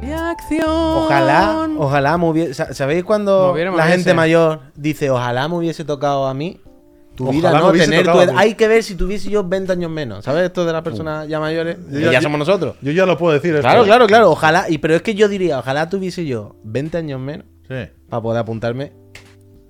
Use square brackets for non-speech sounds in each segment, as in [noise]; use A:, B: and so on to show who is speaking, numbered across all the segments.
A: de acción.
B: Ojalá, ojalá me hubiese. sa- ¿Sabéis
A: Me
B: cuando
A: hubiera- me
B: la
A: hubiese.
B: gente mayor dice, ojalá me hubiese tocado a mí? Tu
C: Ojalá
B: vida,
C: me
B: ¿no?
C: hubiese
B: Tener tu
C: tocado a
B: edad.
C: mí.
B: Hay que ver si tuviese yo 20 años menos. ¿Sabes? Esto de las personas ya mayores.
C: Yo
B: que
C: ya-
B: ya
C: yo-
B: somos nosotros.
C: Yo ya lo puedo decir. esto.
B: Claro, claro, claro. Ojalá. Y, pero es que yo diría, ojalá tuviese yo 20 años menos
C: Sí, es
B: para poder apuntarme.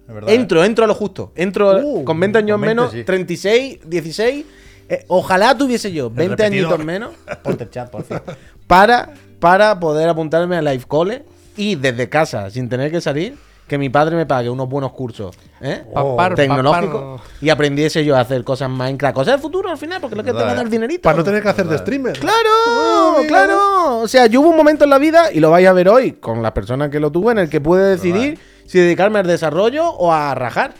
C: verdad.
B: Entro, entro a lo justo. Entro
C: Uh,
B: con 20 años
C: con 20,
B: menos,
C: sí.
B: 36, 16. Eh, ojalá tuviese yo 20
C: repetidor.
B: añitos menos. Ponte el chat, por fin. Para, para poder apuntarme a Life Cole y desde casa, sin tener que salir, que mi padre me pague unos buenos cursos ¿eh?
A: Papar, papar.
B: tecnológicos y aprendiese yo a hacer cosas Minecraft, cosas del futuro al final, porque es lo que te va a dar
C: ¿eh?
B: dinerito.
C: Para no tener que hacer de streamer.
B: ¡Claro!
C: mira.
B: ¡Claro! O sea, yo hubo un momento en la vida, y lo vais a ver hoy con las personas que lo tuvo, en el que pude decidir si dedicarme al desarrollo o a rajar.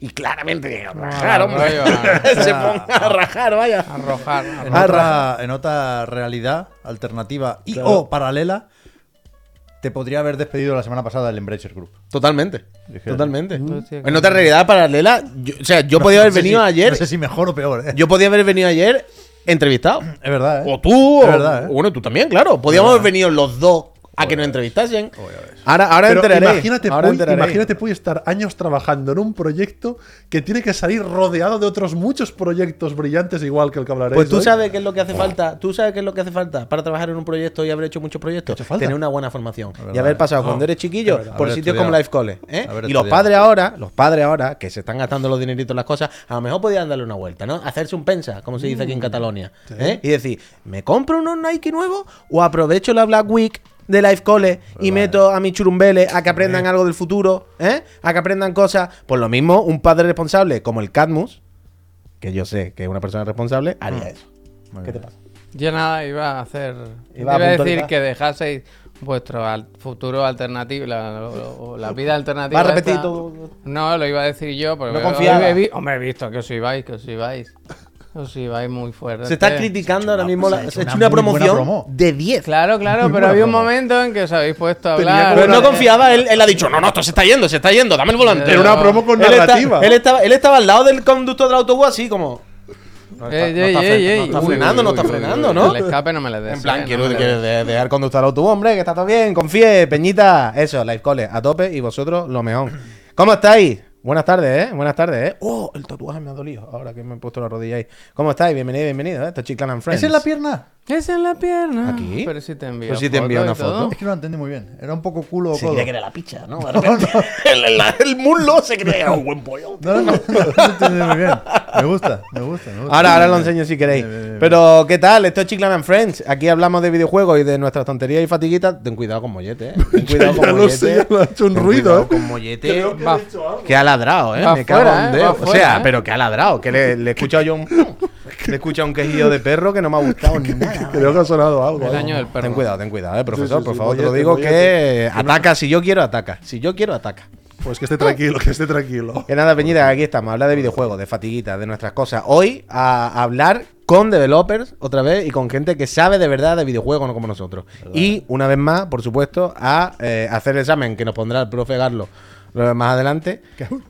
B: Y claramente dije, a rajar,
A: Ah,
B: hombre.
A: rollo, a-
B: [laughs] Se ponga Ah. a rajar, vaya.
A: Arrojar.
D: En,
B: Ah,
D: otra, en otra realidad alternativa y o paralela, te podría haber despedido la semana pasada del Embracer Group.
B: Totalmente. Totalmente.
A: Entonces,
B: En otra realidad paralela, yo- o sea, yo podía haber
D: No sé si-
B: venido ayer.
D: No sé si mejor o peor. ¿eh?
B: Yo podía haber venido ayer entrevistado.
D: es verdad, ¿eh?
B: O tú,
D: Es
B: o-
D: verdad, ¿eh?
B: o bueno, tú también, claro. Podíamos haber venido los dos a que nos entrevistasen. Ahora, ahora
C: Pero
B: enteraré.
C: imagínate,
B: ahora
C: Puy,
B: enteraré.
C: imagínate Puy estar años trabajando en un proyecto que tiene que salir rodeado de otros muchos proyectos brillantes igual que el que hablaréis
B: Pues tú
C: hoy.
B: sabes qué es lo que hace falta. Tú sabes qué es lo que hace falta para trabajar en un proyecto y haber hecho muchos proyectos.
C: hecho falta. Ah,
B: Tener una buena formación y
D: verdad,
B: haber pasado
D: no.
B: cuando eres chiquillo
D: Es verdad.
B: por
D: Haber
B: sitios
D: estudiado.
B: como Life College. ¿eh?
D: Haber
B: Y los
D: estudiado.
B: padres ahora, los padres ahora que se están gastando los dineritos en las cosas, a lo mejor podían darle una vuelta, ¿no? Hacerse un pensa, como se dice aquí en Cataluña, ¿eh? y decir, ¿me compro unos Nike nuevos o aprovecho la Black Week? De Life College y meto a mis churumbeles a que aprendan algo del futuro, ¿eh? a que aprendan cosas. Por lo mismo, un padre responsable como el Cadmus, que yo sé que es una persona responsable, haría eso.
D: Muy
B: ¿Qué te
D: bien.
B: pasa?
A: Yo nada, iba a hacer.
B: Iba
A: Iba
B: a
A: a,
B: puntualizar.
A: decir que dejaseis vuestro al- futuro alternativo, la, o- o la vida alternativa.
B: Va a repetir
A: esta.
B: tu-
A: No, lo iba a decir yo. Porque
B: No
A: hoy
B: confiaba.
A: he vi- hombre, he visto que os ibais, que os ibais. Os ibais muy fuerte.
B: Se está criticando ahora mismo la, se ha hecho
D: una
B: una
D: muy buena
B: promoción
D: promo.
B: de 10.
A: Claro, claro, pero había un momento en que os habéis puesto a
C: Tenía
A: hablar.
B: Pero Pues no
A: de-
B: confiaba, él, él ha dicho, no, no, esto se está yendo, se está yendo, dame el volante.
C: Era una promo con
B: él, está-
C: narrativa.
B: él estaba, él estaba al lado del conductor del autobús así como...
A: Ey,
B: no
A: ey,
B: está fre-
A: ey, ey.
B: no está
A: Uy,
B: frenando,
A: uy,
B: no está
A: uy, uy,
B: frenando,
A: uy,
B: ¿no?
A: El escape no me le des.
B: En plan,
A: eh,
B: quiero,
A: no me le des.
B: quiero de- dejar conductor al autobús, hombre, que está todo bien, confíe, Peñita. Eso, Life Cole, a tope y vosotros lo mejor. ¿Cómo estáis? Buenas tardes, ¿eh? Buenas tardes, ¿eh? Oh, el tatuaje me ha dolido ahora que me he puesto la rodilla ahí. ¿Cómo estáis? Bienvenido, bienvenido, ¿eh? Esto es Chiclan and Friends.
D: ¿Esa es la pierna?
A: Es en la pierna.
B: ¿Aquí?
A: Pero si te envío.
B: Pero si te envío
A: y
B: una foto.
A: todo.
D: Es que no la entendí muy bien. Era un poco culo o
B: Se
D: codo.
B: creía que era la picha, ¿no? De repente, el, el, el muslo se creía que era un buen pollo.
D: No, no, no, no lo entendí muy bien. Me gusta, me gusta. me gusta.
B: Ahora, ahora lo enseño si queréis.
D: Bien, bien, bien.
B: Pero, ¿qué tal? Esto es Chiclan and Friends. Aquí hablamos de videojuegos y de nuestras tonterías y fatiguitas. Ten cuidado con mollete, eh. Ten cuidado con
C: [laughs] ya lo
B: mollete.
C: sé, ya lo ha hecho un
B: Ten
C: ruido,
B: cuidado
C: eh.
B: Con mollete.
C: Creo que
A: Va.
C: he dicho algo.
B: Que ha ladrado, eh.
A: Va
B: Me cago
A: fuera,
B: en
A: eh,
B: Dios.
A: va
B: O sea,
A: fuera, eh.
B: pero que ha ladrado. Que le,
C: [laughs]
B: le he escuchado yo un. Le he escuchado un quejillo de perro que no me ha gustado nada.
C: Creo [laughs] que ha sonado algo.
A: El
C: algo.
A: año del perro.
B: Ten cuidado, ten cuidado, eh, profesor.
C: Sí, sí, sí,
B: por favor, te lo
C: mollete,
B: digo que
C: mollete.
B: ataca. Si yo quiero, ataca. Si yo quiero, ataca.
C: Pues que esté tranquilo, que esté tranquilo.
B: Que nada, Peñita, aquí estamos. Habla de videojuegos, de fatiguitas, de nuestras cosas. Hoy a hablar con developers otra vez y con gente que sabe de verdad de videojuegos, no como nosotros. Y una vez más, por supuesto, a eh, hacer el examen que nos pondrá el profe Garlo eh, más adelante.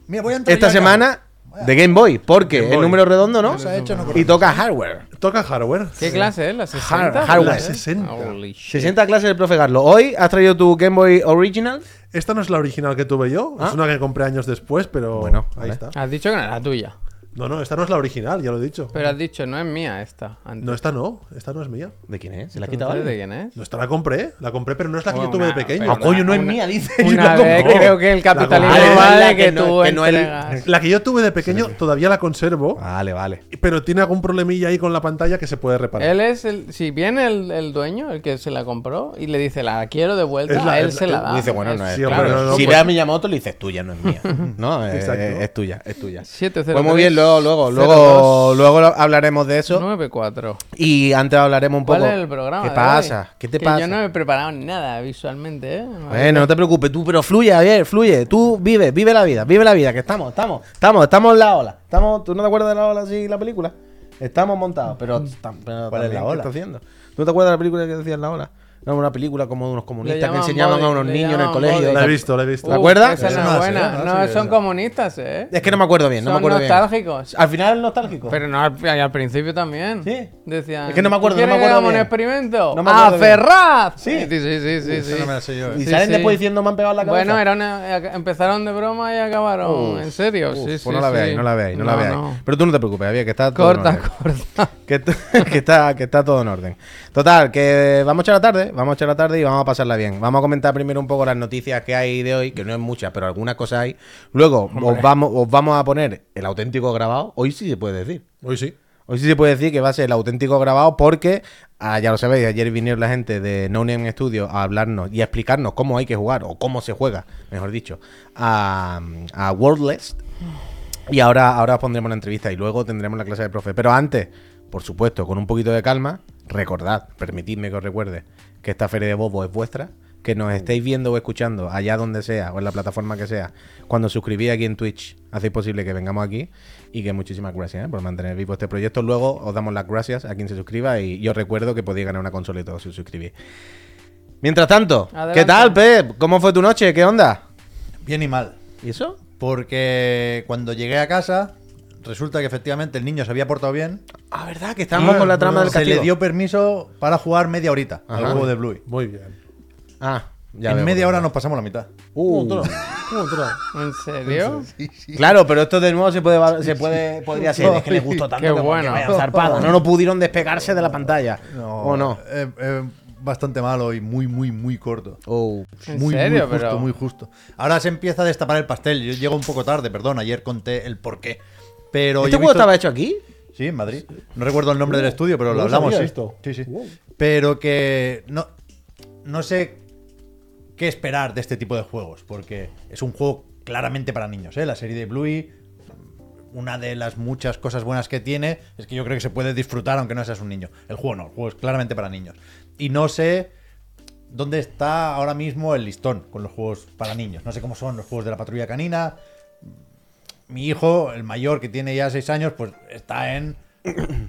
D: Mira, voy a entrar
B: Esta
D: ya,
B: semana
D: Vaya.
B: de Game Boy, porque
C: Game
B: el
C: Boy.
B: número redondo,
D: cabrón.
B: ¿no?
D: No se ha hecho, no
B: Y
D: corre.
B: toca hardware.
C: Toca hardware.
A: ¿Qué clase es? ¿La 60?
B: hardware.
A: ¿La
B: La
C: 60.
A: Holy shit.
B: 60 clases del profe Garlo. Hoy has traído tu Game Boy Original.
C: Esta no es la original que tuve yo,
B: Ah.
C: es una que compré años después, pero
B: Bueno,
C: ahí
B: vale.
C: está.
A: Has dicho que no era tuya.
C: No, no, esta no es la original, ya lo he dicho.
A: Pero has dicho, no es mía esta. Antes.
C: No, esta no, esta no es mía.
B: ¿De quién es? ¿Se la ha
A: Entonces,
B: quitado
A: ¿De
B: alguien?
A: quién es?
C: No, esta la compré, la compré, pero no es la que
A: Bueno,
C: yo tuve de
A: una-
C: pequeño.
A: pero
C: [laughs]
B: Ah, coño, no es
A: Una-
B: mía, dice. Y
A: [laughs] Una
B: la
A: vez
B: compró.
A: creo que el capitalismo vale,
B: compró. Vale,
A: que
B: que no-
A: tú
B: que no el-
A: entregas.
C: Ah, eh, La que yo tuve de pequeño todavía la conservo,
A: Ah.
B: Vale, vale.
C: pero tiene algún problemilla ahí con la pantalla que se puede reparar.
A: Él es el. Si viene el, el dueño, el que se la compró, y le dice, la quiero de vuelta,
C: Es la-
A: él
C: es la-
A: se la da.
B: Dice, bueno, no es.
C: Ah, Sí, hombre,
B: claro,
C: no, no,
B: si
C: pues-
B: ve a Miyamoto, le dices, tuya, no es
C: [laughs]
B: mía. No, es,
C: Exacto.
B: es- es tuya, es tuya.
A: 703,
B: Pues muy bien, luego, luego,
A: 02,
B: luego, luego hablaremos de eso.
A: 94.
B: Y antes hablaremos un poco.
A: ¿Cuál es el programa?
B: ¿Qué
A: de hoy?
B: pasa? ¿Qué te
A: Que
B: pasa?
A: Yo no me he preparado nada visualmente, ¿eh?
B: Bueno, no te preocupes, tú, pero fluye, Javier, fluye. Tú vive, vive la vida, vive la vida, que estamos, estamos, estamos, estamos en la ola. Estamos, ¿Tú no te acuerdas de la ola así, la película? Estamos montados, pero, tam- pero
A: Mm.
D: ¿Cuál es
B: también,
D: la
B: ¿qué
D: ola?
B: estás haciendo? ¿Tú no te acuerdas de la película que decías la ola? No, una película como de unos comunistas que
A: llaman
B: enseñaban
A: body,
B: a unos
A: le
B: niños en el
A: llaman
B: colegio.
A: body.
C: La he visto, la he visto.
B: ¿Te
A: Uh.
B: acuerdas?
A: Esa no
D: Esa
A: es
D: no,
A: buena.
D: esa no,
A: No,
D: sí,
A: son
D: esa.
A: comunistas, ¿eh?
B: Es que no me acuerdo bien, no me
A: Son
B: acuerdo bien.
A: nostálgicos.
B: Al final el nostálgico.
A: Pero no, al, al principio también.
B: Sí.
A: Decían.
B: Es que no me acuerdo, no me
A: ¿quieren que
B: acuerdo
A: hagamos un
B: bien.
A: experimento?
B: No me acuerdo bien.
A: ¡Aferrad!
B: Sí.
A: Sí, sí, sí, sí. sí.
D: Eso no me lo sé yo. eh.
B: y
A: sí,
B: salen
A: sí.
B: después diciendo me han pegado en la cabeza.
A: Bueno, era una- empezaron de broma y acabaron. en serio,
B: Uf,
A: sí,
B: pues
A: sí.
B: no la
A: sí.
B: veáis, no la veáis, no, la veáis.
A: no.
B: Pero tú no te preocupes, había que está todo en
A: Corta,
B: orden.
A: corta.
B: [laughs]
A: [laughs]
B: Que, t- [laughs] que está, que está todo en orden. Total, que vamos a echar la tarde, vamos a echar la tarde y vamos a pasarla bien. Vamos a comentar primero un poco las noticias que hay de hoy, que no es muchas, pero algunas cosas hay. Luego os vamos, os vamos a poner el auténtico grabado. Hoy sí se puede decir.
C: Hoy sí.
B: Hoy sí se puede decir que va a ser el auténtico grabado porque, ah, ya lo sabéis, ayer vinieron la gente de No Name Studio a hablarnos y a explicarnos cómo hay que jugar o cómo se juega, mejor dicho, a, a Worldless. Y ahora, ahora os pondremos la entrevista y luego tendremos la clase del profe. Pero antes, por supuesto, con un poquito de calma, recordad, permitidme que os recuerde que esta feria de Bobo es vuestra, que nos estéis viendo o escuchando allá donde sea o en la plataforma que sea. Cuando os suscribís aquí en Twitch, hacéis posible que vengamos aquí y que muchísimas gracias ¿eh? por mantener vivo este proyecto. Luego os damos las gracias a quien se suscriba y, y os recuerdo que podéis ganar una consola y todo si os suscribís. Mientras tanto, ¿qué
A: Adelante.
B: tal, Pep? ¿Cómo fue tu noche? ¿Qué onda?
D: Bien y mal.
B: ¿Y eso?
D: Porque cuando llegué a casa, resulta que efectivamente el niño se había portado bien.
B: Ah, ¿verdad? Que estábamos
C: Ah,
B: con la trama
C: no,
B: del
D: Se
B: castigo.
D: le dio permiso para jugar media horita al
B: Ajá.
D: juego de Bluey.
C: Muy bien.
B: Ah,
D: en
B: veo por
D: media
B: dónde.
D: hora nos pasamos la mitad.
B: Uh.
C: Un montón, un montón.
A: ¿En
B: [laughs]
A: serio?
B: Claro, pero esto de nuevo se puede, val- se puede podría ser. Es que les gustó tanto
A: Qué
B: que, como
A: bueno.
B: que vayan zarpadas. No, no pudieron despegarse de la pantalla. ¿O no?
D: eh, eh, bastante malo y muy, muy, muy corto.
B: Oh.
A: ¿En
D: muy,
A: serio?
D: muy justo,
A: Pero-
D: muy justo. Ahora se empieza a destapar el pastel. Yo llego un poco tarde, perdón. Ayer conté el porqué. Pero
B: ¿Este
D: yo he
B: juego
D: visto-
B: estaba hecho aquí?
D: Sí, en Madrid. No recuerdo el nombre del estudio, pero lo
C: no
D: hablamos.
C: sabía
D: sí.
C: esto.
D: Sí, sí.
C: Wow.
D: Pero que no, no sé qué esperar de este tipo de juegos, porque es un juego claramente para niños. ¿eh? La serie de Bluey, una de las muchas cosas buenas que tiene es que yo creo que se puede disfrutar aunque no seas un niño. El juego no, el juego es claramente para niños. Y no sé dónde está ahora mismo el listón con los juegos para niños. No sé cómo son los juegos de la patrulla canina. Mi hijo, el mayor que tiene ya 6 años, pues está en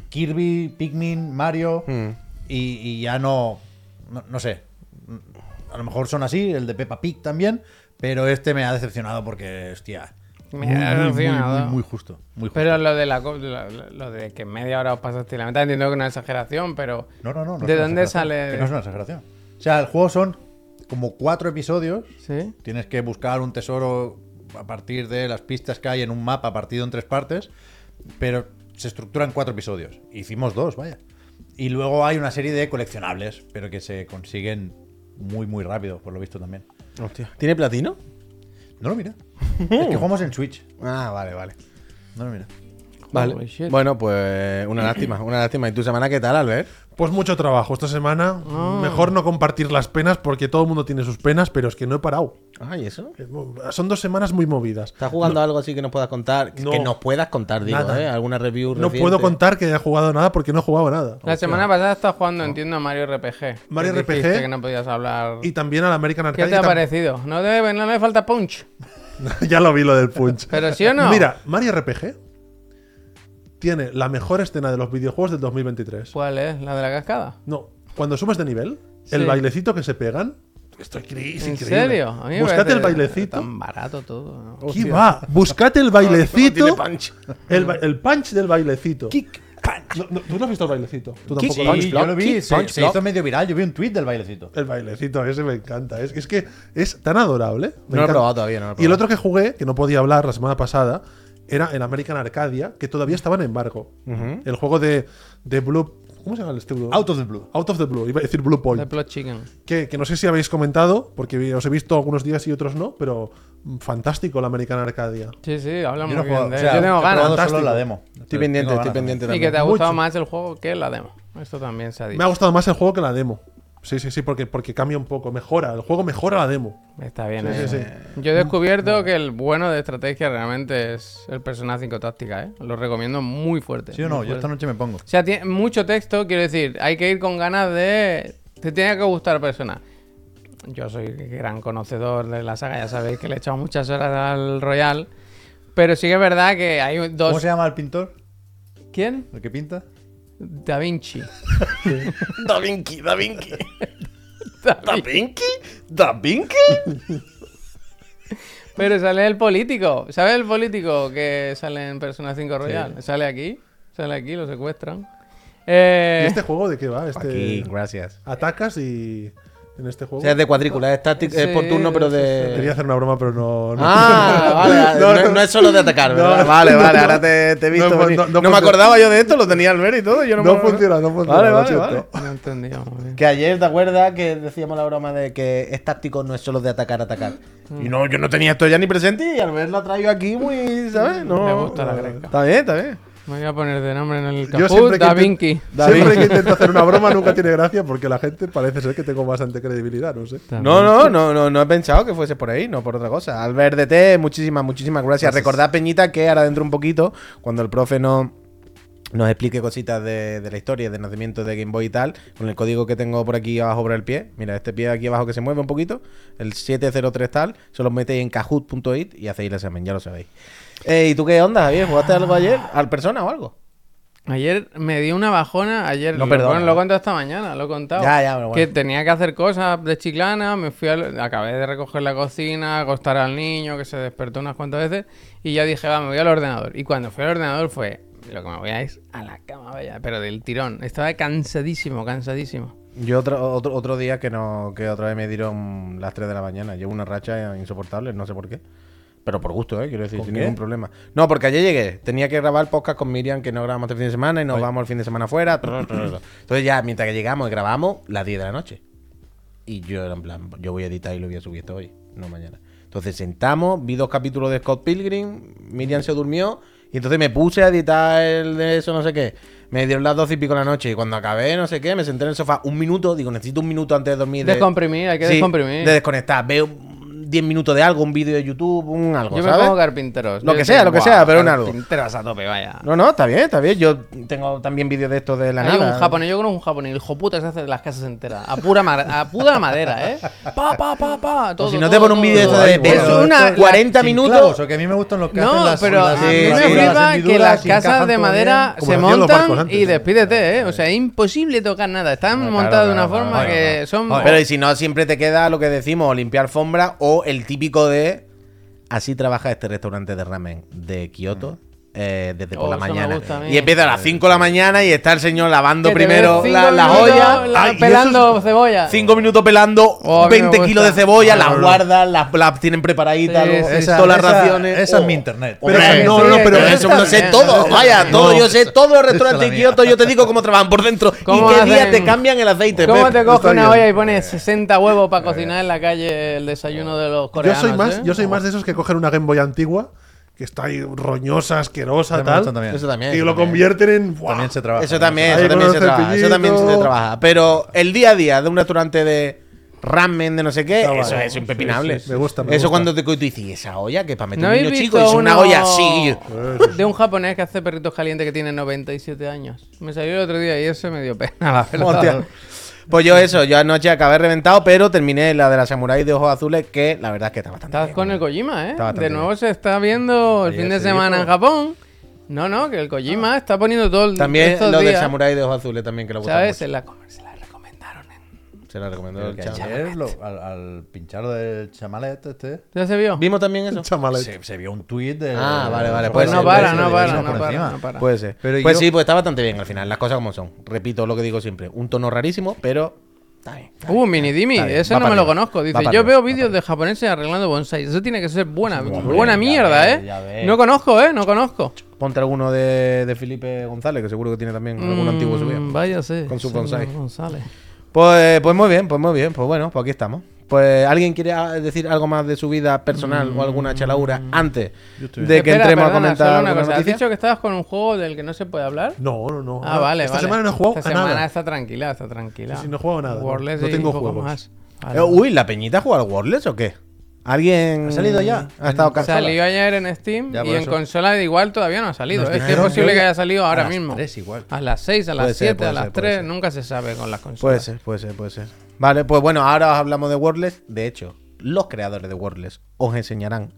D: Kirby, Pikmin, Mario y, y ya no, no... no sé. A lo mejor son así, el de Peppa Pig también, pero este me ha decepcionado porque, hostia...
A: Me ha decepcionado.
D: muy, muy justo, muy justo.
A: Pero lo de la co- lo, lo- lo de que media hora os pasaste la mitad, entiendo que no es una exageración, pero
D: No, no, no. no
A: ¿de
D: es una
A: dónde
D: exageración.
A: sale?
D: Que no es una exageración. O sea, el juego son como cuatro episodios.
A: Sí.
D: Tienes que buscar un tesoro a partir de las pistas que hay en un mapa partido en tres partes. Pero se estructuran cuatro episodios. Hicimos dos, vaya. Y luego hay una serie de coleccionables, pero que se consiguen muy, muy rápido, por lo visto también.
B: ¿Tiene platino?
D: No lo mira. es que jugamos en Switch.
B: Ah, vale, vale.
D: No lo mira.
B: Vale.
A: Holy shit.
B: Bueno, pues una lástima, una lástima. ¿Y tu semana qué tal, Albert?
C: Pues mucho trabajo esta semana.
A: Ah.
C: Mejor no compartir las penas porque todo el mundo tiene sus penas, pero es que no he parado.
B: Ay, ¿eso?
C: Eh, Son dos semanas muy movidas.
B: ¿Estás jugando algo así que nos puedas contar? Que
C: No.
B: nos puedas contar, digo,
C: Nada.
B: ¿eh? ¿Alguna review
C: No
B: reciente?
C: puedo contar que haya jugado nada porque no he jugado nada.
A: La semana pasada estás
D: Oh.
A: jugando, entiendo, a Mario RPG.
C: Mario
A: que dijiste
C: RPG.
A: que no podías hablar.
C: Y también al American
A: ¿Qué
C: Arcade.
A: te ha
C: y tam-
A: parecido? No, debe, no le falta punch.
C: [laughs] ya lo vi lo del punch.
A: ¿Pero sí o no?
C: Mira, Mario RPG tiene la mejor escena de los videojuegos del 2023.
A: ¿Cuál es? ¿La de la cascada?
C: No, cuando subes de nivel, el
A: Sí.
C: bailecito que se pegan. Esto es incre- es
A: ¿En
C: increíble.
A: serio? A mí me
C: Buscate
A: parece
C: el bailecito.
A: Tan barato todo. ¿no?
C: ¿Qué va?
A: [laughs]
C: Buscate el bailecito. El, ba- el punch del bailecito. No, no, ¿Tú no has visto el bailecito? Tú
B: Kick
C: tampoco.
D: Sí,
B: Punch
D: yo
B: Block,
D: lo vi.
B: Kick,
D: Se,
B: Punch
D: se
B: Block.
D: hizo medio viral. Yo vi un tweet del bailecito.
C: El bailecito ese me encanta. Es, es que es tan adorable. Me
B: No lo he
C: encanta.
B: probado todavía, no lo he
C: Y el
B: probado.
C: otro que jugué, que no podía hablar la semana pasada, era el American Arcadia, que todavía estaba en embargo. El juego de, de Blue. ¿Cómo se llama el estudio?
D: Out of the blue.
C: Out of the Blue. Iba a decir Blue
A: The
C: Point.
A: Plot Chicken.
C: Que, que no sé si habéis comentado, porque os he visto algunos días y otros no, pero mm, fantástico el American Arcadia.
A: Sí, sí, habla
D: Yo
A: muy
D: no he
A: bien.
D: jugado-
A: de
D: o
A: él.
D: sea,
A: Yo tengo
D: he probado
A: ganas.
D: solo la
C: Fantástico.
D: demo.
B: Estoy pendiente,
D: Tengo
B: estoy
D: ganas también.
B: pendiente
A: Y
B: también.
A: que te ha gustado
C: Mucho.
A: más el juego que la demo. Esto también se ha dicho.
C: Me ha gustado más el juego que la demo. Sí, sí, sí, porque, porque cambia un poco, mejora. El juego mejora la demo.
A: Está bien,
C: Sí,
A: eh.
C: sí,
A: Yo
D: Mm.
A: he descubierto que el bueno de estrategia realmente es el Persona 5 Táctica, ¿eh? Lo recomiendo muy fuerte.
D: Sí o no,
A: muy
D: yo esta
A: fuerte.
D: noche me pongo.
A: O sea, tiene mucho texto, quiero decir, hay que ir con ganas de... Te tiene que gustar Persona. Yo soy gran conocedor de la saga, ya sabéis que le he echado muchas horas al Royal. Pero sí que es verdad que hay
D: ¿Cómo
A: dos...
D: se llama el pintor?
A: ¿Quién?
D: ¿El que pinta?
A: Da Vinci. [laughs]
B: Da Vinci, Da Vinci. ¿Da Vinci? ¿Da Vinci?
A: [laughs] Pero sale el político. ¿Sabes el político que sale en Persona 5 Royal? Sale aquí. Sale aquí, lo secuestran. Eh,
C: ¿Y este juego de qué va? Este...
B: Aquí, gracias.
C: Atacas y. En este
B: O
C: juego.
B: sea, es de cuadrícula, es, táctico- es por
A: Sí,
B: turno, pero
C: Quería
B: de.
C: hacer una broma, pero no. no.
B: Eh, Ah, vale,
C: [laughs] No,
B: no, no es solo de atacar,
C: No,
B: ¿verdad?
C: no,
B: vale,
C: no,
B: vale,
C: no.
B: ahora te, te he visto.
C: No, no,
B: venir. No,
C: no, no
B: me
C: funciona.
B: acordaba yo de esto, lo tenía al ver y todo. Yo no,
C: no
B: me-
C: funciona, no funciona.
B: Vale,
C: lo
B: vale,
C: siento.
B: vale.
A: No entendí. muy bien.
B: Que ayer, ¿te acuerdas que decíamos la broma de que es táctico, no es solo de atacar, atacar?
C: Mm.
B: Y no, yo no tenía esto ya ni presente y al verlo la traigo aquí muy,
C: Mm.
B: ¿sabes? No,
A: Me gusta la gresca.
B: Está bien, está bien.
A: Me voy a poner de nombre en el caput.
C: Yo siempre que,
A: Da
C: inten-
A: Vinci.
B: Da
C: siempre
B: Vinci.
C: que intento hacer una broma nunca tiene gracia porque la gente parece ser que tengo bastante credibilidad, no sé.
B: No, no, no, no, no he pensado que fuese por ahí, no por otra cosa. Al ver de té, muchísimas, muchísimas gracias. Recordad, Peñita, que ahora dentro un poquito, cuando el profe no, nos explique cositas de, de la historia, de nacimiento de Game Boy y tal, con el código que tengo por aquí abajo por el pie. Mira, este pie aquí abajo que se mueve un poquito, el 703 tal, se lo metéis en kahoot.it y hacéis el examen, ya lo sabéis. Eh, ¿Y tú qué onda, Javier? ¿Jugaste algo ayer? ¿Al persona o algo?
A: Ayer me dio una bajona, ayer
B: No,
A: lo,
B: perdona.
A: bueno, lo he contado esta mañana, lo he contado.
B: Ya, ya, pero bueno.
A: Que tenía que hacer cosas de chiclana, me fui al- acabé de recoger la cocina, acostar al niño que se despertó unas cuantas veces y ya dije, va, me voy al ordenador. Y cuando fui al ordenador fue, lo que me voy a es a la cama, vaya, pero del tirón. Estaba cansadísimo, cansadísimo.
B: Yo otro, otro, otro día que no que otra vez me dieron las 3 de la mañana. Llevo una racha insoportable, no sé por qué. Pero por gusto, ¿eh? Quiero decir,
D: ¿Con
B: sin
D: qué?
B: ningún problema. No, porque ayer llegué. Tenía que grabar podcast con Miriam, que no grabamos este fin de semana, y nos vamos el fin de semana afuera.
D: [laughs]
B: Entonces ya, mientras que llegamos y grabamos, las 10 de la noche. Y yo era en plan, yo voy a editar y lo voy a subir esto hoy, no mañana. Entonces sentamos, vi dos capítulos de Scott Pilgrim, Miriam se durmió y entonces me puse a editar el de eso, no sé qué. Me dieron las doce y pico de la noche y cuando acabé, no sé qué, me senté en el sofá un minuto, digo, necesito un minuto antes de dormir. de-
A: Descomprimir, hay que
B: Sí,
A: descomprimir.
B: De desconectar. Veo 10 minutos de algo, un vídeo de YouTube, un algo,
A: Yo me
B: ¿sabes?
A: pongo carpinteros.
B: Lo
A: Yo
B: que sea,
A: digo,
B: lo que
A: "Buah,
B: sea, pero un algo".
A: Carpinteros a tope, vaya.
B: No, no, está bien, está bien. Yo tengo también vídeos de estos de la
A: Hay
C: ¿eh?
B: nada.
A: un japonés, yo conozco un japonés, el hijo puta se hace las casas enteras, a pura, ma- a pura madera, ¿eh? Pa, pa, pa, pa, todo,
B: si no te
A: todo,
B: ponen un
A: todo,
B: vídeo de
A: todo.
B: esto de
D: Ay, bueno,
B: beso,
A: esto es
B: una- 40
D: Sin
B: minutos.
D: clavos, o que a mí me gustan los que hacen
A: No,
D: las
A: pero
D: las
A: a mí me
D: hendiduras,
A: flipa que
D: hendiduras
A: las
D: y
A: casas
D: encajan
A: de
D: todo
A: madera
C: Como
A: se
C: hacían los barcos
A: montan
C: antes,
A: y
C: ¿no?
A: despídete, ¿eh? O sea, es imposible tocar nada. Están
B: Claro,
A: montadas de
B: claro,
A: una
B: claro,
A: forma
B: claro,
A: que
B: claro.
A: son...
B: Pero y si no, siempre te queda lo que decimos, o limpiar alfombra o el típico de. Así trabaja este restaurante de ramen de Kioto. eh, desde por
A: Oh,
B: la
A: eso me
B: mañana.
A: gusta a mí.
B: Y empieza a las 5 de la mañana y está el señor lavando
A: Que te
B: primero
A: ves
B: la,
A: cinco
B: la
A: minutos
B: joya.
A: la-
C: Ay, y eso
A: pelando
C: es-
A: cebolla.
B: 5 minutos pelando
A: Oh, a mí me
B: 20 kilos
A: gusta.
B: de
A: Ah,
B: cebolla, las
C: no.
B: guardan, las, las tienen preparaditas,
A: Sí,
B: luego
A: sí,
D: esa-
B: todas las
D: esa-
B: raciones. oh.
D: esa es mi internet.
B: Hombre,
C: Pero sí,
B: no,
C: sí,
B: no, pero
C: pero
B: eso
A: está
B: lo sé
A: bien.
B: todo, vaya, todo,
D: No.
B: yo sé todos los
D: Esa es
B: restaurantes
D: la
B: de Kioto,
D: mía.
B: yo te digo cómo trabajan por dentro y
A: ¿Cómo
B: qué día
A: hacen?
B: te cambian el aceite.
A: ¿Cómo
B: Pep.
A: te coges
C: está
A: una
C: bien.
A: olla y pones 60 huevos para cocinar en la calle el desayuno de los
C: Yo
A: coreanos?
C: soy más,
A: ¿eh?
C: yo
D: Oh,
C: soy más de esos que cogen una Game Boy antigua, que está ahí roñosa, asquerosa,
D: Me
C: tal.
D: gustan también.
B: Eso también.
C: Y
B: eso
C: lo
B: también.
C: convierten en. ¡buah!
D: También se trabaja.
B: Eso también,
C: Ahí
B: eso
C: con
B: también
C: los
B: se trabaja. Eso también se
C: cepillitos.
B: trabaja. Pero el día a día de un restaurante de ramen, de no sé qué,
C: Está
B: eso
C: guay.
B: es impepinable.
C: Sí, sí, me gusta, me
B: Eso
C: gusta.
B: cuando te tú dices, ¿y esa olla que para meter
A: ¿No
B: un
A: habéis
B: Este niño
A: visto
B: chico? Es una
A: uno
B: olla así.
A: De un japonés que hace perritos calientes que tiene 97 años. Me salió el otro día y eso me dio pena, la verdad.
B: [laughs] Hostia. Pues yo eso, yo anoche acabé reventado, pero terminé la de la samurai de ojos azules, que la verdad es que está bastante
A: Estás
B: bien.
A: con el Kojima, ¿eh?
B: Está bastante
A: De nuevo se está viendo el
D: Ayer
A: fin de
D: se
A: semana
D: dijo.
A: en Japón. No, no, que el
B: Ah.
A: Kojima está poniendo todo el
B: También
A: estos
B: lo del
A: días,
B: samurái de ojos azules también que lo gusta
A: ¿Sabes?
B: mucho.
A: Se la, se la recomendaron. en-
B: Se la recomendó el
D: Porque
B: chaval.
D: ayer, lo- al, al pinchar del chamalet este,
A: ¿Ya se vio?
B: ¿Vimos también eso?
C: Chamalete.
D: se, se vio un tuit de...
B: Ah, vale, vale,
A: Pues
B: puede
A: no
B: ser,
A: para,
B: puede
A: no para,
B: ser, puede
A: no
B: ser.
A: para, no para.
B: Puede ser.
D: Pero
B: pues
D: yo-
B: sí, pues está bastante bien al final, las cosas como son. Repito lo que digo siempre, un tono rarísimo, pero está bien.
A: Hubo un mini Dimi,
B: Está bien,
A: Uh, ese
B: va
A: no me
B: para
A: lo
B: arriba,
A: conozco.
B: va
A: Dice,
B: para
A: yo
B: arriba,
A: veo
B: va
A: vídeos de japoneses arreglando bonsai. Eso tiene que ser buena, buena
D: ya
A: mierda,
D: ves,
A: ¿eh?
D: ya ves.
A: No conozco, ¿eh? No conozco.
B: Ponte alguno de, de Felipe González, que seguro que tiene también algún antiguo subido.
A: Mm, Váyase.
B: Con su
A: señor
B: bonsai.
A: González.
B: Pues, pues muy bien, pues muy bien, pues bueno, pues aquí estamos. Pues alguien quiere ah, decir algo más de su vida personal
A: Mm.
B: o alguna chalaura antes de que
A: Espera,
B: entremos a
A: perdona,
B: comentar
A: solo
B: alguna
A: una cosa. Has
B: noticia?
A: dicho que estabas con un juego del que no se puede hablar.
C: No, no, no.
A: Ah, vale,
C: Esta
A: vale.
C: semana no he jugado
A: Esta
C: a
A: semana
C: nada.
A: está tranquila, está tranquila.
C: Sí, sí, no he jugado a nada, no.
A: Wordless
C: No
A: y
C: tengo
A: poco
C: juegos.
A: más.
B: Eh, Uy, ¿la peñita juega al Wordless o qué? ¿Alguien
D: ¿Ha salido ya?
B: ha estado casado?
A: Salió ayer en Steam
D: Ya,
A: y
D: por
A: en
D: eso.
A: consola igual todavía no ha salido.
D: Nos
A: Es que es
D: dijeron
A: posible
D: que
A: que haya salido ahora
D: las
A: mismo.
D: tres igual.
A: A las 6, a
B: Puede
A: las
B: ser,
A: 7, a
B: puede
A: las
B: ser, puede
A: 3,
B: ser.
A: nunca se sabe con las consolas.
B: Puede ser, puede ser, puede ser. Vale, pues bueno, ahora os hablamos de Wordless. De hecho, los creadores de Wordless os enseñarán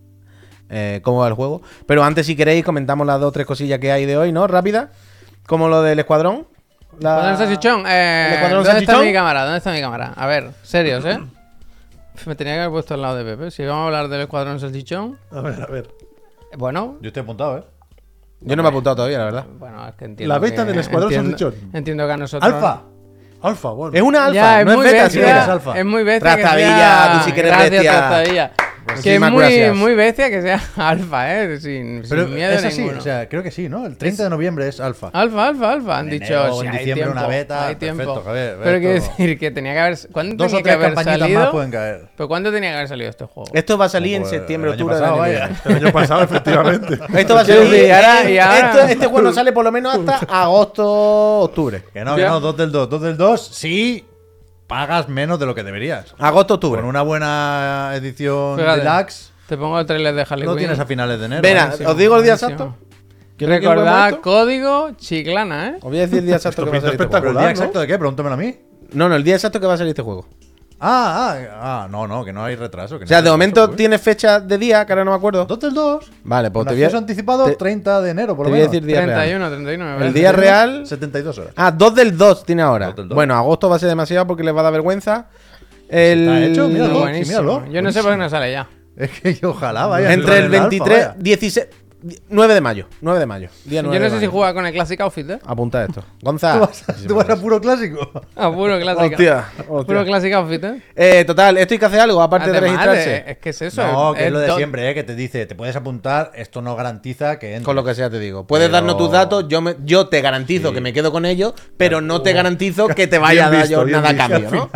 B: eh, cómo va el juego. Pero antes, si queréis, comentamos las dos o tres cosillas que hay de hoy, ¿no? Rápida. Como lo del escuadrón. La-
A: ¿Dónde está Chichón? Eh,
B: ¿El Escuadrón
A: ¿Dónde está
B: Salchichón?
A: mi cámara? ¿Dónde está mi cámara? A ver, serios, ¿eh? Me tenía que haber puesto al lado de Pepe. Si vamos a hablar del Escuadrón Salchichón,
C: A ver, a ver.
A: bueno,
D: Yo estoy apuntado, ¿eh?
B: Yo no me he apuntado todavía, la verdad.
A: bueno, es que entiendo.
C: La beta
A: que-
C: del Escuadrón
A: entiendo-
C: Salchichón.
A: Entiendo que a nosotros.
D: Alfa.
C: Alfa, bueno.
B: Es una alfa,
A: Ya, es
B: no es
A: muy
B: beta,
A: bestia.
B: sí
D: bestia.
B: eres
A: es,
B: alfa.
A: muy bestia. que
B: Trastavilla,
A: sea-
B: tú sí que eres
A: gracias,
B: bestia.
A: Trastavilla.
D: Pues
A: Que es
B: Muchísimas
A: muy,
B: gracias.
A: muy bestia que sea [laughs] alfa, ¿eh? Sin, sin
D: Pero
A: miedo
D: es así,
A: ninguno.
D: o sea, creo que sí, ¿no? El 30 de noviembre es alfa.
A: Alfa, alfa, alfa. Han
D: En
A: dicho,
D: enero o
A: sí,
D: en
A: hay
D: diciembre
A: tiempo,
D: una beta,
A: hay tiempo.
D: perfecto, joder,
A: Pero
D: ves
A: quiero
D: todo.
A: decir que tenía que haber... ¿Cuándo
D: Dos o
A: tenía que
D: tres
A: haber
D: campañitas
A: salido?
D: más pueden caer.
A: ¿Pero cuándo tenía que haber salido este juego?
B: Esto va a salir en
D: Joder,
B: septiembre,
D: el año
B: octubre del
D: pasado,
B: año que
D: vaya.
B: viene.
C: El
D: [laughs]
C: año
B: [laughs]
C: pasado, [laughs] efectivamente.
B: Esto
A: [laughs]
B: va a
A: Quiero
B: salir.
A: decir, ahora- y ahora-
B: esto- este juego no sale por lo menos hasta
A: [laughs]
B: agosto, octubre.
D: Que no,
A: Ya.
D: que no, 2 del 2. 2 del 2, sí, pagas menos de lo que deberías.
B: Agosto, octubre.
D: Con una buena edición
B: Pues
A: Fíjate,
D: deluxe,
A: Te pongo el trailer de Harley
D: no
A: Quinn.
D: tienes a finales de enero.
B: Venga,
D: ¿eh?
B: os digo el día
A: Buenísimo.
B: exacto. ¿Quieres que os ponga
A: Recordad
B: esto?
A: código chiclana, ¿eh?
B: Os voy a decir el
D: [laughs]
B: día exacto
C: Esto
B: que va a
C: pinta
B: salir. Este
D: ¿Pero
B: juego.
C: espectacular.
D: el día
C: ¿no?
D: exacto de qué? Pregúntamelo a mí.
B: No, no, el día exacto que va a salir este juego.
D: Ah, ah, ah, no, no, que no hay retraso. que
B: O
D: no
B: sea,
D: hay
B: de
D: retraso,
B: momento
D: uy.
B: tiene fecha de día, que ahora no me acuerdo.
D: 2 del 2.
B: Vale, pues
D: Con
B: te voy a,
D: acceso anticipado
B: te-
D: 30 de enero, por
B: te
D: lo
B: voy a
D: menos.
B: decir día real.
A: 31, 39.
B: El
A: ¿verdad?
B: día real.
D: 72 horas. [laughs]
B: Ah, 2 del 2 tiene ahora.
D: Dos del dos.
B: Bueno, agosto va a ser demasiado porque les va a dar vergüenza. El...
D: Está hecho, mira,
A: Buenísimo.
D: dos. sí, míralo.
A: Yo no sé por qué no sale ya.
D: Es que yo ojalá vaya.
B: Entre el
D: Con Alfa,
B: 23,
D: vaya.
B: 16, 9 de mayo. 9 de mayo. Día 9
A: Yo no
B: de
A: sé si
B: mayo.
A: juega con el Classic Outfit, ¿eh?
B: Apunta esto.
D: [laughs] Tú
B: Gonzalo.
D: vas a- tú vas a puro clásico.
A: Ah, puro Classic
B: Hostia, hostia.
A: Puro Classic Outfit, ¿eh?
B: Eh, total, esto hay que hacer algo aparte de
A: Además,
B: registrarse.
A: eh, Es que es eso.
D: No, que es lo de
A: do-
D: siempre, ¿eh? que te dice, te puedes apuntar, esto no garantiza que entres.
B: Con lo que sea te digo. Puedes
D: Pero-
B: darnos tus datos, yo, me- yo te garantizo que me quedo con ellos, pero no te garantizo que te vaya a
C: Bien
B: dar
C: visto,
B: yo
C: bien
B: nada a
C: visto.
B: cambio, ¿no?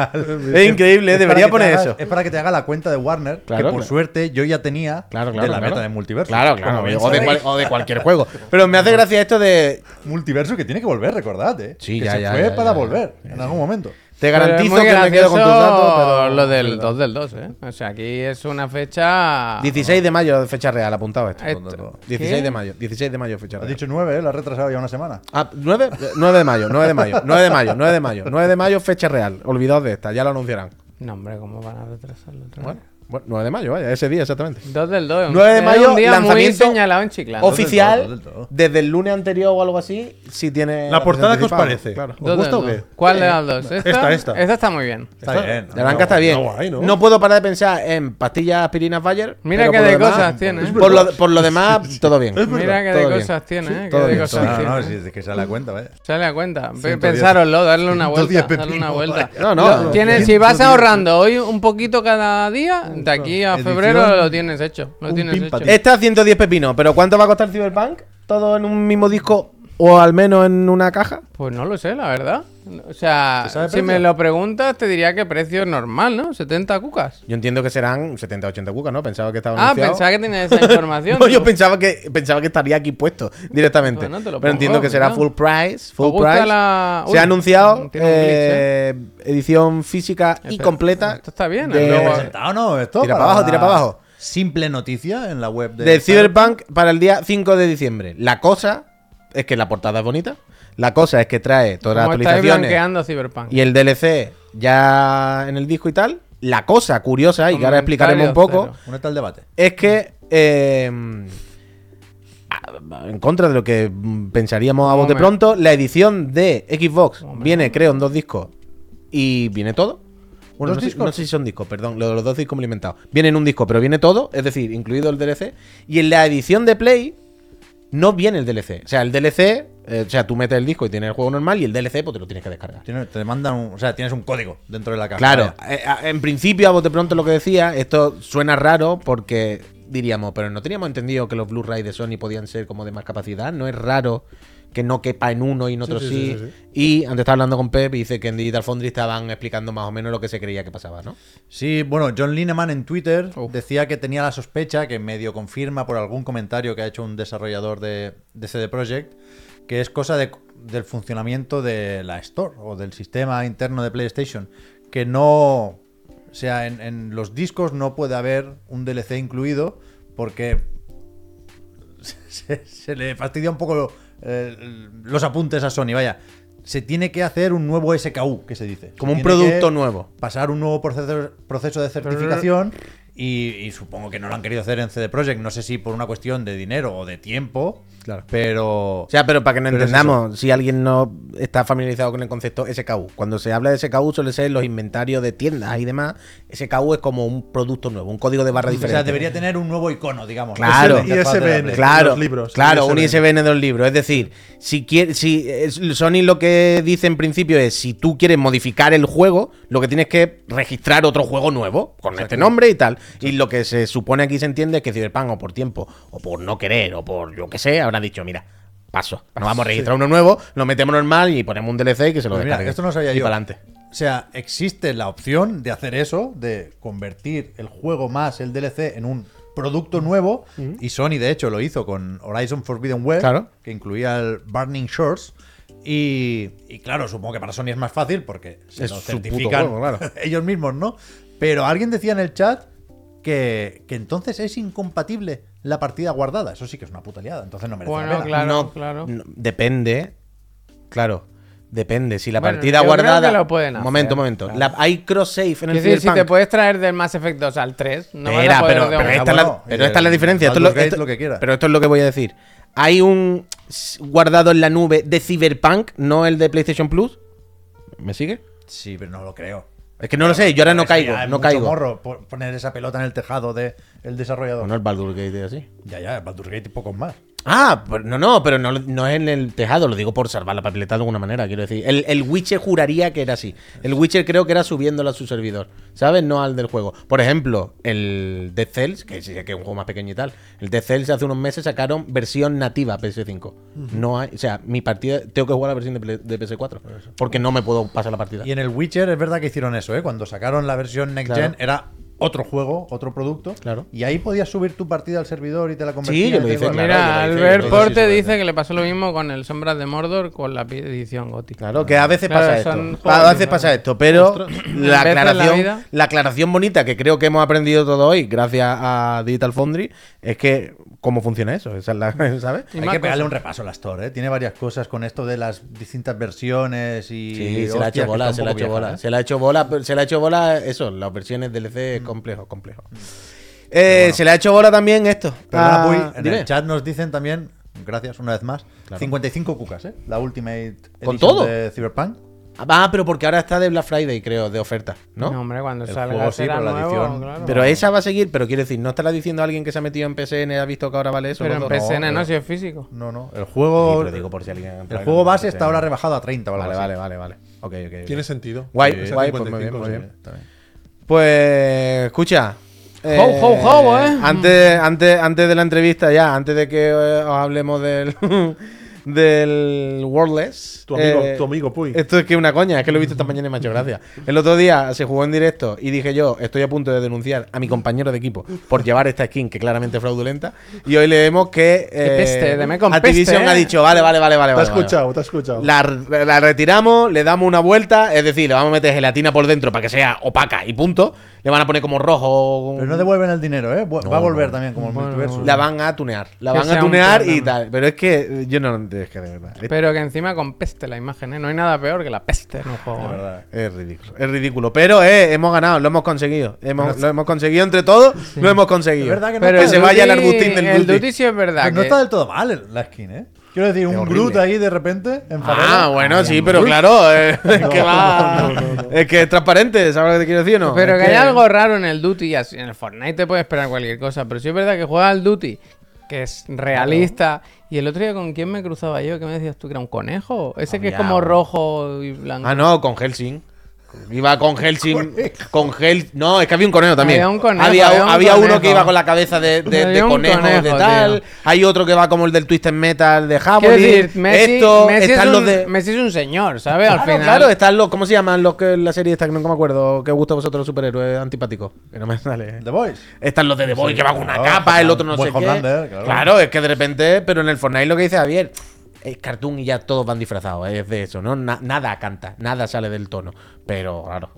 D: Al-
B: Es increíble, ¿eh?
D: Es
B: debería
D: para que te
B: poner
D: hagas-
B: eso.
D: Es para que te haga la cuenta de Warner,
B: Claro,
D: que por
B: claro.
D: suerte yo ya tenía
B: Claro, claro.
D: de la
B: claro.
D: meta de multiverso.
B: Claro,
D: Como
B: claro.
D: bien
B: O de, cual-
D: sabéis,
B: o de cualquier juego. Pero me hace gracia esto de.
D: Multiverso que tiene que volver, recordad, ¿eh?
B: Sí,
D: que
B: ya,
D: se
B: ya,
D: fue
B: ya,
D: para
B: ya, ya.
D: volver en algún momento.
B: Te
A: Pero es
B: garantizo
A: muy
B: que me quedo con tus datos,
A: gracioso
B: pero.
A: Lo del 2 del 2, ¿eh? O sea, aquí es una fecha.
B: 16 Ah, de mayo, fecha real, apuntado esto.
A: Esto-
B: todo. 16 de mayo, 16 de mayo, fecha
D: Has
B: real.
D: dicho nueve, ¿eh? Lo has retrasado ya una semana.
B: Ah, 9, 9 de mayo, 9 de mayo, 9 de mayo, 9 de mayo, 9 de mayo, fecha real. Olvidaos de esta, ya lo anunciarán.
A: No, hombre, ¿cómo van a retrasarlo?
B: Bueno, bueno, 9 de mayo, vaya, ese día exactamente.
A: 2 del 2.
B: 9 de mayo,
A: un día
B: lanzamiento
A: muy señalado en Chiclana.
D: Ofi-
B: Oficial,
D: del todo, del todo.
B: desde el lunes anterior o algo así, si tiene.
C: La portada que os
B: anticipada,
C: parece.
B: Claro.
C: ¿Os gusta o qué?
A: ¿Cuál de las dos? ¿Esta?
C: Esta, esta.
A: está muy bien.
D: Está, bien.
B: La blanca está bien.
C: Está guay,
B: ¿no?
C: ¿no?
B: puedo parar de pensar en pastillas, aspirinas, Bayer.
A: Mira
B: pero
A: qué
B: por
A: de
B: lo demás-
A: cosas tiene, ¿eh?
B: Por lo, por lo
C: [laughs]
B: demás, todo bien.
A: Mira qué
B: todo
A: de
B: bien.
A: cosas tiene, ¿eh? Qué
B: todo
A: de
B: bien,
A: cosas
D: No, no,
A: tiene.
D: no, si es que sale la cuenta, ¿eh? vaya.
A: Sale a cuenta. Pe-
D: 110.
A: Pensároslo, darle una vuelta.
D: 110
A: Darle una
B: [laughs]
D: pepino,
A: vuelta.
B: No, no.
A: Lo tienes-
D: eh,
A: si vas ahorrando hoy un poquito cada día, de aquí a
D: Edición,
A: febrero lo tienes hecho. Lo
D: un
A: tienes
D: pin
A: hecho.
D: pa' ti.
B: Esta 110 pepinos, pero ¿cuánto va a costar el Cyberpunk? ¿Todo en un mismo disco o al menos en una caja?
A: Pues no lo sé, la verdad. O sea,
D: ¿Se sabe
A: si
D: precio?
A: me lo preguntas, te diría que precio normal, ¿no? 70 cucas.
B: Yo entiendo que serán 70-80 cucas, ¿no? Pensaba que estaba
A: Ah,
B: anunciado.
A: pensaba que tenías
B: [laughs]
A: esa información.
B: No, yo pensaba que pensaba que estaría aquí puesto directamente.
A: Pues no te lo pongo,
B: pero entiendo que será
A: cuidado.
B: full price.
A: ¿Os
B: Full
A: gusta
B: price.
A: la-
B: Se ha
A: Uy,
B: anunciado
A: tiene un glitch,
B: eh, edición física y
A: Espera,
B: completa.
A: esto está bien,
B: De,
A: luego-
D: ¿Presentado no? Esto
B: eh, Tira
D: para
B: para abajo,
D: una
B: tira para abajo.
D: Simple noticia en la web de,
B: de Cyberpunk para el día 5 de diciembre. La cosa es que la portada es bonita. La cosa es que trae todas las
A: Como estáis
B: actualizaciones
A: blanqueando Cyberpunk.
B: y el DLC ya en el disco y tal. La cosa curiosa, y que ahora explicaremos un poco,
A: Comentario
D: Un tal debate.
B: es que eh, a- en contra de lo que mm, pensaríamos a bote
A: Hombre.
B: pronto, la edición de Xbox
A: Hombre.
B: viene, creo, en dos discos y viene todo. Bueno,
D: ¿Dos
B: no, sé-
D: discos?
B: no sé si son discos, perdón, lo de los dos discos me lo he inventado. Viene en un disco, pero viene todo, es decir, incluido el DLC. Y en la edición de Play no viene el DLC. O sea, el DLC, eh, o sea, tú metes el disco y tienes el juego normal y el DLC, pues te lo tienes que descargar.
D: Tiene- te mandan un, o sea, tienes un código dentro de la caja.
B: Claro,
D: vaya.
B: eh, a- en principio, a bote pronto lo que decía, esto suena raro porque diríamos, pero no teníamos entendido que los Blu-ray de Sony podían ser como de más capacidad, no es raro que no quepa en uno y en otro sí.
C: sí, sí, sí,
B: Y antes estaba hablando con Pep y dice que en Digital Foundry estaban explicando más o menos lo que se creía que pasaba, ¿no?
D: Sí, bueno, John Lineman en Twitter
A: Uf.
D: decía que tenía la sospecha, que medio confirma por algún comentario que ha hecho un desarrollador de, de CD Projekt, que es cosa de- del funcionamiento de la Store o del sistema interno de PlayStation. Que no. O sea, en, en los discos no puede haber un DLC incluido porque [laughs] se, se le fastidia un poco eh, los apuntes a Sony, vaya. Se tiene que hacer un nuevo SKU, que se dice. Se
B: Como un
D: tiene que
B: producto nuevo.
D: Pasar un nuevo proceso, proceso de certificación y, y supongo que no lo han querido hacer en CD Projekt, no sé si por una cuestión de dinero o de tiempo, Claro. Pero.
B: O sea, pero para que no
D: Pero es
B: entendamos, si alguien no está familiarizado con el concepto SKU, cuando se habla de SKU suele ser los inventarios de tiendas y demás. SKU es como un producto nuevo, un código de barra
D: o
B: diferente.
D: sea, debería tener un nuevo icono, digamos.
B: Claro.
D: Es el interfaz de la
C: ISBN.
D: Play.
B: Claro,
C: los libros,
B: claro,
C: ISBN.
B: un ISBN de los libros. Es decir, si quiere, si es- Sony lo que dice en principio es si tú quieres modificar el juego, lo que tienes que registrar otro juego nuevo con este nombre y tal. Y lo que se supone aquí se entiende es que Cyberpunk o por tiempo o por no querer o por yo que sé habrá dicho mira paso, no vamos a registrar uno nuevo, lo metemos normal y ponemos un DLC y que se lo
D: Pues mira,
B: descargue.
D: esto no sabía
B: y
D: yo.
B: para adelante.
D: O sea, existe la opción de hacer eso, de convertir el juego más el DLC en un producto nuevo. Y Sony, de hecho, lo hizo con Horizon Forbidden West,
B: Claro.
D: que incluía el Burning Shores. Y, y claro, supongo que para Sony es más fácil porque se
B: Es
D: lo
B: su puto
D: certifican
B: juego, claro.
D: [laughs] ellos mismos, ¿no? Pero alguien decía en el chat que, que entonces es incompatible la partida guardada. Eso sí que es una puta liada. Entonces no merece la
A: Bueno,
D: pena.
A: claro,
B: No,
A: claro.
B: no, depende. Claro. Depende. Si la
A: Bueno,
B: partida
A: yo creo
B: guardada.
A: que lo pueden hacer,
B: momento, momento.
A: claro.
B: La- hay cross save en el
A: Quiero decir, si te
B: Cyberpunk.
A: puedes traer del Mass Effect 2 al 3, no vas
B: Espera,
A: a poder
B: pero,
A: de
B: pero
A: una.
B: esta, es
D: Ah,
B: la-
D: bueno,
B: pero
D: y
B: esta es la
D: el
B: diferencia. Esto es
D: Baldur's Gate,
B: esto-
D: lo que quiera.
B: Pero esto es lo que voy a decir. Hay un s- guardado en la nube de Cyberpunk, no el de PlayStation Plus. ¿Me sigue?
D: Sí, pero no lo creo.
B: Es que no lo sé, yo ahora no
D: Es que
B: caigo,
D: ya es
B: no
D: mucho
B: caigo.
D: morro po- poner esa pelota en el tejado del desarrollador.
B: Bueno, el Baldur's Gate es así.
D: Ya, ya, Baldur's Gate y pocos más.
B: Ah, pero no, no, pero no, no es en el tejado, lo digo por salvar la papeleta de alguna manera, quiero decir. El, el Witcher juraría que era así. El Witcher creo que era subiéndolo a su servidor, ¿sabes? No al del juego. Por ejemplo, el Dead Cells, que sí que es un juego más pequeño y tal, el Dead Cells hace unos meses sacaron versión nativa PS5. No hay, o sea, mi partida, tengo que jugar la versión de, Play- de PS4, porque no me puedo pasar la partida.
D: Y en el Witcher es verdad que hicieron eso, ¿eh? Cuando sacaron la versión Next
B: Claro.
D: Gen era otro juego, otro producto.
B: Claro.
D: Y ahí podías subir tu partida al servidor y te la convertías.
B: Sí, que lo
D: y
B: hice,
D: tal.
B: claro,
A: Pues Mira,
B: yo lo hice,
A: Albert
B: yo lo hice,
A: Porte
B: sí, sí,
A: dice que le pasó lo mismo con el Sombras de Mordor con la edición Gothic.
B: Claro, que a veces
A: Claro,
B: pasa
A: son
B: esto.
A: juegos
B: a veces
A: diferentes.
B: pasa esto, pero la
A: En vez de la
B: aclaración, la,
A: vida.
B: aclaración bonita que creo que hemos aprendido todo hoy, gracias a Digital Foundry, es que cómo funciona eso, esa es la- [laughs] ¿sabes?
A: Y
D: Hay
A: más
D: que pegarle
A: cosas.
D: un repaso a la Store, ¿eh? Tiene varias cosas con esto de las distintas versiones y.
B: Sí, se la ha
D: Hostia,
B: hecho
D: que
B: bola,
D: está un
B: se la ha
D: poco
B: hecho
D: vieja,
B: bola.
D: ¿eh?
B: Se la ha hecho bola, pero se la ha hecho bola eso, las versiones DLC es complejo, complejo. Eh, Se le ha hecho bola también esto.
D: Perdona,
B: Ah,
D: Puy, en
B: dime.
D: el chat nos dicen también, gracias una vez más, 55 cucas, ¿eh? La Ultimate
B: ¿Con
D: Edition
B: todo?
D: de Cyberpunk.
B: Ah, pero porque ahora está de Black Friday, creo, de oferta, ¿no?
A: ¿No? hombre, cuando
D: El
A: salga
D: juego sí,
A: será
D: pero la
A: nuevo,
D: edición-
A: claro.
B: Pero esa va a seguir, pero quiero decir, no estará diciendo alguien que se ha metido en PSN y ha visto que ahora vale eso. Pues
A: Pero en
B: gordo?
A: PSN no,
B: pero-
A: si es físico.
D: No, no. El
B: Sí,
D: juego.
B: pero digo por si alguien
D: El juego base está ahora rebajado a 30, o algo
B: Vale,
D: así.
B: vale, vale, vale. Ok, ok. ok.
C: Tiene sentido.
B: Guay,
C: Ese
B: guay, pues muy
C: 55,
B: bien, muy
C: sí.
B: bien. Pues, escucha.
A: ho, ho, eh.
B: Antes, antes, antes de la entrevista ya, antes de que eh, os hablemos del, [laughs] del Wordless. eh,
C: Tu amigo- tu amigo Puy.
B: Esto es que una coña, es que lo he visto esta mañana y me ha hecho gracia. El otro día se jugó en directo y dije yo, estoy a punto de denunciar a mi compañero de equipo por llevar esta skin que claramente es fraudulenta. Y hoy leemos que eh,
A: peste, deme con
B: Activision
A: peste, eh.
B: ha dicho, vale, vale, vale, vale.
C: Te ha
B: vale, vale".
C: escuchado, te ha escuchado.
B: La, la retiramos, le damos una vuelta, es decir, le vamos a meter gelatina por dentro para que sea opaca y punto. Le van a poner como rojo.
D: Pero no devuelven el dinero, ¿eh? Bu- Va a volver también como el
A: Bueno,
D: multiverso.
B: La van a tunear. La
A: Que
B: van a
A: sea un
B: tunear y
A: programa.
B: tal. Pero es que eh, yo no lo entiendo, es que de verdad. Es,
A: Pero que encima con peste la imagen, ¿eh? No hay nada peor que la peste en un juego. ¿eh?
D: De verdad.
B: es ridículo. Es ridículo. Pero eh, hemos ganado, lo hemos conseguido. Hemos- lo hemos conseguido entre todos, lo hemos conseguido.
D: Es verdad que no-
A: Pero
B: que
A: el
B: se vaya el
A: Duty-
B: arbustín del
A: El
B: Duty.
A: Duty sí es verdad.
D: Pues no
A: que-
D: está del todo mal el- la skin, ¿eh? Quiero decir, un
B: horrible.
D: Groot ahí de repente en
B: Ah,
D: Farelo.
B: bueno, sí, pero claro, eh, es que va. Es que es transparente, ¿sabes lo que te quiero decir o no?
A: Pero
B: Es
A: que hay algo raro en el Duty y así- en el Fortnite te puede esperar cualquier cosa. Pero sí es verdad que juega al Duty, que es realista. Y el otro día, ¿con quién me cruzaba yo? ¿Qué me decías tú? ¿Que era un conejo? Ese que es
B: Había
A: como
B: un-
A: rojo y blanco.
B: Ah, no, con Helsing. Iba con Helsing. Con Hel no, es que había un conejo también.
A: Había un conejo,
B: Había,
A: había un
B: había
A: conejo.
B: uno que iba con la cabeza de, de- de
A: Había un
B: conejo, de
A: conejo,
B: tal.
A: tío.
B: Hay otro que va como el del Twisted Metal de
A: Quiero
B: Javelin.
A: decir, Messi,
B: Esto,
A: Messi
B: están
A: es
B: los
A: un,
B: de.
A: Messi es un señor, ¿sabes?
B: Claro,
A: Al final.
B: claro, están los. ¿Cómo se llaman los que la serie esta que no me acuerdo? Que os gusta a vosotros los superhéroes antipáticos. Que no me [laughs] sale.
D: The Boys.
B: Están los de The Boy que va con una
D: claro,
B: capa, el otro no
D: buen
B: sé qué.
D: Homelander,
B: eh, claro.
D: claro.
B: es que de repente, pero en el Fortnite lo que dice Javier es cartoon y ya todos van disfrazados, eh, es de eso, ¿no? Na- nada canta, nada sale del tono, pero claro,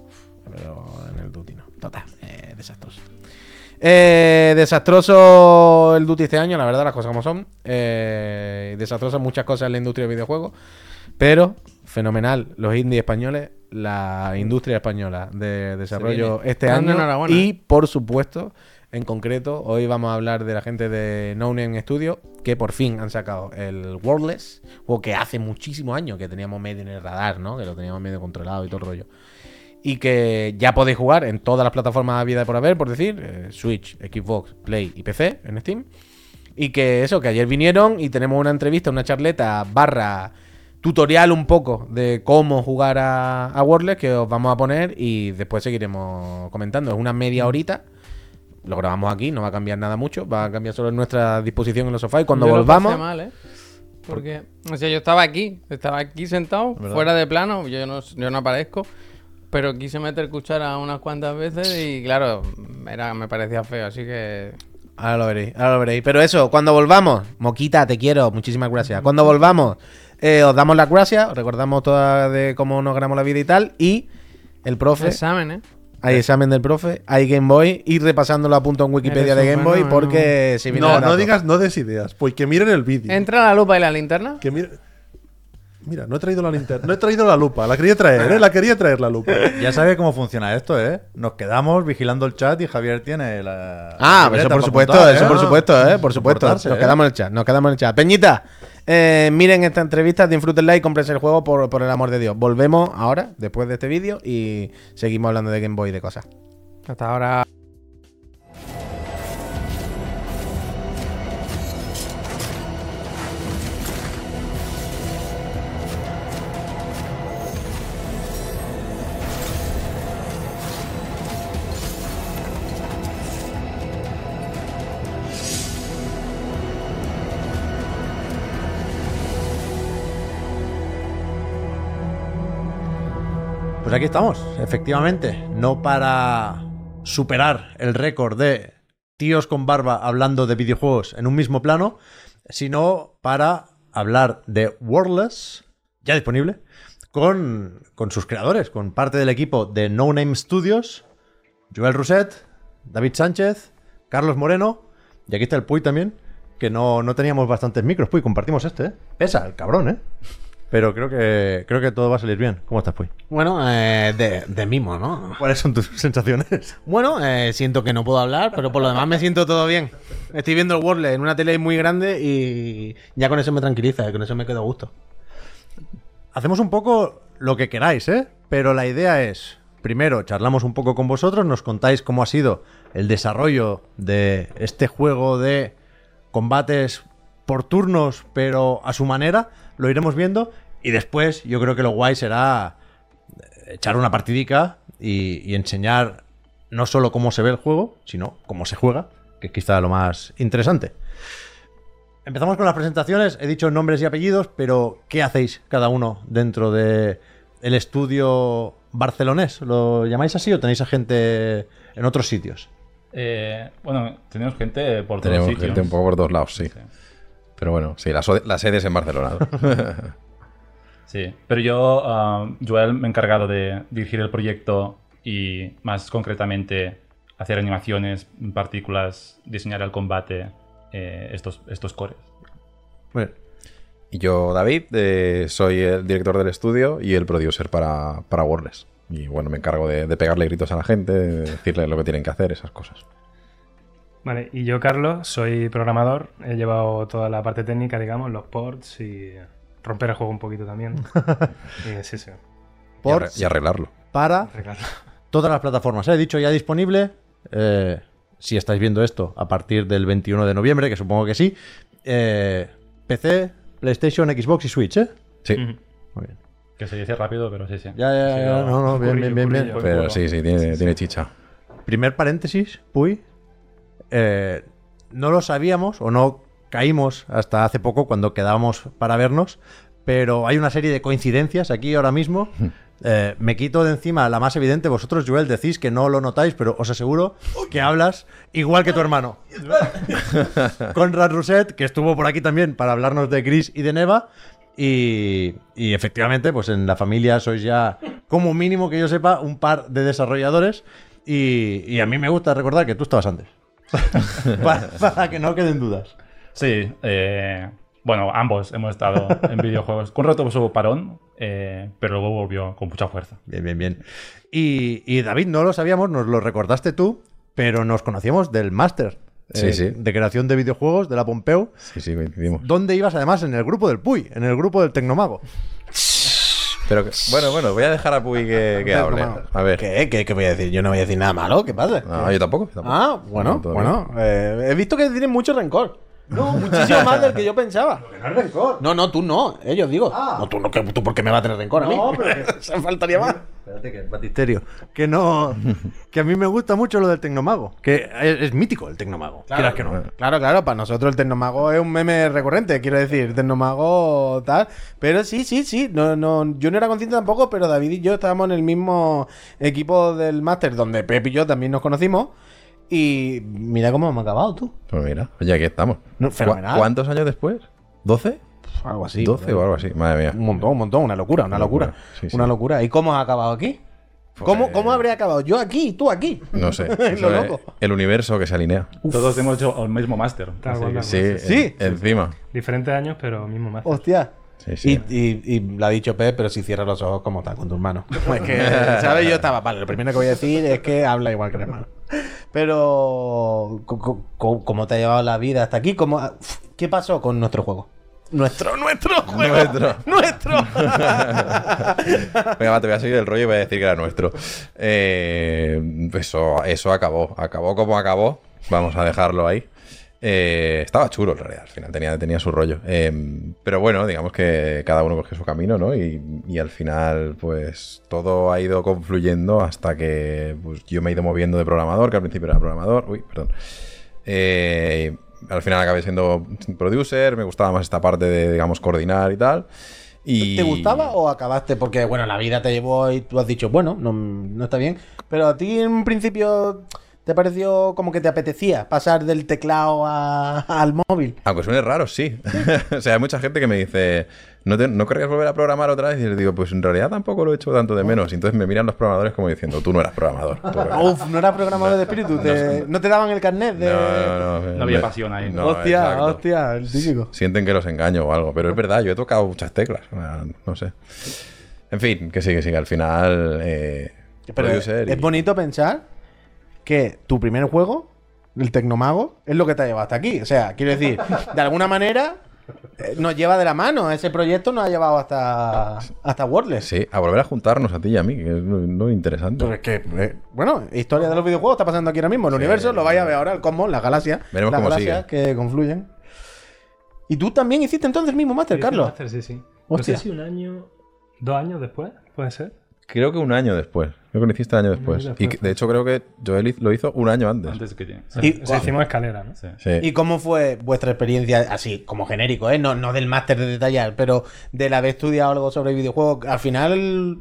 B: pero en el Duty no. Total, eh, desastroso. Eh, desastroso el Duty este año, la verdad, las cosas como son. Eh, desastrosas muchas cosas en la industria de videojuegos, pero fenomenal los indie españoles la industria española de desarrollo este
A: Dando
B: año.
A: enhorabuena. eh.
B: Y, por supuesto, en concreto, hoy vamos a hablar de la gente de No Name Studio, que por fin han sacado el Worldless, o que hace muchísimos años que teníamos medio en el radar, ¿no? Que lo teníamos medio controlado y todo el rollo. Y que ya podéis jugar en todas las plataformas vida por haber, por decir, eh, Switch, Xbox, Play y PC en Steam. Y que eso, que ayer vinieron y tenemos una entrevista, una charleta barra tutorial un poco de cómo jugar a, a Wordless que os vamos a poner y después seguiremos comentando. Es una media horita. Lo grabamos aquí, no va a cambiar nada mucho, va a cambiar solo nuestra disposición en los sofás y cuando
A: Yo lo pasé
B: volvamos...
A: mal, ¿eh? Porque, o sea, yo estaba aquí, estaba aquí sentado,
D: ¿Verdad?
A: fuera de plano, yo no, yo no aparezco, pero quise meter cuchara unas cuantas veces y, claro, era, me parecía feo, así que.
B: Ahora lo veréis, ahora lo veréis. Pero eso, cuando volvamos, Moquita, te quiero, muchísimas gracias. Cuando volvamos, eh, os damos las gracias, os recordamos toda de cómo nos ganamos la vida y tal. Y el profe,
A: Examen, ¿eh?
B: hay examen del profe, hay Game Boy, y repasándolo a punto en Wikipedia
A: Eres
B: de Game
A: humano,
B: Boy,
A: ¿no?
B: porque si viene
C: No,
B: el dato.
C: no digas no des ideas, pues que miren el vídeo.
A: ¿Entra la lupa y la linterna?
C: Que mire- Mira, no he traído la linterna, no he traído la lupa, la quería traer, ¿eh? la quería traer la lupa.
D: Ya sabes cómo funciona esto, ¿eh? Nos quedamos vigilando el chat y Javier tiene la.
B: Ah,
D: la
B: pero eso por
D: libreta para
B: supuesto,
D: apuntar,
B: eso
D: ¿eh?
B: por supuesto, eh, por supuesto. Nos
D: Comportarse, ¿eh?
B: quedamos en el chat, nos quedamos en el chat. Peñita, eh, miren esta entrevista, disfrútenla y comprense el juego por, por el amor de Dios. Volvemos ahora, después de este vídeo, y seguimos hablando de Game Boy y de cosas.
A: Hasta ahora.
D: Pues aquí estamos, efectivamente. No para superar el récord de tíos con barba hablando de videojuegos en un mismo plano, sino para hablar de Wordless, ya disponible, con, con sus creadores, con parte del equipo de No Name Studios, Joel Rousset, David Sánchez, Carlos Moreno, y aquí está el Puy también, que no, no teníamos bastantes micros. Puy, compartimos este, ¿eh? Pesa, el cabrón, ¿eh? Pero creo que, creo que todo va a salir bien. ¿Cómo estás, Puy?
E: Bueno, eh, de, de mimo, ¿no?
D: ¿Cuáles son tus [laughs] sensaciones?
E: Bueno, eh, siento que no puedo hablar, pero por lo demás me siento todo bien. Estoy viendo el Wordle en una tele muy grande y ya con eso me tranquiliza, eh, con eso me quedo a gusto.
D: Hacemos un poco lo que queráis, ¿eh? Pero la idea es, primero, charlamos un poco con vosotros, nos contáis cómo ha sido el desarrollo de este juego de combates por turnos, pero a su manera, lo iremos viendo. Y después, yo creo que lo guay será eh, echar una partidica y, y enseñar no solo cómo se ve el juego, sino cómo se juega, que es quizá lo más interesante. Empezamos con las presentaciones. He dicho nombres y apellidos, pero ¿qué hacéis cada uno dentro de el estudio barcelonés? ¿Lo llamáis así o tenéis a gente en otros sitios?
F: Eh, bueno, tenemos gente por todos
G: Tenemos
F: sitios.
G: gente un poco por todos lados, sí.
F: Sí.
G: Pero bueno, sí, la, so- la sede es en Barcelona.
F: Sí, pero yo, ah, Joel, me he encargado de dirigir el proyecto y más concretamente hacer animaciones, partículas, diseñar el combate, eh, estos, estos cores.
D: Bueno,
G: y yo, David, eh, soy el director del estudio y el producer para, para Wordless. Y bueno, me encargo de, de pegarle gritos a la gente, de decirle lo que tienen que hacer, esas cosas.
H: Vale, y yo, Carlos, soy programador. He llevado toda la parte técnica, digamos, los ports y romper el juego un poquito también. y, sí, sí.
G: Y
D: Por-
G: arre- y arreglarlo.
D: para
H: Ricardo.
D: todas las plataformas. He dicho ya disponible. eh, si estáis viendo esto a partir del 21 de noviembre, que supongo que sí. eh, PC, PlayStation, Xbox y Switch, ¿eh?
G: Sí,
D: Muy bien.
F: Que se dice rápido, pero sí, sí.
D: Ya, ya,
F: Ha
D: ya,
F: sido
D: no, no, bien, bien,
F: currillo,
D: bien, bien.
F: currillo.
G: pero
F: Bueno.
G: sí, sí, tiene, tiene chicha.
D: Primer paréntesis, Puy. eh, no lo sabíamos o no caímos hasta hace poco cuando quedábamos para vernos, pero hay una serie de coincidencias aquí ahora
G: [laughs]
D: mismo. Eh, me quito de encima la más evidente. Vosotros, Joel, decís que no lo notáis, pero os aseguro que hablas igual que tu hermano. Conrad Rousset, que estuvo por aquí también para hablarnos de Gris y de Neva. Y, y efectivamente, pues en la familia sois ya, como mínimo que yo sepa, un par de desarrolladores. Y, y a mí me gusta recordar [laughs] que tú estabas antes. para, para que no queden dudas.
F: Sí, eh, Bueno, ambos hemos estado en [laughs] videojuegos. Con rato hubo parón, eh, pero luego volvió con mucha fuerza.
D: Bien, bien, bien. Y, y, David, no lo sabíamos, nos lo recordaste tú, pero nos conocíamos del máster eh,
G: Sí, sí.
D: de creación de videojuegos de la Pompeu,
G: Sí, sí, coincidimos.
D: donde ibas además en el grupo del Puy, en el grupo del Tecnomago.
G: Pero que- bueno, bueno, voy a dejar a Puy que, que hable. A ver.
B: ¿Qué? ¿Qué? ¿Qué voy a decir? Yo no voy a decir nada malo. ¿Qué pasa?
G: No, yo tampoco. yo tampoco.
B: Ah, bueno,
G: No, todavía.
B: bueno. eh, he visto que tienen mucho rencor. No, muchísimo más del que yo pensaba. No rencor. No, no, tú no. Ellos digo. No, tú no, que- tú por qué me va a tener rencor a mí. No, [laughs] Se faltaría más.
D: Espérate, que el batisterio. Que [laughs] no. Que a mí me gusta mucho lo del Tecnomago. Que es, es mítico el Tecnomago. Quieras que no.
B: Claro, claro, para nosotros el Tecnomago es un meme recurrente, quiero decir, Tecnomago tal. Pero sí, sí, sí, no, no, yo no era consciente tampoco, pero David y yo estábamos en el mismo equipo del máster, donde Pep y yo también nos conocimos. Y mira cómo hemos acabado tú.
G: Pues mira, oye, aquí estamos.
B: No,
G: ¿Cu-
B: fenomenal.
G: ¿Cuántos años después? ¿12?
B: Pf, Algo así.
G: 12 o algo así, madre
B: Un
G: mía.
B: montón, un montón, una locura, una
G: Una locura,
B: locura. Pues,
G: sí, sí.
B: Una locura. ¿Y cómo has acabado aquí? ¿Cómo, ¿Cómo habría acabado? Yo aquí y tú [laughs] aquí.
G: No sé.
B: Lo
G: eso es
B: loco.
G: El universo que se alinea.
F: Todos hemos hecho el mismo máster.
H: Tal
F: así
H: cual,
F: que-
H: tal cual.
G: Sí, en-
B: Sí.
G: encima.
H: Diferentes años, pero mismo más.
B: Hostia.
G: Sí, sí.
B: Y, y, y lo ha dicho Pep, pero si cierra los ojos, como está con tu [laughs] hermano? Pues que, ¿sabes? Yo estaba, vale, lo primero que voy a decir es que habla igual que el hermano. Pero, co- co- co- ¿cómo te ha llevado la vida hasta aquí? ¿Cómo, ha- uf, ¿Qué pasó con nuestro juego? Nuestro, nuestro juego.
G: [laughs] Nuestro.
B: Nuestro.
G: Venga, va, te voy a seguir el rollo y voy a decir que era nuestro. Eh, eso, eso acabó. Acabó como acabó. Vamos a dejarlo ahí. Eh, estaba chulo en realidad, al final tenía, tenía su rollo. Eh, pero bueno, digamos que cada uno coge su camino, ¿no? Y, y al final, pues todo ha ido confluyendo hasta que pues, yo me he ido moviendo de programador, que al principio era programador. Uy, perdón. Eh, al final acabé siendo producer, me gustaba más esta parte de, digamos, coordinar y tal. Y...
B: ¿Te gustaba o acabaste? Porque, bueno, la vida te llevó y tú has dicho, bueno, no, no está bien. Pero a ti en un principio te pareció como que te apetecía pasar del teclado a- al móvil.
G: Aunque suene raro, sí. [laughs] o sea, hay mucha gente que me dice, ¿No, te- ¿no querrías volver a programar otra vez? Y les digo, pues en realidad tampoco lo he hecho tanto de menos. Y entonces me miran los programadores como diciendo, tú no eras programador. tú no
B: [laughs]
G: eras-
B: Uf, no era programador de espíritu. te- no, te daban el carnet de.
F: No había pasión ahí.
B: hostia,
G: exacto.
B: hostia, el típico.
G: Sienten que los engaño o algo. Pero es verdad, yo he tocado muchas teclas. Ah, No sé. En fin, que sí, que sí, que al final... eh,
B: Pero es,
G: producer y-
B: es bonito pensar que tu primer juego, el Tecnomago, es lo que te ha llevado hasta aquí. O sea, quiero decir, de alguna manera eh, nos lleva de la mano. Ese proyecto nos ha llevado hasta, hasta Wordless.
G: Sí, a volver a juntarnos a ti y a mí, que es lo, lo interesante.
B: Pero es que, eh, bueno, historia de los videojuegos está pasando aquí ahora mismo. El universo lo vais a ver ahora, el cosmos, las galaxias.
G: Veremos
B: las
G: cómo
B: galaxias que confluyen. Y tú también hiciste entonces el mismo máster,
H: Hice el
B: Carlos.
H: máster, sí, sí.
B: Hostia.
H: No sé si un año, dos años después, puede ser.
G: Creo que un año después. Creo que lo hiciste un año después.
H: después.
G: Y que- de hecho creo que Joel hiz- lo hizo un año antes.
F: Antes que te-
B: Y-
H: O sea, hicimos escalera, ¿no?
F: Sí.
G: Sí.
B: ¿Y cómo fue vuestra experiencia, así como genérico, ¿eh? no, no del máster de detallar, pero del haber estudiado algo sobre videojuegos? ¿Al final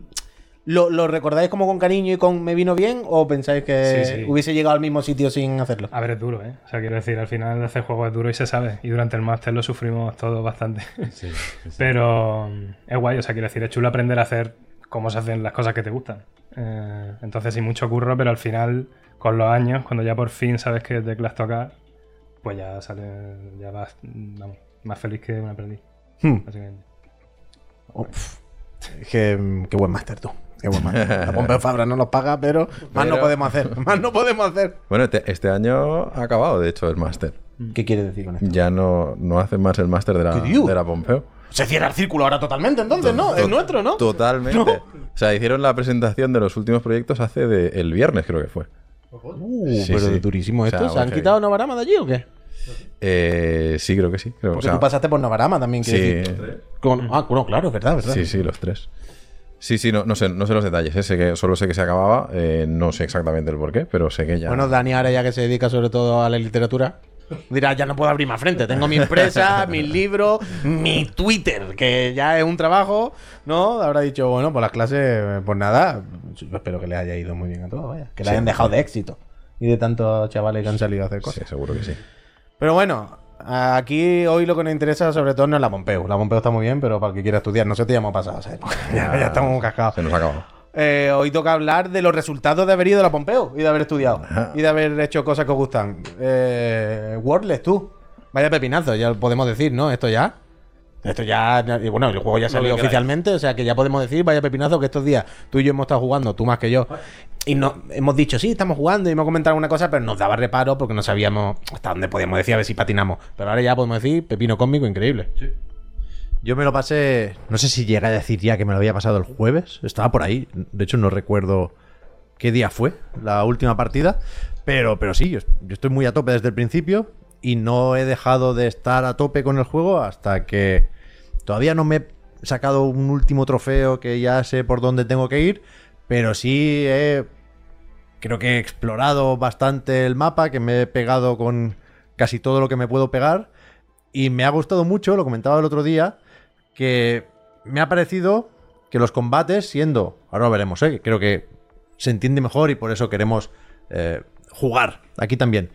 B: lo, lo recordáis como con cariño y con me vino bien o pensáis que
H: Sí, sí.
B: hubiese llegado al mismo sitio sin hacerlo?
H: A ver, es duro, ¿eh? O sea, quiero decir, al final hacer juego es duro y se sabe. Y durante el máster lo sufrimos todos bastante.
F: Sí, sí, sí.
H: [laughs] Pero mm, es guay, o sea, quiero decir, es chulo aprender a hacer cómo se hacen las cosas que te gustan. Eh, entonces, sí, mucho curro, pero al final, con los años, cuando ya por fin sabes qué teclas tocar, pues ya sale, ya vas, mm, vamos, más feliz que un aprendiz. básicamente.
B: Uf. Qué, mm, qué buen máster tú. Qué buen [laughs] máster. La Pompeu Fabra no los paga, pero más no
G: Pero-
B: podemos hacer. [laughs] Más no podemos hacer.
G: Bueno, este, este año ha acabado, de hecho, el máster.
B: ¿Qué quieres decir con esto?
G: Ya no, no hacen más el máster de la,
B: ¿Qué digo?
G: de la Pompeo.
B: Se cierra el círculo ahora totalmente, entonces, ¿no? Es
G: To-
B: nuestro, ¿no?
G: Totalmente. O sea, hicieron la presentación de los últimos proyectos hace de- el viernes, creo que fue.
B: Uh,
G: Sí, sí. O sea,
B: ¿Se han
G: muy
B: quitado
G: heavy.
B: Novarama de allí o qué?
G: Eh, sí, creo que sí. creo- o
B: Porque
G: sea,
B: tú pasaste por Novarama también, quiero
G: sí,
B: decir. Con- ah, bueno, claro, es verdad, es verdad.
G: sí, sí, los tres. Sí, sí, no, no sé, no sé los detalles. eh, sé que, solo sé que se acababa. eh, no sé exactamente el por qué, pero sé que ya.
B: Bueno, Dani ahora ya que se dedica sobre todo a la literatura, dirá, ya no puedo abrir más frente, tengo mi
G: [laughs]
B: empresa, mis libros, mi Twitter, que ya es un trabajo, ¿no? Habrá dicho, bueno, por las clases, eh, pues nada, yo espero que les haya ido muy bien a todos, vaya, que les hayan dejado de éxito y de tantos chavales que han salido a hacer cosas.
G: sí, seguro que sí.
B: Pero bueno, aquí hoy lo que nos interesa sobre todo no es la Pompeu, la Pompeu está muy bien, pero para el que quiera estudiar, nosotros ya hemos pasado, esa época. [laughs] ya, ya estamos cascados.
G: Se nos ha acabado.
B: Eh, hoy toca hablar de los resultados de haber ido a la Pompeo y de haber estudiado y de haber hecho cosas que os gustan. Eh, Wordless, tú. Vaya pepinazo, ya lo podemos decir, ¿no? Esto ya. Esto ya. y Bueno, el juego ya salió oficialmente, o sea que ya podemos decir, vaya pepinazo, que estos días tú y yo hemos estado jugando, tú más que yo. Y no, hemos dicho, sí, estamos jugando y hemos comentado alguna cosa, pero nos daba reparo porque no sabíamos hasta dónde podíamos decir, a ver si patinamos. Pero ahora ya podemos decir, pepino cósmico increíble.
D: Yo me lo pasé. No sé si llega a decir ya que me lo había pasado el jueves. Estaba por ahí. De hecho, no recuerdo qué día fue la última partida. Pero, pero sí, yo, yo estoy muy a tope desde el principio. Y no he dejado de estar a tope con el juego hasta que todavía no me he sacado un último trofeo que ya sé por dónde tengo que ir. Pero sí he creo que he explorado bastante el mapa, que me he pegado con casi todo lo que me puedo pegar. Y me ha gustado mucho, lo comentaba el otro día, que me ha parecido que los combates, siendo, ahora lo veremos, ¿eh? creo que se entiende mejor y por eso queremos eh, jugar aquí también,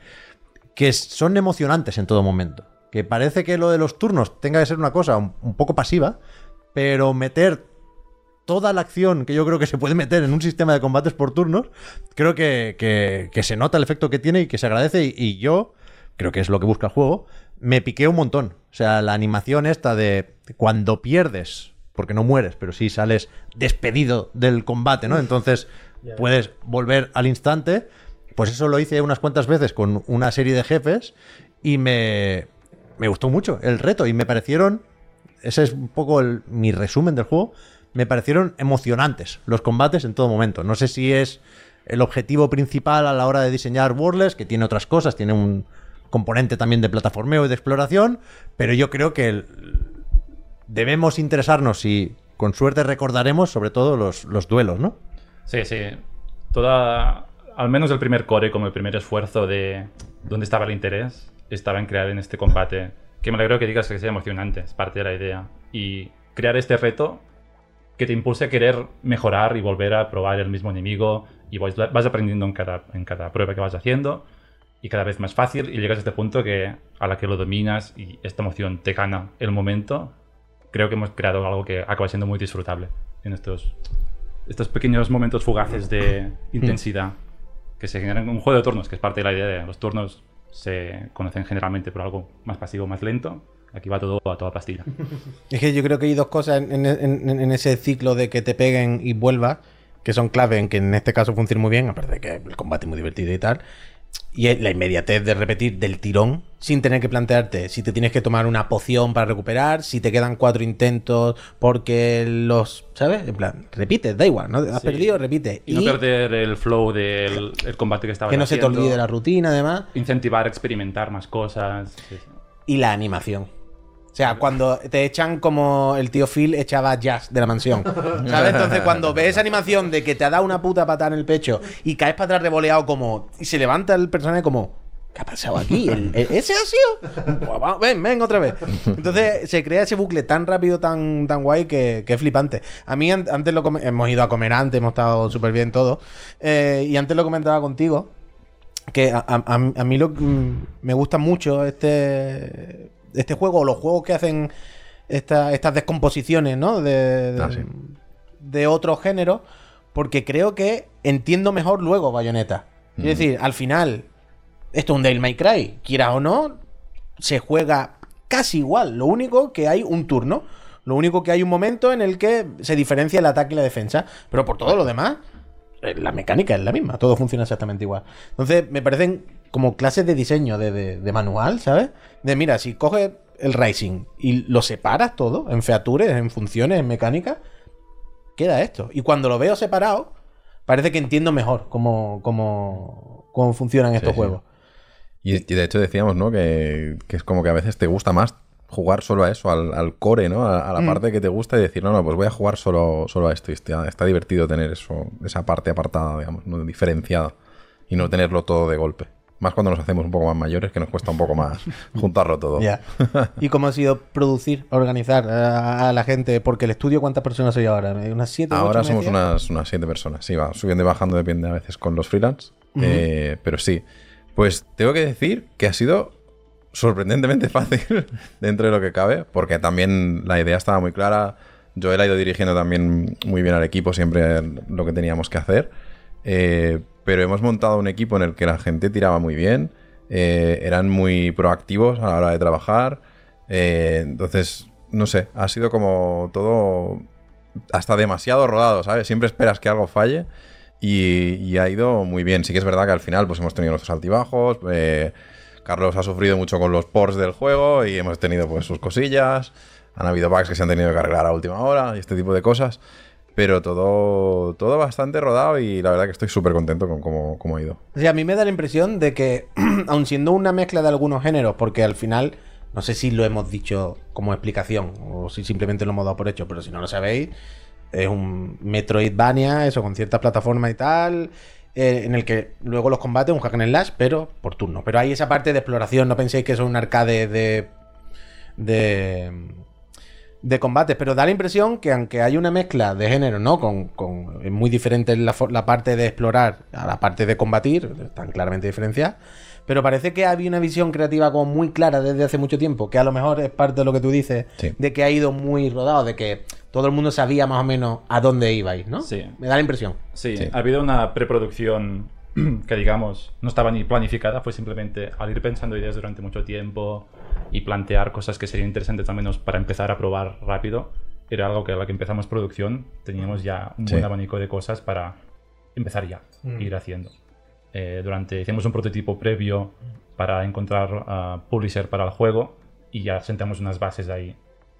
D: que son emocionantes en todo momento. Que parece que lo de los turnos tenga que ser una cosa un- un poco pasiva, pero meter toda la acción que yo creo que se puede meter en un sistema de combates por turnos, creo que, que- que se nota el efecto que tiene y que se agradece. Y, y yo, creo que es lo que busca el juego, me piqué un montón. O sea, la animación esta de cuando pierdes, porque no mueres, pero sí sales despedido del combate, ¿no? Entonces puedes volver al instante. Pues eso lo hice unas cuantas veces con una serie de jefes y me, me gustó mucho el reto y me parecieron ese es un poco el- mi resumen del juego. Me parecieron emocionantes los combates en todo momento. No sé si es el objetivo principal a la hora de diseñar Wordless, que tiene otras cosas, tiene un componente también de plataformeo y de exploración, pero yo creo que el- debemos interesarnos y con suerte recordaremos sobre todo los, los duelos, ¿no?
F: Sí, sí. Toda, al menos el primer core, como el primer esfuerzo de dónde estaba el interés, estaba en crear en este combate. Que me alegro que digas que sea emocionante, es parte de la idea. Y crear este reto que te impulse a querer mejorar y volver a probar el mismo enemigo. Y vas, vas aprendiendo en cada, en cada prueba que vas haciendo. Y cada vez más fácil. Y llegas a este punto que a la que lo dominas y esta emoción te gana el momento. Creo que hemos creado algo que acaba siendo muy disfrutable en estos estos pequeños momentos fugaces de
B: Mm.
F: intensidad que se generan en un juego de turnos, que es parte de la idea de los turnos se conocen generalmente por algo más pasivo, más lento. Aquí va todo a toda pastilla.
B: Es que yo creo que hay dos cosas en, en- en- en ese ciclo de que te peguen y vuelvas, que son clave en que en este caso funciona muy bien, aparte de que el combate es muy divertido y tal. Y es la inmediatez de repetir del tirón sin tener que plantearte si te tienes que tomar una poción para recuperar, si te quedan cuatro intentos porque los, ¿sabes? En plan, repites, da igual, ¿no? Has
F: Sí.
B: perdido, repite.
F: Y no perder el flow del el combate que estaba
B: que no se te olvide la rutina, además.
F: Incentivar a experimentar más cosas. sí, sí.
B: y la animación. O sea, cuando te echan como el tío Phil echaba jazz de la mansión. ¿Sabes? Entonces, cuando ves esa animación de que te ha dado una puta patada en el pecho y caes para atrás revoleado como. Y se levanta el personaje como. ¿Qué ha pasado aquí? ¿El- el- ¿Ese ha sido? Pues va- Ven, ven otra vez. Entonces se crea ese bucle tan rápido, tan, tan guay que, que es flipante. A mí an- antes lo come- hemos ido a comer antes, hemos estado súper bien todo. Eh, y antes lo comentaba contigo que a, a- a- a mí lo, mm, me gusta mucho este, este juego, o los juegos que hacen esta- estas descomposiciones, ¿no? De, de,
G: Ah, sí.
B: de otro género, porque creo que entiendo mejor luego Bayonetta. Es
G: Mm.
B: decir, al final, esto es un Devil May Cry, quieras o no, se juega casi igual. Lo único que hay un turno. Lo único que hay un momento en el que se diferencia el ataque y la defensa. Pero por todo lo demás, eh, la mecánica es la misma. Todo funciona exactamente igual. Entonces, me parecen como clases de diseño, de, de- de manual, ¿sabes? De mira, si coges el Racing y lo separas todo en features, en funciones, en mecánica, queda esto. Y cuando lo veo separado, parece que entiendo mejor cómo, cómo, cómo funcionan estos
G: sí.
B: juegos.
G: Y, y de hecho decíamos, ¿no? Que, que es como que a veces te gusta más jugar solo a eso, al, al core, ¿no? A, a la parte que te gusta y decir, no, no, pues voy a jugar solo, solo a esto. Y está, está divertido tener eso, esa parte apartada, digamos, ¿no? diferenciada. Y no tenerlo todo de golpe. Más cuando nos hacemos un poco más mayores, que nos cuesta un poco más juntarlo todo. [laughs]
B: Ya. ¿Y cómo ha sido producir, organizar a, a la gente? Porque el estudio, ¿cuántas personas soy ahora? ¿Unas siete?
G: Ahora
B: ocho, me
G: somos
B: decías?
G: unas, unas siete personas. Sí, va subiendo y bajando, depende a veces con los freelance. Eh, pero sí. Pues tengo que decir que ha sido sorprendentemente [laughs] fácil dentro de lo que cabe, porque también la idea estaba muy clara. Joel ha ido dirigiendo también muy bien al equipo, siempre lo que teníamos que hacer. Eh, pero hemos montado un equipo en el que la gente tiraba muy bien, eh, eran muy proactivos a la hora de trabajar. Eh, entonces, no sé, ha sido como todo hasta demasiado rodado, ¿sabes? Siempre esperas que algo falle y, y ha ido muy bien. Sí que es verdad que al final pues hemos tenido nuestros altibajos, eh, Carlos ha sufrido mucho con los ports del juego y hemos tenido pues sus cosillas, han habido bugs que se han tenido que arreglar a última hora y este tipo de cosas, pero todo, todo bastante rodado y la verdad que estoy súper contento con cómo, cómo ha ido.
B: O sea, a mí me da la impresión de que, [clears throat] aun siendo una mezcla de algunos géneros, porque al final, no sé si lo hemos dicho como explicación o si simplemente lo hemos dado por hecho, pero si no lo sabéis, es un Metroidvania, eso con ciertas plataformas y tal, eh, en el que luego los combates, un hack and slash, pero por turno. Pero hay esa parte de exploración, no penséis que eso es un arcade de. de de combates, pero da la impresión que aunque hay una mezcla de género, ¿no? Con, con es muy diferente la, for- la parte de explorar a la parte de combatir, están claramente diferenciadas, pero parece que había una visión creativa como muy clara desde hace mucho tiempo, que a lo mejor es parte de lo que tú dices,
G: Sí.
B: de que ha ido muy rodado, de que todo el mundo sabía más o menos a dónde ibais, ¿no?
F: Sí.
B: Me da la impresión.
F: Sí,
G: Sí.
F: ha habido una preproducción [clears throat] que, digamos, no estaba ni planificada, fue simplemente al ir pensando ideas durante mucho tiempo y plantear cosas que serían interesantes al menos para empezar a probar rápido. Era algo que a la que empezamos producción teníamos ya un
G: Sí.
F: buen abanico de cosas para empezar ya, ir haciendo. Eh, durante, hicimos un prototipo previo para encontrar a publisher para el juego y ya sentamos unas bases ahí,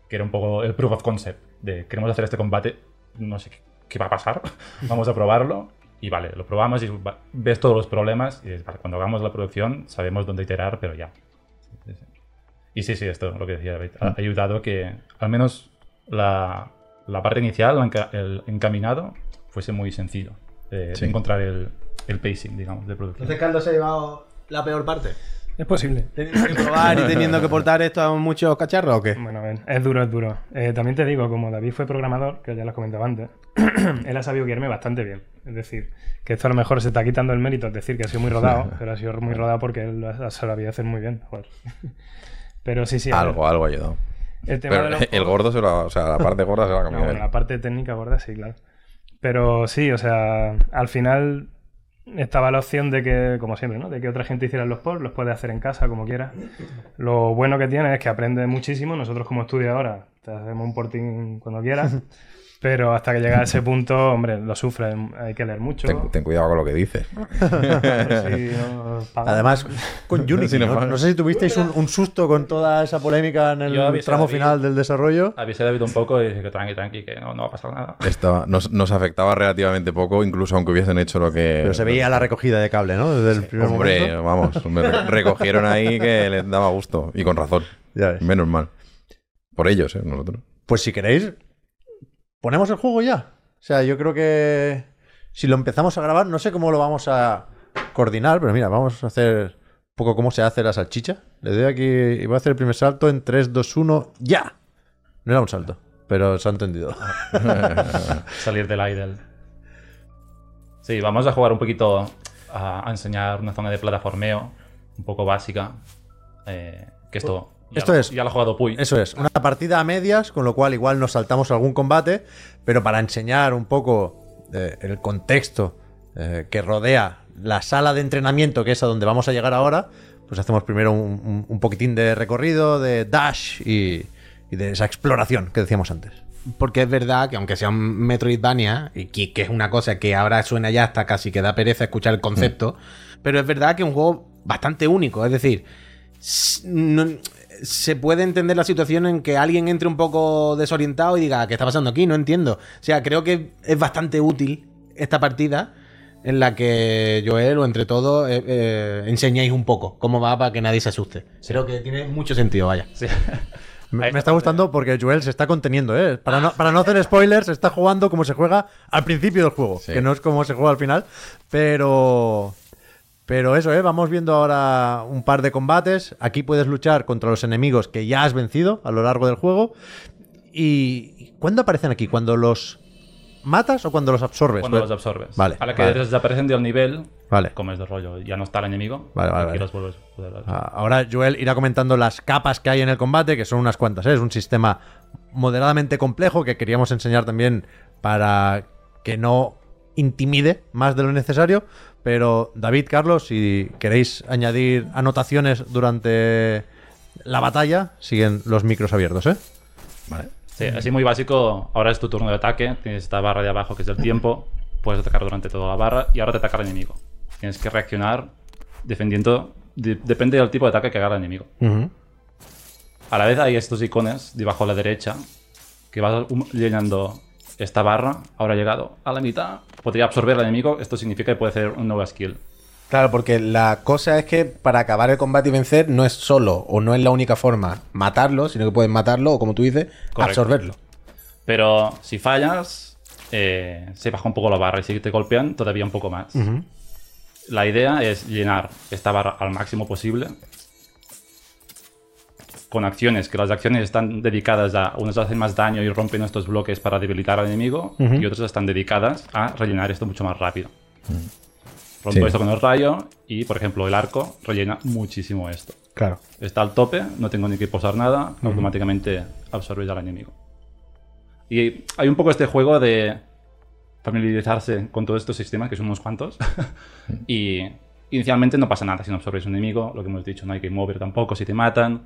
F: que era un poco el proof of concept de queremos hacer este combate, no sé qué, qué va a pasar, [laughs] vamos a probarlo y vale, lo probamos y va- ves todos los problemas y dices, "Vale, cuando hagamos la producción sabemos dónde iterar, pero ya. Sí, sí, sí. Y sí, sí, esto, lo que decía David, ha ha ayudado que al menos la, la parte inicial, la enca- el encaminado, fuese muy sencillo. eh,
G: Sí.
F: Encontrar el, el pacing, digamos, de producción.
B: Entonces Carlos se ha llevado la peor parte.
H: Es posible.
B: Teniendo que probar y teniendo que portar esto a muchos cacharros o qué.
H: Bueno, ven, es duro, es duro. Eh, también te digo, como David fue programador, que ya lo comentaba antes, [clears throat] él ha sabido guiarme bastante bien. Es decir, que esto a lo mejor se está quitando el mérito, es decir, que ha sido muy
G: [laughs]
H: rodado, pero ha sido muy rodado porque él lo ha- se lo había hacer muy bien. joder. [laughs] Pero sí, sí. a ver,
G: Algo, algo ha ayudado.
H: El tema
G: Pero
H: de los
G: [laughs] el gordo se lo ha- o sea, la parte gorda se la ha
H: No,
G: comido.
H: bueno,
G: él.
H: la parte técnica gorda sí, claro. Pero sí, o sea, al final estaba la opción de que, como siempre, ¿no? De que otra gente hiciera los posts, los puede hacer en casa, como quiera. Lo bueno que tiene es que aprende muchísimo. Nosotros como estudio ahora te hacemos un porting cuando quieras. Pero hasta que llega a ese punto, hombre, lo sufre. Hay que leer mucho.
G: Ten,
H: [laughs]
G: ten cuidado con lo que dices.
H: Sí, no, pagar.
D: Además, con Unity,
G: Sí, no
D: ¿no?
G: pagas.
D: No sé si tuvisteis un, un susto con toda esa polémica en
F: Yo
D: el
F: avisé a
D: tramo
F: David.
D: final del desarrollo.
F: Avisé a David un poco y dije que tranqui, tranqui, que no, no va a pasar nada.
G: Estaba- nos, nos afectaba relativamente poco, incluso aunque hubiesen hecho lo que.
D: Pero se veía la recogida de cable, ¿no? Desde el primer
G: Hombre,
D: momento.
G: vamos, me re- recogieron ahí que les daba gusto. Y con razón.
D: Ya ves.
G: Menos mal. Por ellos, ¿eh? Nosotros.
D: Pues si queréis, ponemos el juego ya. O sea, yo creo que si lo empezamos a grabar, no sé cómo lo vamos a coordinar, pero mira, vamos a hacer un poco cómo se hace la salchicha. Le doy aquí y voy a hacer el primer salto en 3, 2, 1, ya. No era un salto, pero se ha entendido.
F: salir del idle. Sí, vamos a jugar un poquito a, a enseñar una zona de plataformeo un poco básica. eh, que esto. ya
D: Esto
F: lo-
D: es.
F: Ya lo ha jugado Puy.
D: Eso es, una partida a medias, con lo cual igual nos saltamos algún combate, pero para enseñar un poco eh, el contexto eh, que rodea la sala de entrenamiento, que es a donde vamos a llegar ahora, pues hacemos primero un, un- un poquitín de recorrido, de dash y, y de esa exploración que decíamos antes.
B: Porque es verdad que aunque sea un Metroidvania, y que, que es una cosa que ahora suena ya hasta casi que da pereza escuchar el concepto, pero es verdad que es un juego bastante único. Es decir, s- no- se puede entender la situación en que alguien entre un poco desorientado y diga, ¿qué está pasando aquí? No entiendo. O sea, creo que es bastante útil esta partida en la que Joel o entre todos eh, eh, enseñáis un poco cómo va para que nadie se asuste. Creo que tiene mucho sentido, vaya.
F: Sí.
D: Me, me está gustando porque Joel se está conteniendo, ¿eh? Para no, para no hacer spoilers, se está jugando como se juega al principio del juego,
G: Sí.
D: que no es como se juega al final, pero... Pero eso, ¿eh? Vamos viendo ahora un par de combates. Aquí puedes luchar contra los enemigos que ya has vencido a lo largo del juego. ¿Y cuándo aparecen aquí? ¿Cuando los matas o cuando los absorbes?
F: Cuando
D: Pues-
F: los absorbes.
D: Vale,
F: A la que
D: vale.
F: desaparecen del nivel,
D: Vale.
F: como es de rollo, ya no está el enemigo.
D: Vale, vale,
F: aquí
D: vale.
F: los vuelves a poder-
D: Ah, Ahora Joel irá comentando las capas que hay en el combate, que son unas cuantas. ¿eh? Es un sistema moderadamente complejo que queríamos enseñar también para que no intimide más de lo necesario. Pero David, Carlos, si queréis añadir anotaciones durante la batalla, siguen los micros abiertos. ¿eh?
G: Vale.
F: Sí, así muy básico. Ahora es tu turno de ataque. Tienes esta barra de abajo que es el tiempo. Puedes atacar durante toda la barra y ahora te ataca el enemigo. Tienes que reaccionar defendiendo. de- depende del tipo de ataque que haga el enemigo. A la vez hay estos icones debajo a la derecha que vas hum- llenando esta barra. Ahora ha llegado a la mitad. Podría absorber al enemigo. Esto significa que puede hacer un nuevo skill.
B: Claro, porque la cosa es que para acabar el combate y vencer no es solo o no es la única forma matarlo, sino que puedes matarlo o, como tú dices,
F: Correcto.
B: absorberlo.
F: Pero si fallas, eh, se baja un poco la barra y si te golpean, todavía un poco más. La idea es llenar esta barra al máximo posible con acciones, que las acciones están dedicadas a unos hacen más daño y rompen estos bloques para debilitar al enemigo y otros están dedicadas a rellenar esto mucho más rápido. Rompo
G: Sí.
F: esto con el rayo y, por ejemplo, el arco rellena muchísimo esto.
B: Claro.
F: Está al tope, no tengo ni que posar nada, automáticamente absorbes al enemigo. Y hay un poco este juego de familiarizarse con todos estos sistemas, que son unos cuantos. [laughs] y inicialmente no pasa nada si no absorbes un enemigo, lo que hemos dicho, no hay que mover tampoco si te mmatan.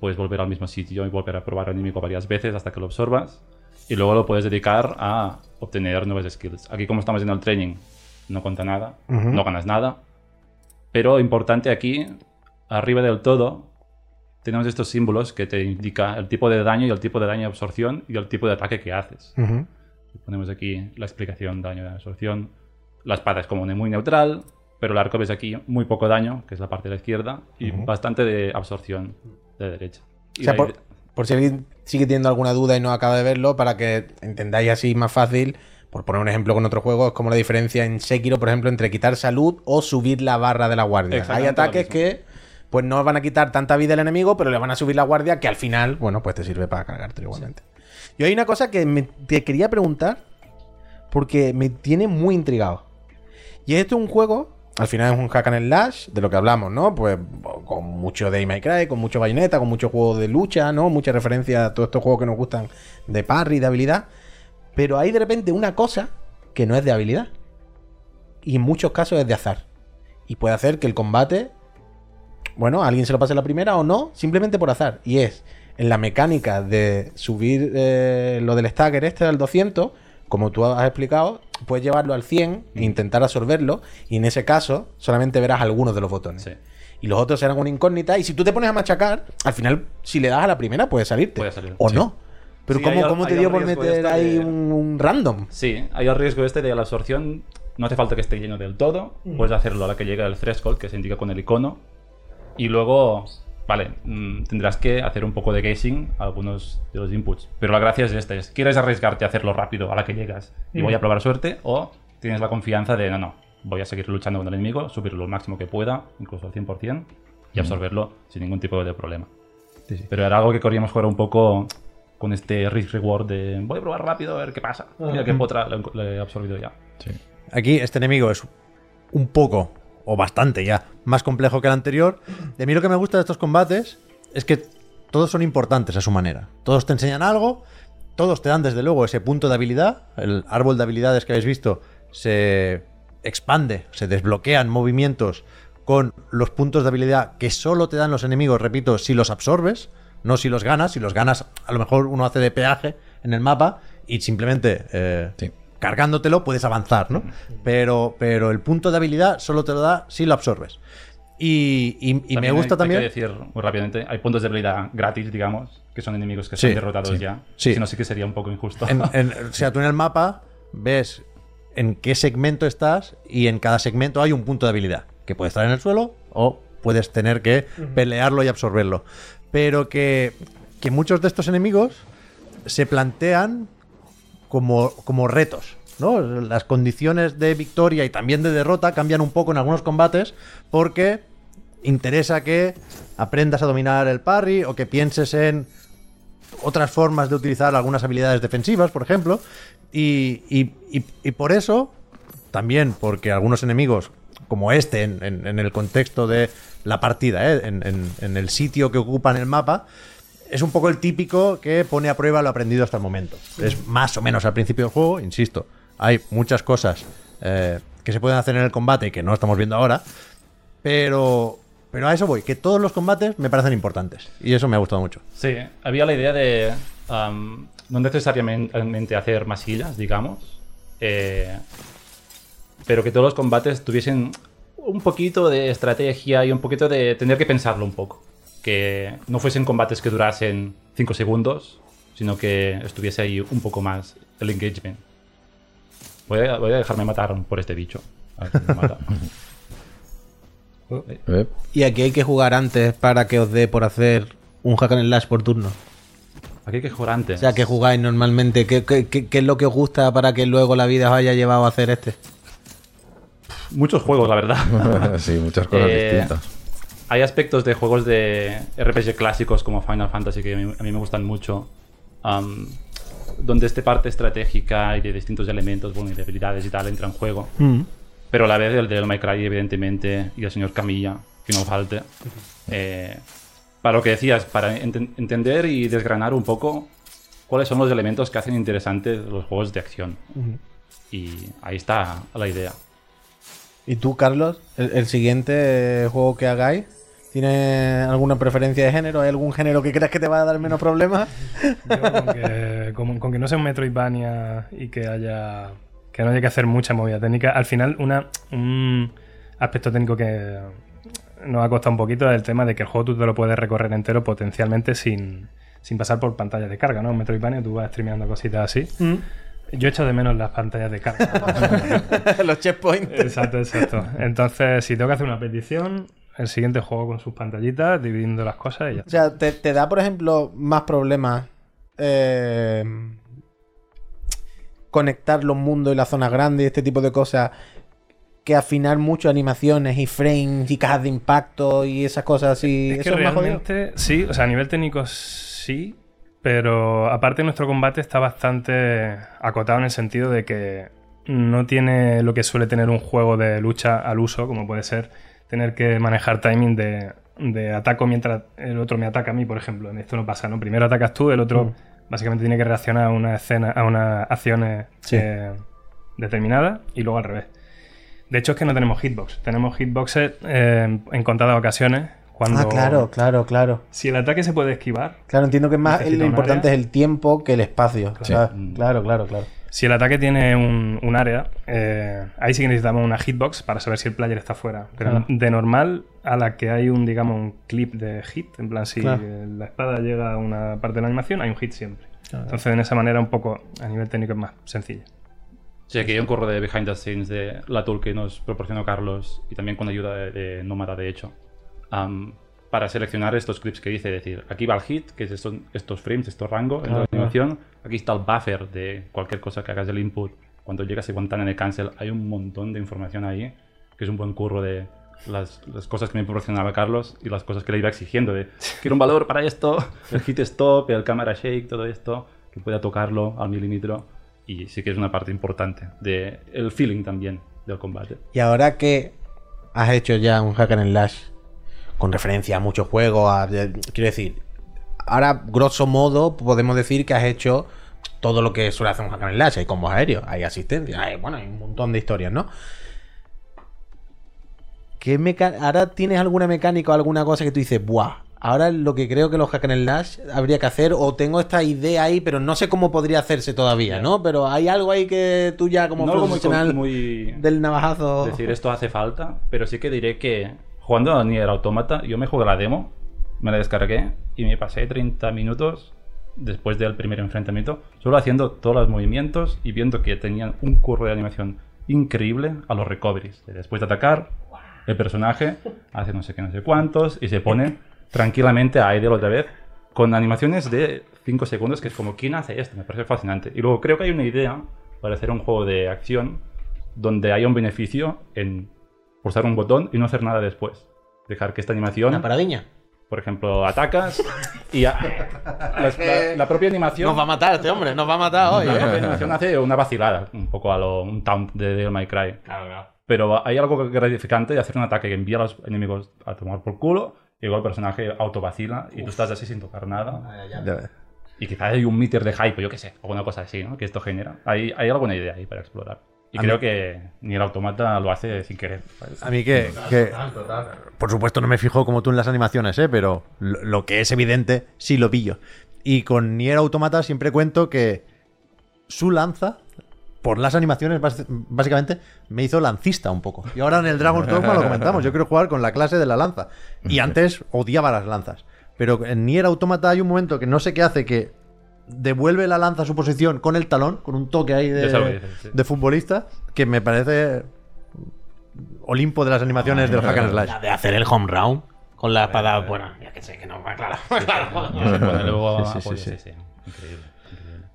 F: Puedes volver al mismo sitio y volver a probar al enemigo varias veces hasta que lo absorbas. Y luego lo puedes dedicar a obtener nuevas skills. Aquí, como estamos en el training, no cuenta nada, no ganas nada. Pero importante aquí, arriba del todo, tenemos estos símbolos que te indica el tipo de daño y el tipo de daño de absorción y el tipo de ataque que haces. Ponemos aquí la explicación daño de absorción. La espada es como muy neutral, pero el arco ves aquí muy poco daño, que es la parte de la izquierda, y bastante de absorción de derecha. Y
B: O sea,
F: la
B: por,
F: idea-
B: por si alguien sigue teniendo alguna duda y no acaba de verlo, para que entendáis así más fácil, por poner un ejemplo con otro juego, es como la diferencia en Sekiro, por ejemplo, entre quitar salud o subir la barra de la guardia. Hay
F: Exactamente
B: ataques
F: lo
B: que pues no van a quitar tanta vida al enemigo, pero le van a subir la guardia que al final, bueno, pues te sirve para cargártelo igualmente. Yo hay una cosa que me- te quería preguntar porque me tiene muy intrigado. Y este es un juego, al final es un hack and slash, de lo que hablamos, ¿no? Pues con mucho de May Cry, con mucho Bayonetta, con mucho juego de lucha, ¿no? Mucha referencia a todos estos juegos que nos gustan de parry, de habilidad. Pero hay de repente una cosa que no es de habilidad. Y en muchos casos es de azar. Y puede hacer que el combate, bueno, a alguien se lo pase la primera o no, simplemente por azar. Y es en la mecánica de subir eh, lo del stagger este al 200, como tú has explicado, puedes llevarlo al 100 e intentar absorberlo. Y en ese caso, solamente verás algunos de los botones.
F: Sí.
B: Y los otros serán una incógnita. Y si tú te pones a machacar, al final, si le das a la primera, puedes salirte.
F: Puede salir,
B: o
F: sí.
B: no. Pero
F: Sí,
B: ¿cómo,
F: hay al-
B: cómo te
F: hay
B: dio
F: al
B: por
F: riesgo
B: meter
F: este
B: ahí
F: de-
B: un- un random?
F: Sí, hay el riesgo este de la absorción. No hace falta que esté lleno del todo. Puedes hacerlo a la que llega el threshold, que se indica con el icono. Y luego, vale, mm, tendrás que hacer un poco de guessing a algunos de los inputs. Pero la gracia es esta, es, ¿quieres arriesgarte a hacerlo rápido a la que llegas y voy a probar suerte? ¿O tienes la confianza de, no, no, voy a seguir luchando con el enemigo, subirlo lo máximo que pueda, incluso al 100%, y absorberlo sin ningún tipo de problema? Pero era algo que queríamos jugar un poco con este risk-reward de voy a probar rápido a ver qué pasa.
D: Ah.
F: Mira que potra lo lo he absorbido ya.
D: Aquí este enemigo es un poco, o bastante ya, más complejo que el anterior. Y a mí lo que me gusta de estos combates es que todos son importantes a su manera. Todos te enseñan algo, todos te dan desde luego ese punto de habilidad. El árbol de habilidades que habéis visto se expande, se desbloquean movimientos con los puntos de habilidad que solo te dan los enemigos, repito, si los absorbes, no si los ganas. Si los ganas, a lo mejor uno hace de peaje en el mapa y simplemente eh,
G: Sí.
D: cargándotelo puedes avanzar, ¿no? Pero, pero el punto de habilidad solo te lo da si lo absorbes. Y, y- y me
F: hay-
D: gusta
F: hay
D: también...
F: que decir muy rápidamente, hay puntos de habilidad gratis, digamos, que son enemigos que
D: Sí,
F: están derrotados ya.
D: sí.
F: Si no, sí que sería un poco injusto. [laughs]
D: En- en- o sea, tú en el mapa ves en qué segmento estás y en cada segmento hay un punto de habilidad que puede estar en el suelo o puedes tener que pelearlo y absorberlo. Pero que, que muchos de estos enemigos se plantean como, como retos. ¿no? Las condiciones de victoria y también de derrota cambian un poco en algunos combates porque interesa que aprendas a dominar el parry o que pienses en otras formas de utilizar algunas habilidades defensivas, por ejemplo. Y, y- y- y por eso, también porque algunos enemigos, como este, en, en- en el contexto de la partida, ¿eh? en, en- en el sitio que ocupan el mapa, es un poco el típico que pone a prueba lo aprendido hasta el momento. Es más o menos al principio del juego, insisto. Hay muchas cosas eh, que se pueden hacer en el combate y que no estamos viendo ahora. Pero, pero a eso voy, que todos los combates me parecen importantes. Y eso me ha gustado mucho.
F: Sí, había la idea de am, no necesariamente hacer masillas, digamos, eh, pero que todos los combates tuviesen un poquito de estrategia y un poquito de tener que pensarlo un poco. Que no fuesen combates que durasen 5 segundos, sino que estuviese ahí un poco más el engagement. Voy a, voy a dejarme matar por este bicho. A ver si
B: [laughs]
F: me mata.
G: Eh, [laughs]
B: Y aquí hay que jugar antes para que os dé por hacer un hack and slash por turno.
F: Aquí hay que jugar antes.
B: O sea, que jugáis normalmente. ¿Qué, qué, qué- qué es lo que os gusta para que luego la vida os haya llevado a hacer este?
F: Muchos juegos, la
B: [laughs]
F: verdad.
G: sí, muchas cosas
F: Eh,
G: distintas.
F: Hay aspectos de juegos de RPG clásicos como Final Fantasy que a mí, a mí me gustan mucho. am, donde esta parte estratégica y de distintos elementos, vulnerabilidades y tal entra en juego. Pero a la vez el de My Cry, evidentemente, y el señor Camilla, que no falte. Eh, para lo que decías, para enten- entender y desgranar un poco cuáles son los elementos que hacen interesantes los juegos de acción. Y ahí está la idea.
B: ¿Y tú, Carlos? ¿El, el siguiente juego que hagáis? ¿Tienes alguna preferencia de género? ¿Hay algún género que creas que te va a dar menos problemas?
H: Yo con que, con- con que no sea un Metroidvania y que haya. que no haya que hacer mucha movida técnica. Al final, una, un aspecto técnico que nos ha costado un poquito es el tema de que el juego tú te lo puedes recorrer entero potencialmente sin, sin pasar por pantallas de carga, ¿no? En Metroidvania tú vas streameando cositas así. Yo echo de menos las pantallas de carga.
B: [laughs] Los checkpoints.
H: Exacto, exacto. Entonces, si tengo que hacer una petición, el siguiente juego con sus pantallitas, dividiendo las cosas y ya.
B: O sea, te, te da, por ejemplo, más problemas eh, conectar los mundos y las zonas grandes y este tipo de cosas que afinar mucho animaciones y frames y cajas de impacto y esas cosas así.
H: Es que
B: Eso es más jodido.
H: realmente, sí, o sea, a nivel técnico sí, pero aparte nuestro combate está bastante acotado en el sentido de que no tiene lo que suele tener un juego de lucha al uso, como puede ser tener que manejar timing de, de ataco mientras el otro me ataca a mí, por ejemplo. Esto no pasa, ¿no? Primero atacas tú, el otro
B: Mm.
H: básicamente tiene que reaccionar a una escena, a unas acciones eh, determinadas y luego al revés. De hecho, es que no tenemos hitbox. Tenemos hitboxes eh, en contadas ocasiones. Cuando,
B: Ah, claro, claro, claro.
H: si el ataque se puede esquivar,
B: Claro, entiendo que es más
H: Necesita
B: lo
H: un
B: importante
H: área.
B: es el tiempo que el espacio. ¿sabes? Claro, claro, claro.
H: si el ataque tiene un, un área, eh, ahí sí que necesitamos una hitbox para saber si el player está fuera. Pero de normal, a la que hay un, digamos, un clip de hit, en plan, si
B: Claro.
H: eh, la espada llega a una parte de la animación, hay un hit siempre. Entonces, de esa manera, un poco a nivel técnico es más sencillo.
F: Sí, aquí hay un correo de behind the scenes de la tool que nos proporcionó Carlos y también con ayuda de, de Nómada, de hecho, am, para seleccionar estos clips que dice. Es decir, aquí va el hit, que es estos, estos frames, estos rangos en la animación. Aquí está el buffer de cualquier cosa que hagas del input. Cuando llegas a Guantánamo de cancel, hay un montón de información ahí, que es un buen curro de las, las cosas que me proporcionaba Carlos y las cosas que le iba exigiendo. De quiero un valor para esto, [laughs] el hit stop, el camera shake, todo esto, que pueda tocarlo al milímetro y sí que es una parte importante de el feeling también del combate.
B: Y ahora que has hecho ya un hack and slash con referencia a muchos juegos, a- eh, quiero decir, ahora grosso modo podemos decir que has hecho todo lo que suele hacer un hack and slash, hay combos aéreos, hay asistencia, hay, bueno, hay un montón de historias, ¿no? ¿Qué meca- ¿Ahora tienes alguna mecánica o alguna cosa que tú dices, buah, ahora es lo que creo que los hack and slash habría que hacer o tengo esta idea ahí, pero no sé cómo podría hacerse todavía, ¿no? Pero hay algo ahí que tú ya como
F: no algo muy,
B: profesional
F: muy
B: del navajazo...
F: decir esto hace falta, pero sí que diré que jugando a Nier Automata, yo me jugué la demo, me la descargué y me pasé 30 minutos después del primer enfrentamiento solo haciendo todos los movimientos y viendo que tenían un curro de animación increíble a los recoveries. Después de atacar, el personaje hace no sé qué, no sé cuántos y se pone tranquilamente a idle otra vez con animaciones de 5 segundos que es como, ¿quién hace esto? Me parece fascinante. Y luego creo que hay una idea para hacer un juego de acción donde haya un beneficio en pulsar un botón y no hacer nada después. Dejar que esta animación,
B: Una paradiña.
F: por ejemplo, atacas y a- las- la, la propia animación...
B: Nos va a matar este hombre, nos va a matar hoy.
D: [laughs]
F: La propia
B: ¿eh?
F: animación hace una vacilada, un poco a lo un taunt de Devil May Cry. Pero hay algo gratificante de hacer un ataque que envía a los enemigos a tomar por culo, y luego el personaje autovacila y tú estás así sin tocar nada.
G: Ya ves.
F: Y quizás hay un meter de hype, yo qué sé, alguna cosa así, ¿no? Que esto genera. Hay, hay alguna idea ahí para explorar. Y creo que ni el automata lo hace sin querer.
D: A mí que, que- Por supuesto no me fijo como tú en las animaciones, ¿eh? pero lo, lo que es evidente sí lo pillo. Y con Nier Automata siempre cuento que su lanza, por las animaciones, bas- básicamente, me hizo lancista un poco. Y ahora en el Dragon's Dogma lo comentamos. Yo quiero jugar con la clase de la lanza. Y antes odiaba las lanzas. Pero en Nier Automata hay un momento que no sé qué hace que devuelve la lanza a su posición con el talón, con un toque ahí
F: Ya sé lo que
D: de,
F: dices, sí.
D: de futbolista, que me parece Olimpo de las animaciones del Hack and Slash.
B: La de hacer el home round con la espada. Bueno, ya que sé que no va claro.
F: Yo sé cuando luego
D: [laughs] Sí, sí, sí,
F: apoyo,
D: sí.
F: sí, sí. Increíble. increíble.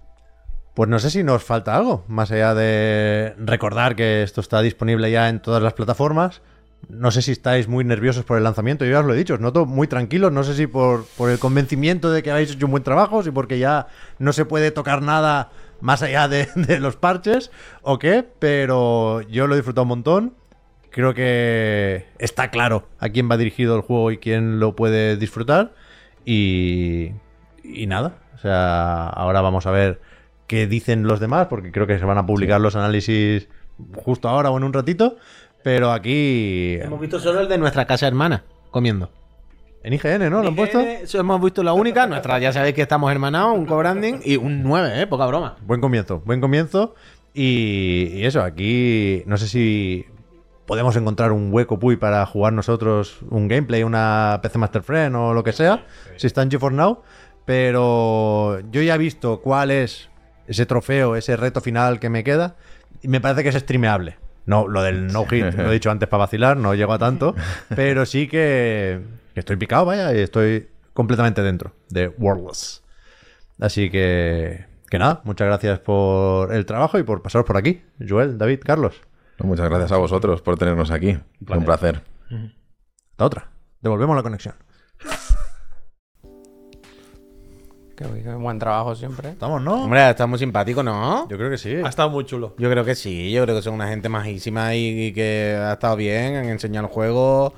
D: Pues no sé si nos falta algo, más allá de recordar que esto está disponible ya en todas las plataformas. No sé si estáis muy nerviosos por el lanzamiento, yo ya os lo he dicho, os noto muy tranquilos, no sé si por, por el convencimiento de que habéis hecho un buen trabajo, si porque ya no se puede tocar nada más allá de, [laughs] de los parches o qué, pero yo lo he disfrutado un montón, creo que está claro a quién va dirigido el juego y quién lo puede disfrutar. Y, y nada, o sea, ahora vamos a ver qué dicen los demás, porque creo que se van a publicar los análisis justo ahora o en un ratito. Pero aquí
B: Hemos visto solo el de nuestra casa hermana comiendo.
D: en IGN, ¿no? ¿Lo han puesto?
B: Eh, Eso hemos visto la única. Nuestra, ya sabéis que estamos hermanados, un co-branding y un 9, ¿eh? Poca broma.
D: Buen comienzo, buen comienzo. Y, y eso, aquí no sé si podemos encontrar un hueco puy para jugar nosotros un gameplay, una PC Master Friend o lo que sea, si está en GeForce Now. Pero yo ya he visto cuál es ese trofeo, ese reto final que me queda. Y me parece que es streameable. No, lo del no hit, lo he dicho antes para vacilar, no llego a tanto. Pero sí que, que estoy picado, vaya, y estoy completamente dentro de Worldless. Así que, que nada, muchas gracias por el trabajo y por pasaros por aquí. Joel, David, Carlos,
G: Muchas gracias a vosotros por tenernos aquí. Un placer.
D: hasta otra. Devolvemos la conexión.
A: Qué qué buen trabajo siempre.
D: Estamos, ¿no?
B: Hombre, estamos simpáticos, ¿no?
D: Yo creo que sí.
I: Ha estado muy chulo.
B: Yo creo que sí, yo creo que son una gente majísima y, y que ha estado bien, han enseñado el juego.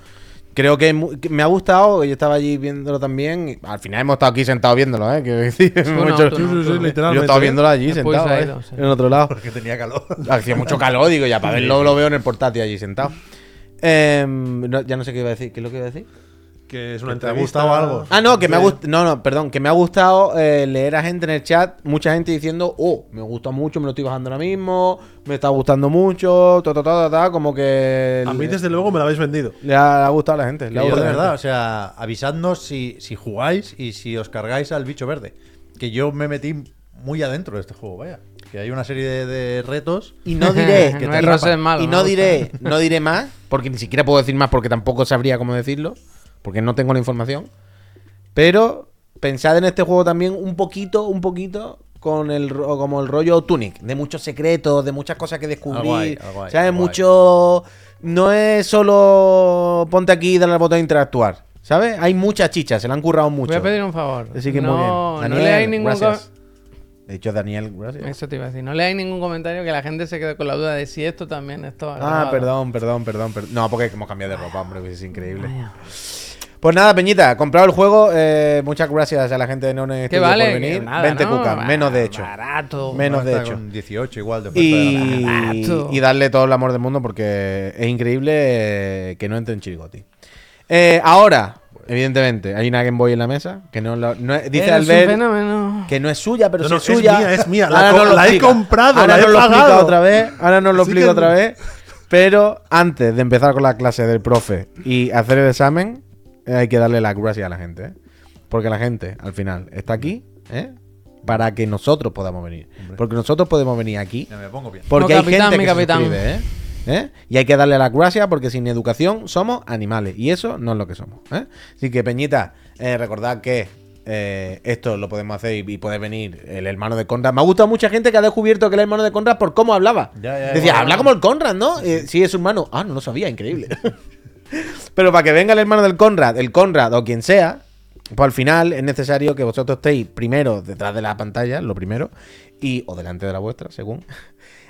B: Creo que, mu- que me ha gustado, yo estaba allí viéndolo también. y al final hemos estado aquí sentados viéndolo, ¿eh? Quiero decir, [laughs]
A: no,
B: mucho-
A: tú no, tú no.
B: yo
C: ¿eh?
B: estaba viéndolo allí
A: Después
B: sentado,
A: ha
B: ¿eh?
A: ido, sí.
B: en otro lado. [laughs]
D: Porque tenía calor.
B: Hacía mucho calor, digo, ya para verlo lo veo en el portátil allí sentado. Em, no, ya no sé qué iba a decir, ¿qué es lo que iba a decir?
C: Que es una
D: ¿Te ha
C: entrevista.
D: gustado algo?
B: Ah, no, que me ha gustado. No, no, perdón, que me ha gustado eh, leer a gente en el chat, mucha gente diciendo, oh, me gusta mucho, me lo estoy bajando ahora mismo, me está gustando mucho, ta, ta, ta, ta, ta", como que.
C: A mí,
B: le,
C: desde luego, me la habéis vendido.
B: le ha, le ha gustado a la gente. Le ha
D: Yo, de
B: gustado a la
D: verdad, o
B: gente.
D: sea, avisadnos si, si jugáis y si os cargáis al bicho verde. Que yo me metí muy adentro de este juego, vaya. Que hay una serie de, de retos.
B: Y no
D: [laughs]
B: diré.
A: No
B: que
A: hay
B: te-
A: roces malos,
B: y
A: me
B: no
A: gusta.
B: diré, no diré más, porque ni siquiera puedo decir más porque tampoco sabría cómo decirlo, porque no tengo la información. Pero pensad en este juego también un poquito, un poquito con el ro- como el rollo Tunic, de muchos secretos, de muchas cosas que descubrir,
D: Ah, guay, ah, guay,
B: ¿sabes?
D: guay.
B: Mucho no es solo ponte aquí y dale al botón de interactuar, ¿sabes? Hay muchas chichas, se la han currado mucho.
A: Voy a pedir un favor.
B: Así que muy bien.
A: no,
B: Daniel,
A: no leáis ningún co-
B: gracias. De hecho, Daniel, gracias.
A: Eso te iba a decir. No leáis ningún comentario que la gente se quede con la duda de si esto también es todo.
B: Ah,
A: grabado.
B: perdón, perdón, perdón, perdón. No, porque hemos cambiado de ropa, hombre, que es increíble. Pues nada, Peñita, comprado el juego. eh, muchas gracias a la gente de None
A: ¿Qué
B: Studio
A: vale?
B: por venir.
A: Que nada,
B: 20
A: ¿no? Ah,
B: cucas, menos de hecho.
A: Barato.
B: Menos de
D: Está
B: hecho.
D: Con 18 igual de oferta de
B: Y,
D: la-
A: Barato.
B: y darle todo el amor del mundo porque es increíble eh, que no entre en Chirigoti. Eh, ahora, evidentemente, hay una Game Boy en la mesa que no, la- no- dice
A: Eres un
B: Albert
A: fenómeno.
B: que no es suya, pero
C: No,
B: sí
C: no,
B: es
C: es
B: suya.
C: mía, es mía. La
B: Ahora
C: co-
B: nos lo
C: la he
B: explica.
C: comprado,
B: Ahora
C: la he
B: nos lo explica
C: pagado.
B: otra vez. Ahora nos lo
C: Así
B: explica
C: que-
B: otra vez. Pero antes de empezar con la clase del profe y hacer el examen, eh, hay que darle las gracias a la gente. ¿eh? Porque la gente, al final, está aquí ¿eh? para que nosotros podamos venir. Porque nosotros podemos venir aquí.
D: Ya me pongo bien.
B: Porque
A: No,
B: hay
A: capitán,
B: gente
A: mi
B: que se
A: capitán.
B: suscribe, ¿eh? ¿Eh? Y hay que darle las gracias porque sin educación somos animales. Y eso no es lo que somos. ¿eh? Así que, Peñita, eh, recordad que eh, esto lo podemos hacer y, y puede venir el hermano de Conrad. Me ha gustado mucha gente que ha descubierto que era el hermano de Conrad por cómo hablaba.
D: Ya, ya, ya.
B: Decía, habla como el Conrad, ¿no? Eh, sí, es su hermano. Ah, no lo sabía, increíble. [laughs] Pero para que venga el hermano del Conrad, el Conrad o quien sea, pues al final es necesario que vosotros estéis primero detrás de la pantalla, lo primero, y o delante de la vuestra, según.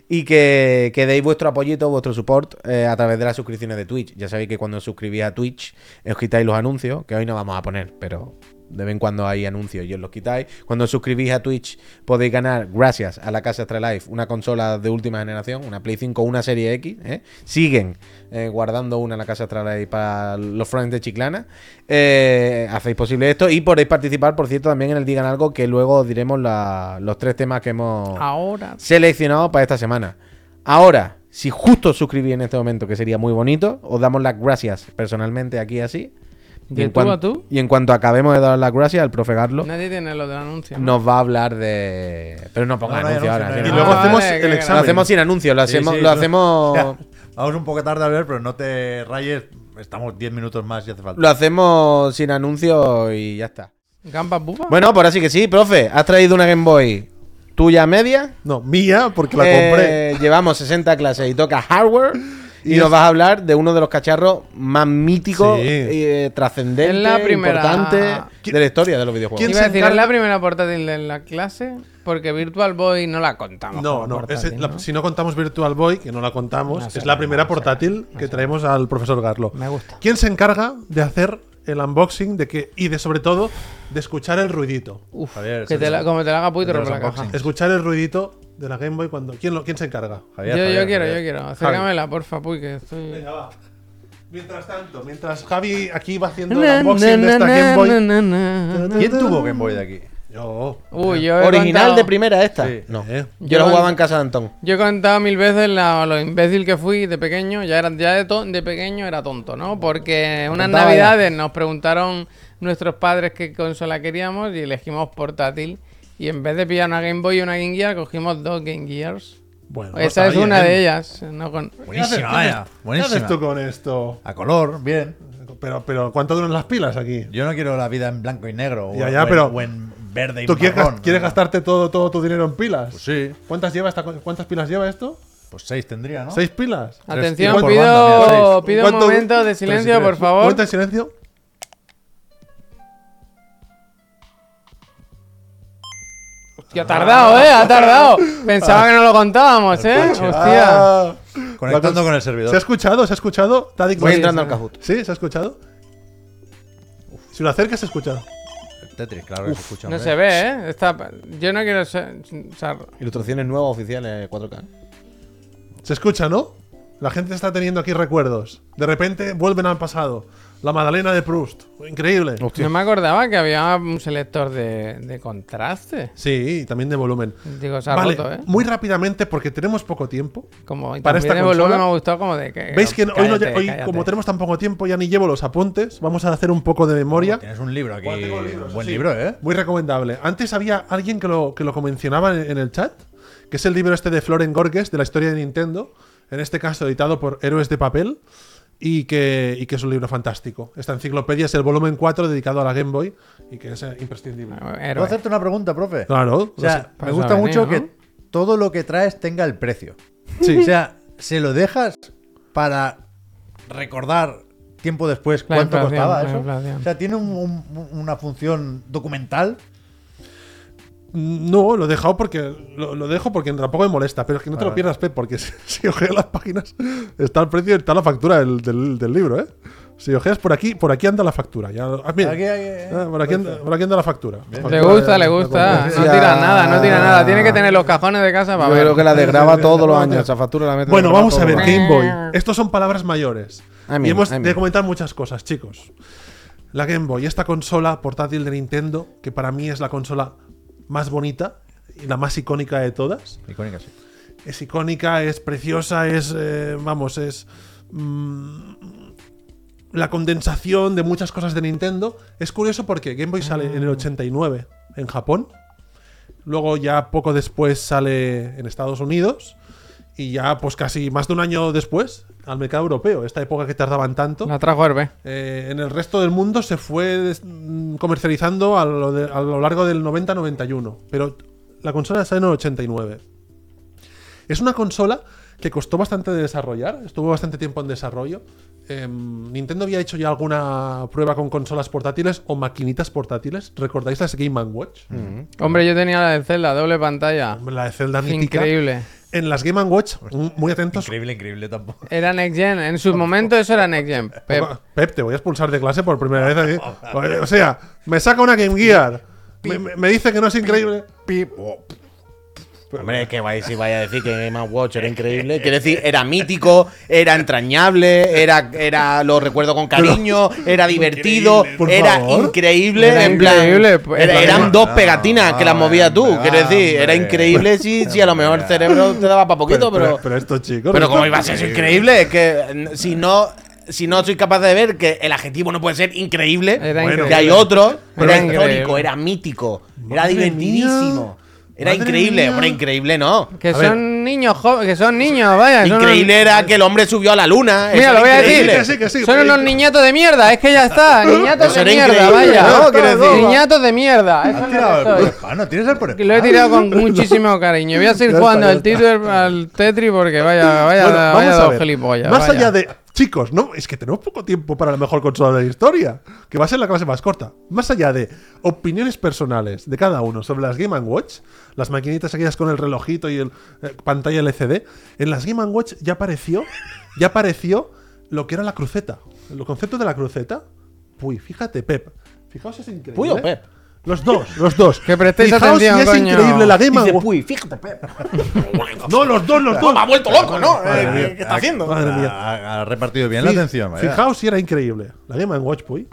B: Y que, que deis vuestro apoyito, vuestro support eh, a través de las suscripciones de Twitch. Ya sabéis que cuando os suscribís a Twitch, os quitáis los anuncios, que hoy no vamos a poner, pero
E: De vez en cuando hay anuncios y os los quitáis. Cuando os suscribís a Twitch podéis ganar, gracias a la Casa Astralife, una consola de última generación, una Play 5 o una Serie X. ¿eh? Siguen eh, guardando una en la Casa Astralife para los friends de Chiclana. Eh, hacéis posible esto y podéis participar, por cierto, también en el Digan Algo, que luego os diremos la- los tres temas que
C: Ah,
E: hemos
A: Ahora.
E: seleccionado para esta semana. Ahora, si justo os suscribís en este momento, que sería muy bonito, os damos las gracias personalmente aquí así.
A: ¿De
E: en
A: tú
E: cuan-
A: a tú?
E: Y en cuanto acabemos de dar las gracias, al profe Garlo
A: Nadie tiene lo del anuncio. ¿no?
E: nos va a hablar de... Pero no ponga
D: No, no hay
E: anuncio
D: anuncio,
E: ahora.
D: no hay
E: sí,
C: Y
E: no.
C: luego
A: Ah,
C: hacemos
A: vale, que-
C: el
A: que-
E: Lo
C: examen.
E: hacemos sin anuncio, lo
D: Sí,
E: hacemos...
D: sí,
E: lo
D: no. [laughs]
E: hacemos...
D: Vamos un poco tarde a ver, pero no te rayes. Estamos 10 minutos más y hace falta.
E: Lo hacemos sin anuncio y ya está.
A: ¿Gampa pupa?
E: Bueno, por así que sí, profe. Has traído una Game Boy tuya media.
C: No, mía, porque la compré.
E: Eh, llevamos 60 clases y toca hardware. Y,
C: Y
E: nos
C: es-
E: vas a hablar de uno de los cacharros más míticos,
C: Sí.
E: eh, trascendente,
A: Es la primera-
E: importante de la historia de los videojuegos.
C: ¿Quién
A: Iba
C: se
A: a decir,
C: encarga-
A: es la primera portátil de la clase porque Virtual Boy no la contamos.
C: No,
A: como
C: no, ese-
A: portátil,
C: la-
A: ¿no?
C: si no contamos Virtual Boy, que no la contamos,
A: No
C: es
A: sé,
C: la
A: no
C: primera
A: sé,
C: portátil que traemos al profesor Garlo.
A: Me gusta.
C: ¿Quién se encarga de hacer el unboxing de que, y de sobre todo de escuchar el ruidito?
A: Uf,
D: Javier,
A: que
D: eso
A: te
D: es-
A: la- como te la haga puto
D: de los
A: rompe la caja.
D: unboxings.
C: Escuchar el ruidito de la Game Boy cuando. ¿Quién, lo, quién se encarga?
A: Yo,
D: Javier,
A: yo
D: Javier,
A: quiero, yo
D: Javier.
A: quiero. Acércamela, porfa, puy, que estoy.
C: va. Mientras tanto, mientras Javi aquí va haciendo el unboxing de esta Game Boy.
A: na, na, na.
D: ¿Quién tuvo Game Boy de aquí?
C: Yo.
A: Uy, yo he
E: Original
A: contado-
E: de primera esta.
D: Sí.
E: No.
C: eh.
E: Yo
A: Yo-
E: lo jugaba en casa de Antón.
A: Yo he contado mil veces la- lo imbécil que fui de pequeño, ya, era, ya de, to- de pequeño era tonto, ¿no? Porque unas
E: Contaba ya.
A: navidades nos preguntaron nuestros padres qué consola queríamos y elegimos portátil. Y en vez de pillar una Game Boy y una Game Gear, cogimos dos Game Gears.
C: Bueno, pues ¿eh?
A: Esa es una de ellas. no con-
D: Buenísima, vaya,
C: ¿Qué haces
D: Buenísima.
C: tú con esto?
D: A color, bien.
C: Pero, pero ¿cuánto duran las pilas aquí?
D: Yo no quiero la vida en blanco y negro. o-
C: Ya, ya,
D: o en-
C: pero-
D: o en verde y
C: ¿Tú quieres,
D: marrón,
C: gas- quieres
D: ¿no?
C: gastarte todo, todo tu dinero en pilas?
D: Pues sí.
C: ¿Cuántas, lleva esta, co- ¿Cuántas pilas lleva esto?
D: Pues seis tendría, ¿no?
C: ¿Seis pilas?
A: Atención,
D: tíos por
A: pido,
D: banda, mira, seis.
A: pido un
C: ¿Cuánto-
A: momento de
C: Pero si
A: silencio,
C: quieres,
A: por
C: Un
A: favor.
C: momento de silencio.
A: Que ha tardado, ¿eh? Ha tardado. Pensaba que no lo contábamos, ¿eh? Hostia.
C: Ah.
D: Conectando
C: La cons-
D: con el
C: ¿Se ha
D: servidor.
C: escuchado? ¿Se ha escuchado? Tadic
E: Voy
C: Boy.
E: entrando al Kahoot.
C: ¿Sí? ¿Se ha escuchado? Si lo acercas, se escucha.
D: Tetris, claro que se escucha.
A: No
D: hombre.
A: se ve, ¿eh? Está, yo no quiero ser- ser-
E: Ilustraciones nuevas oficiales 4K.
C: Se escucha, ¿no? La gente está teniendo aquí recuerdos. De repente vuelven al pasado. La Madalena de Proust. Increíble.
A: No me acordaba que había un selector de, de contraste.
C: Sí, y también de volumen.
A: Digo, se ha
C: Vale,
A: roto, ¿eh?
C: muy rápidamente porque tenemos poco tiempo.
A: Como, y
C: para
A: también
C: esta
A: el volumen
C: consola-
A: me ha gustado como de que...
C: ¿Veis que no- hoy, no-
A: Eh, cállate,
C: hoy,
A: cállate.
C: como tenemos tan poco tiempo, ya ni llevo los apuntes? Vamos a hacer un poco de memoria.
D: Tienes un libro aquí.
C: Bueno, tengo libros,
D: un buen
C: sí.
D: libro, ¿eh?
C: Muy recomendable. Antes había alguien que lo, que lo mencionaba en, en el chat, que es el libro este de Floren Gorges, de la historia de Nintendo, en este caso editado por Héroes de Papel, y que, y que es un libro fantástico. Esta enciclopedia es el volumen 4 dedicado a la Game Boy, y que es eh, imprescindible.
D: Puedo
A: Héroe.
D: hacerte una pregunta, profe.
C: Claro,
D: O sea,
A: Pues
D: me gusta
A: la
D: mucho
A: venía,
D: que todo lo que traes tenga el precio.
C: Sí.
D: O sea, se lo dejas para recordar tiempo después
A: La
D: cuánto
A: inflación,
D: costaba
A: la
D: eso.
A: inflación.
D: O sea, tiene un- un- una función documental.
C: no, lo he dejado porque lo, lo dejo porque tampoco me molesta, pero es que no te lo pierdas, Pep, porque [laughs] si, si ojeas las páginas está el precio, y está la factura del, del- del libro, ¿eh? Si ojeas por aquí, por aquí anda la factura. Ya, ah, mira.
D: Aquí, eh, aquí,
C: Ah, por, aquí anda, por aquí anda la factura.
A: Le gusta, le gusta. No tira nada, no tira nada. Tiene que tener los cajones de casa para
E: Yo
A: ver.
E: creo que la desgraba todos los años. Esa factura la mete
C: Bueno,
E: desgraba
C: vamos a
E: todos
C: ver,
E: los años.
C: Game Boy. Estos son palabras mayores.
E: I
A: Ah,
E: mean,
C: y hemos
E: I mean.
C: de comentar muchas cosas, chicos. La Game Boy, esta consola portátil de Nintendo, que para mí es la consola más bonita y la más icónica de todas.
D: Icónica, sí.
C: Es icónica, es preciosa, es. eh, vamos, es. mm, la condensación de muchas cosas de Nintendo. Es curioso porque Game Boy sale en el 89 en Japón. Luego ya poco después sale en Estados Unidos. Y ya pues casi más de un año después al mercado europeo. Esta época que tardaban tanto.
A: La trajo Herbe.
C: Eh, en el resto del mundo se fue des- mm, comercializando a lo, de- a lo largo del 90-91, pero la consola sale en el 89. Es una consola que costó bastante de desarrollar, estuvo bastante tiempo en desarrollo. Em, Nintendo había hecho ya alguna prueba con consolas portátiles o maquinitas portátiles. ¿Recordáis las Game Watch?
A: Hombre, yo tenía la de Zelda, doble pantalla.
C: La de Zelda mítica.
A: Increíble.
C: en las Game Watch, m- muy atentos.
D: Increíble, increíble tampoco.
A: Era Next Gen. En su momento eso era Next Gen. Pep.
C: Pep, te voy a expulsar de clase por primera vez. aquí. O sea, me saca una Game Gear. Me, me- me dice que no es increíble.
B: Hombre, es que vais, si vais a decir que Game Watch era increíble. Quiero decir, era mítico, era entrañable, era, era lo recuerdo con cariño, era divertido,
C: por
B: era
C: favor.
B: increíble.
A: Era
B: en plan,
A: increíble, pues,
B: era- eran
A: vale.
B: dos pegatinas que las movías tú.
D: hombre,
B: Quiero decir, era
D: hombre.
B: increíble si, si a lo mejor el cerebro te daba para poquito, pero.
C: Pues, pero estos chicos.
B: Pero
C: esto-
B: como iba a ser eso increíble, es que n- si no, si no soy capaz de ver que el adjetivo no puede ser increíble,
A: Era
B: que
C: Bueno,
A: increíble.
B: hay otro,
A: Pero
B: era
A: es
B: histórico,
A: increíble.
B: era mítico, era
C: Madre
B: divertidísimo,
C: mía.
B: era
C: Madre
B: increíble,
C: mía.
B: hombre, increíble no.
A: Que
C: A ver.
A: son niños jóvenes. Que son niños, vaya. son
B: Increíble era que el hombre subió a la luna.
A: Mira,
B: eso
A: lo voy
B: era
A: a
B: increíble.
A: decir.
C: Que sí, que sí,
A: Son
C: pero-
A: unos niñatos de mierda. Es que ya
C: [laughs]
A: está. Niñatos
B: Eso
A: de
B: era
A: mierda,
B: increíble,
A: vaya.
B: ¿no?
A: Quiero decir,
B: Todo.
A: Niñatos de mierda. Eso es lo que
D: Tira
A: soy.
D: el no ¿Tienes el por
A: Que
C: [laughs]
A: Lo he tirado con muchísimo cariño. Voy a seguir
C: Ya
A: jugando
C: está,
A: al,
C: ya
A: Tetris- al Tetri porque vaya, vaya,
C: Bueno,
A: vaya,
C: vamos a
A: dos
C: ver.
A: gilipollas.
C: Más
A: vaya.
C: allá de. Chicos, no, es que tenemos poco tiempo para la mejor consola de la historia, que va a ser la clase más corta. Más allá de opiniones personales de cada uno sobre las Game Watch, las maquinitas aquellas con el relojito y el eh, pantalla LCD, en las Game Watch ya apareció, ya apareció lo que era la cruceta, el concepto de la cruceta. Uy, fíjate, Pep. Fijaos, es increíble. ¿eh?
B: Puy o Pep.
C: Los dos, los dos.
A: Que prestéis
C: Fijaos si
A: atención,
C: es
A: coño.
C: increíble la Game
B: Dice,
C: Watch.
B: "Puy, fíjate, Pep,
C: No, los dos, los dos.
B: me ha vuelto loco, ¿no?
C: Madre
B: Eh,
C: mía.
B: ¿Qué, qué está haciendo?
C: Madre mía.
D: Ha, ha repartido bien la
C: Fi-
D: atención, vaya.
C: Fijaos si era increíble. La Game Watch, pues.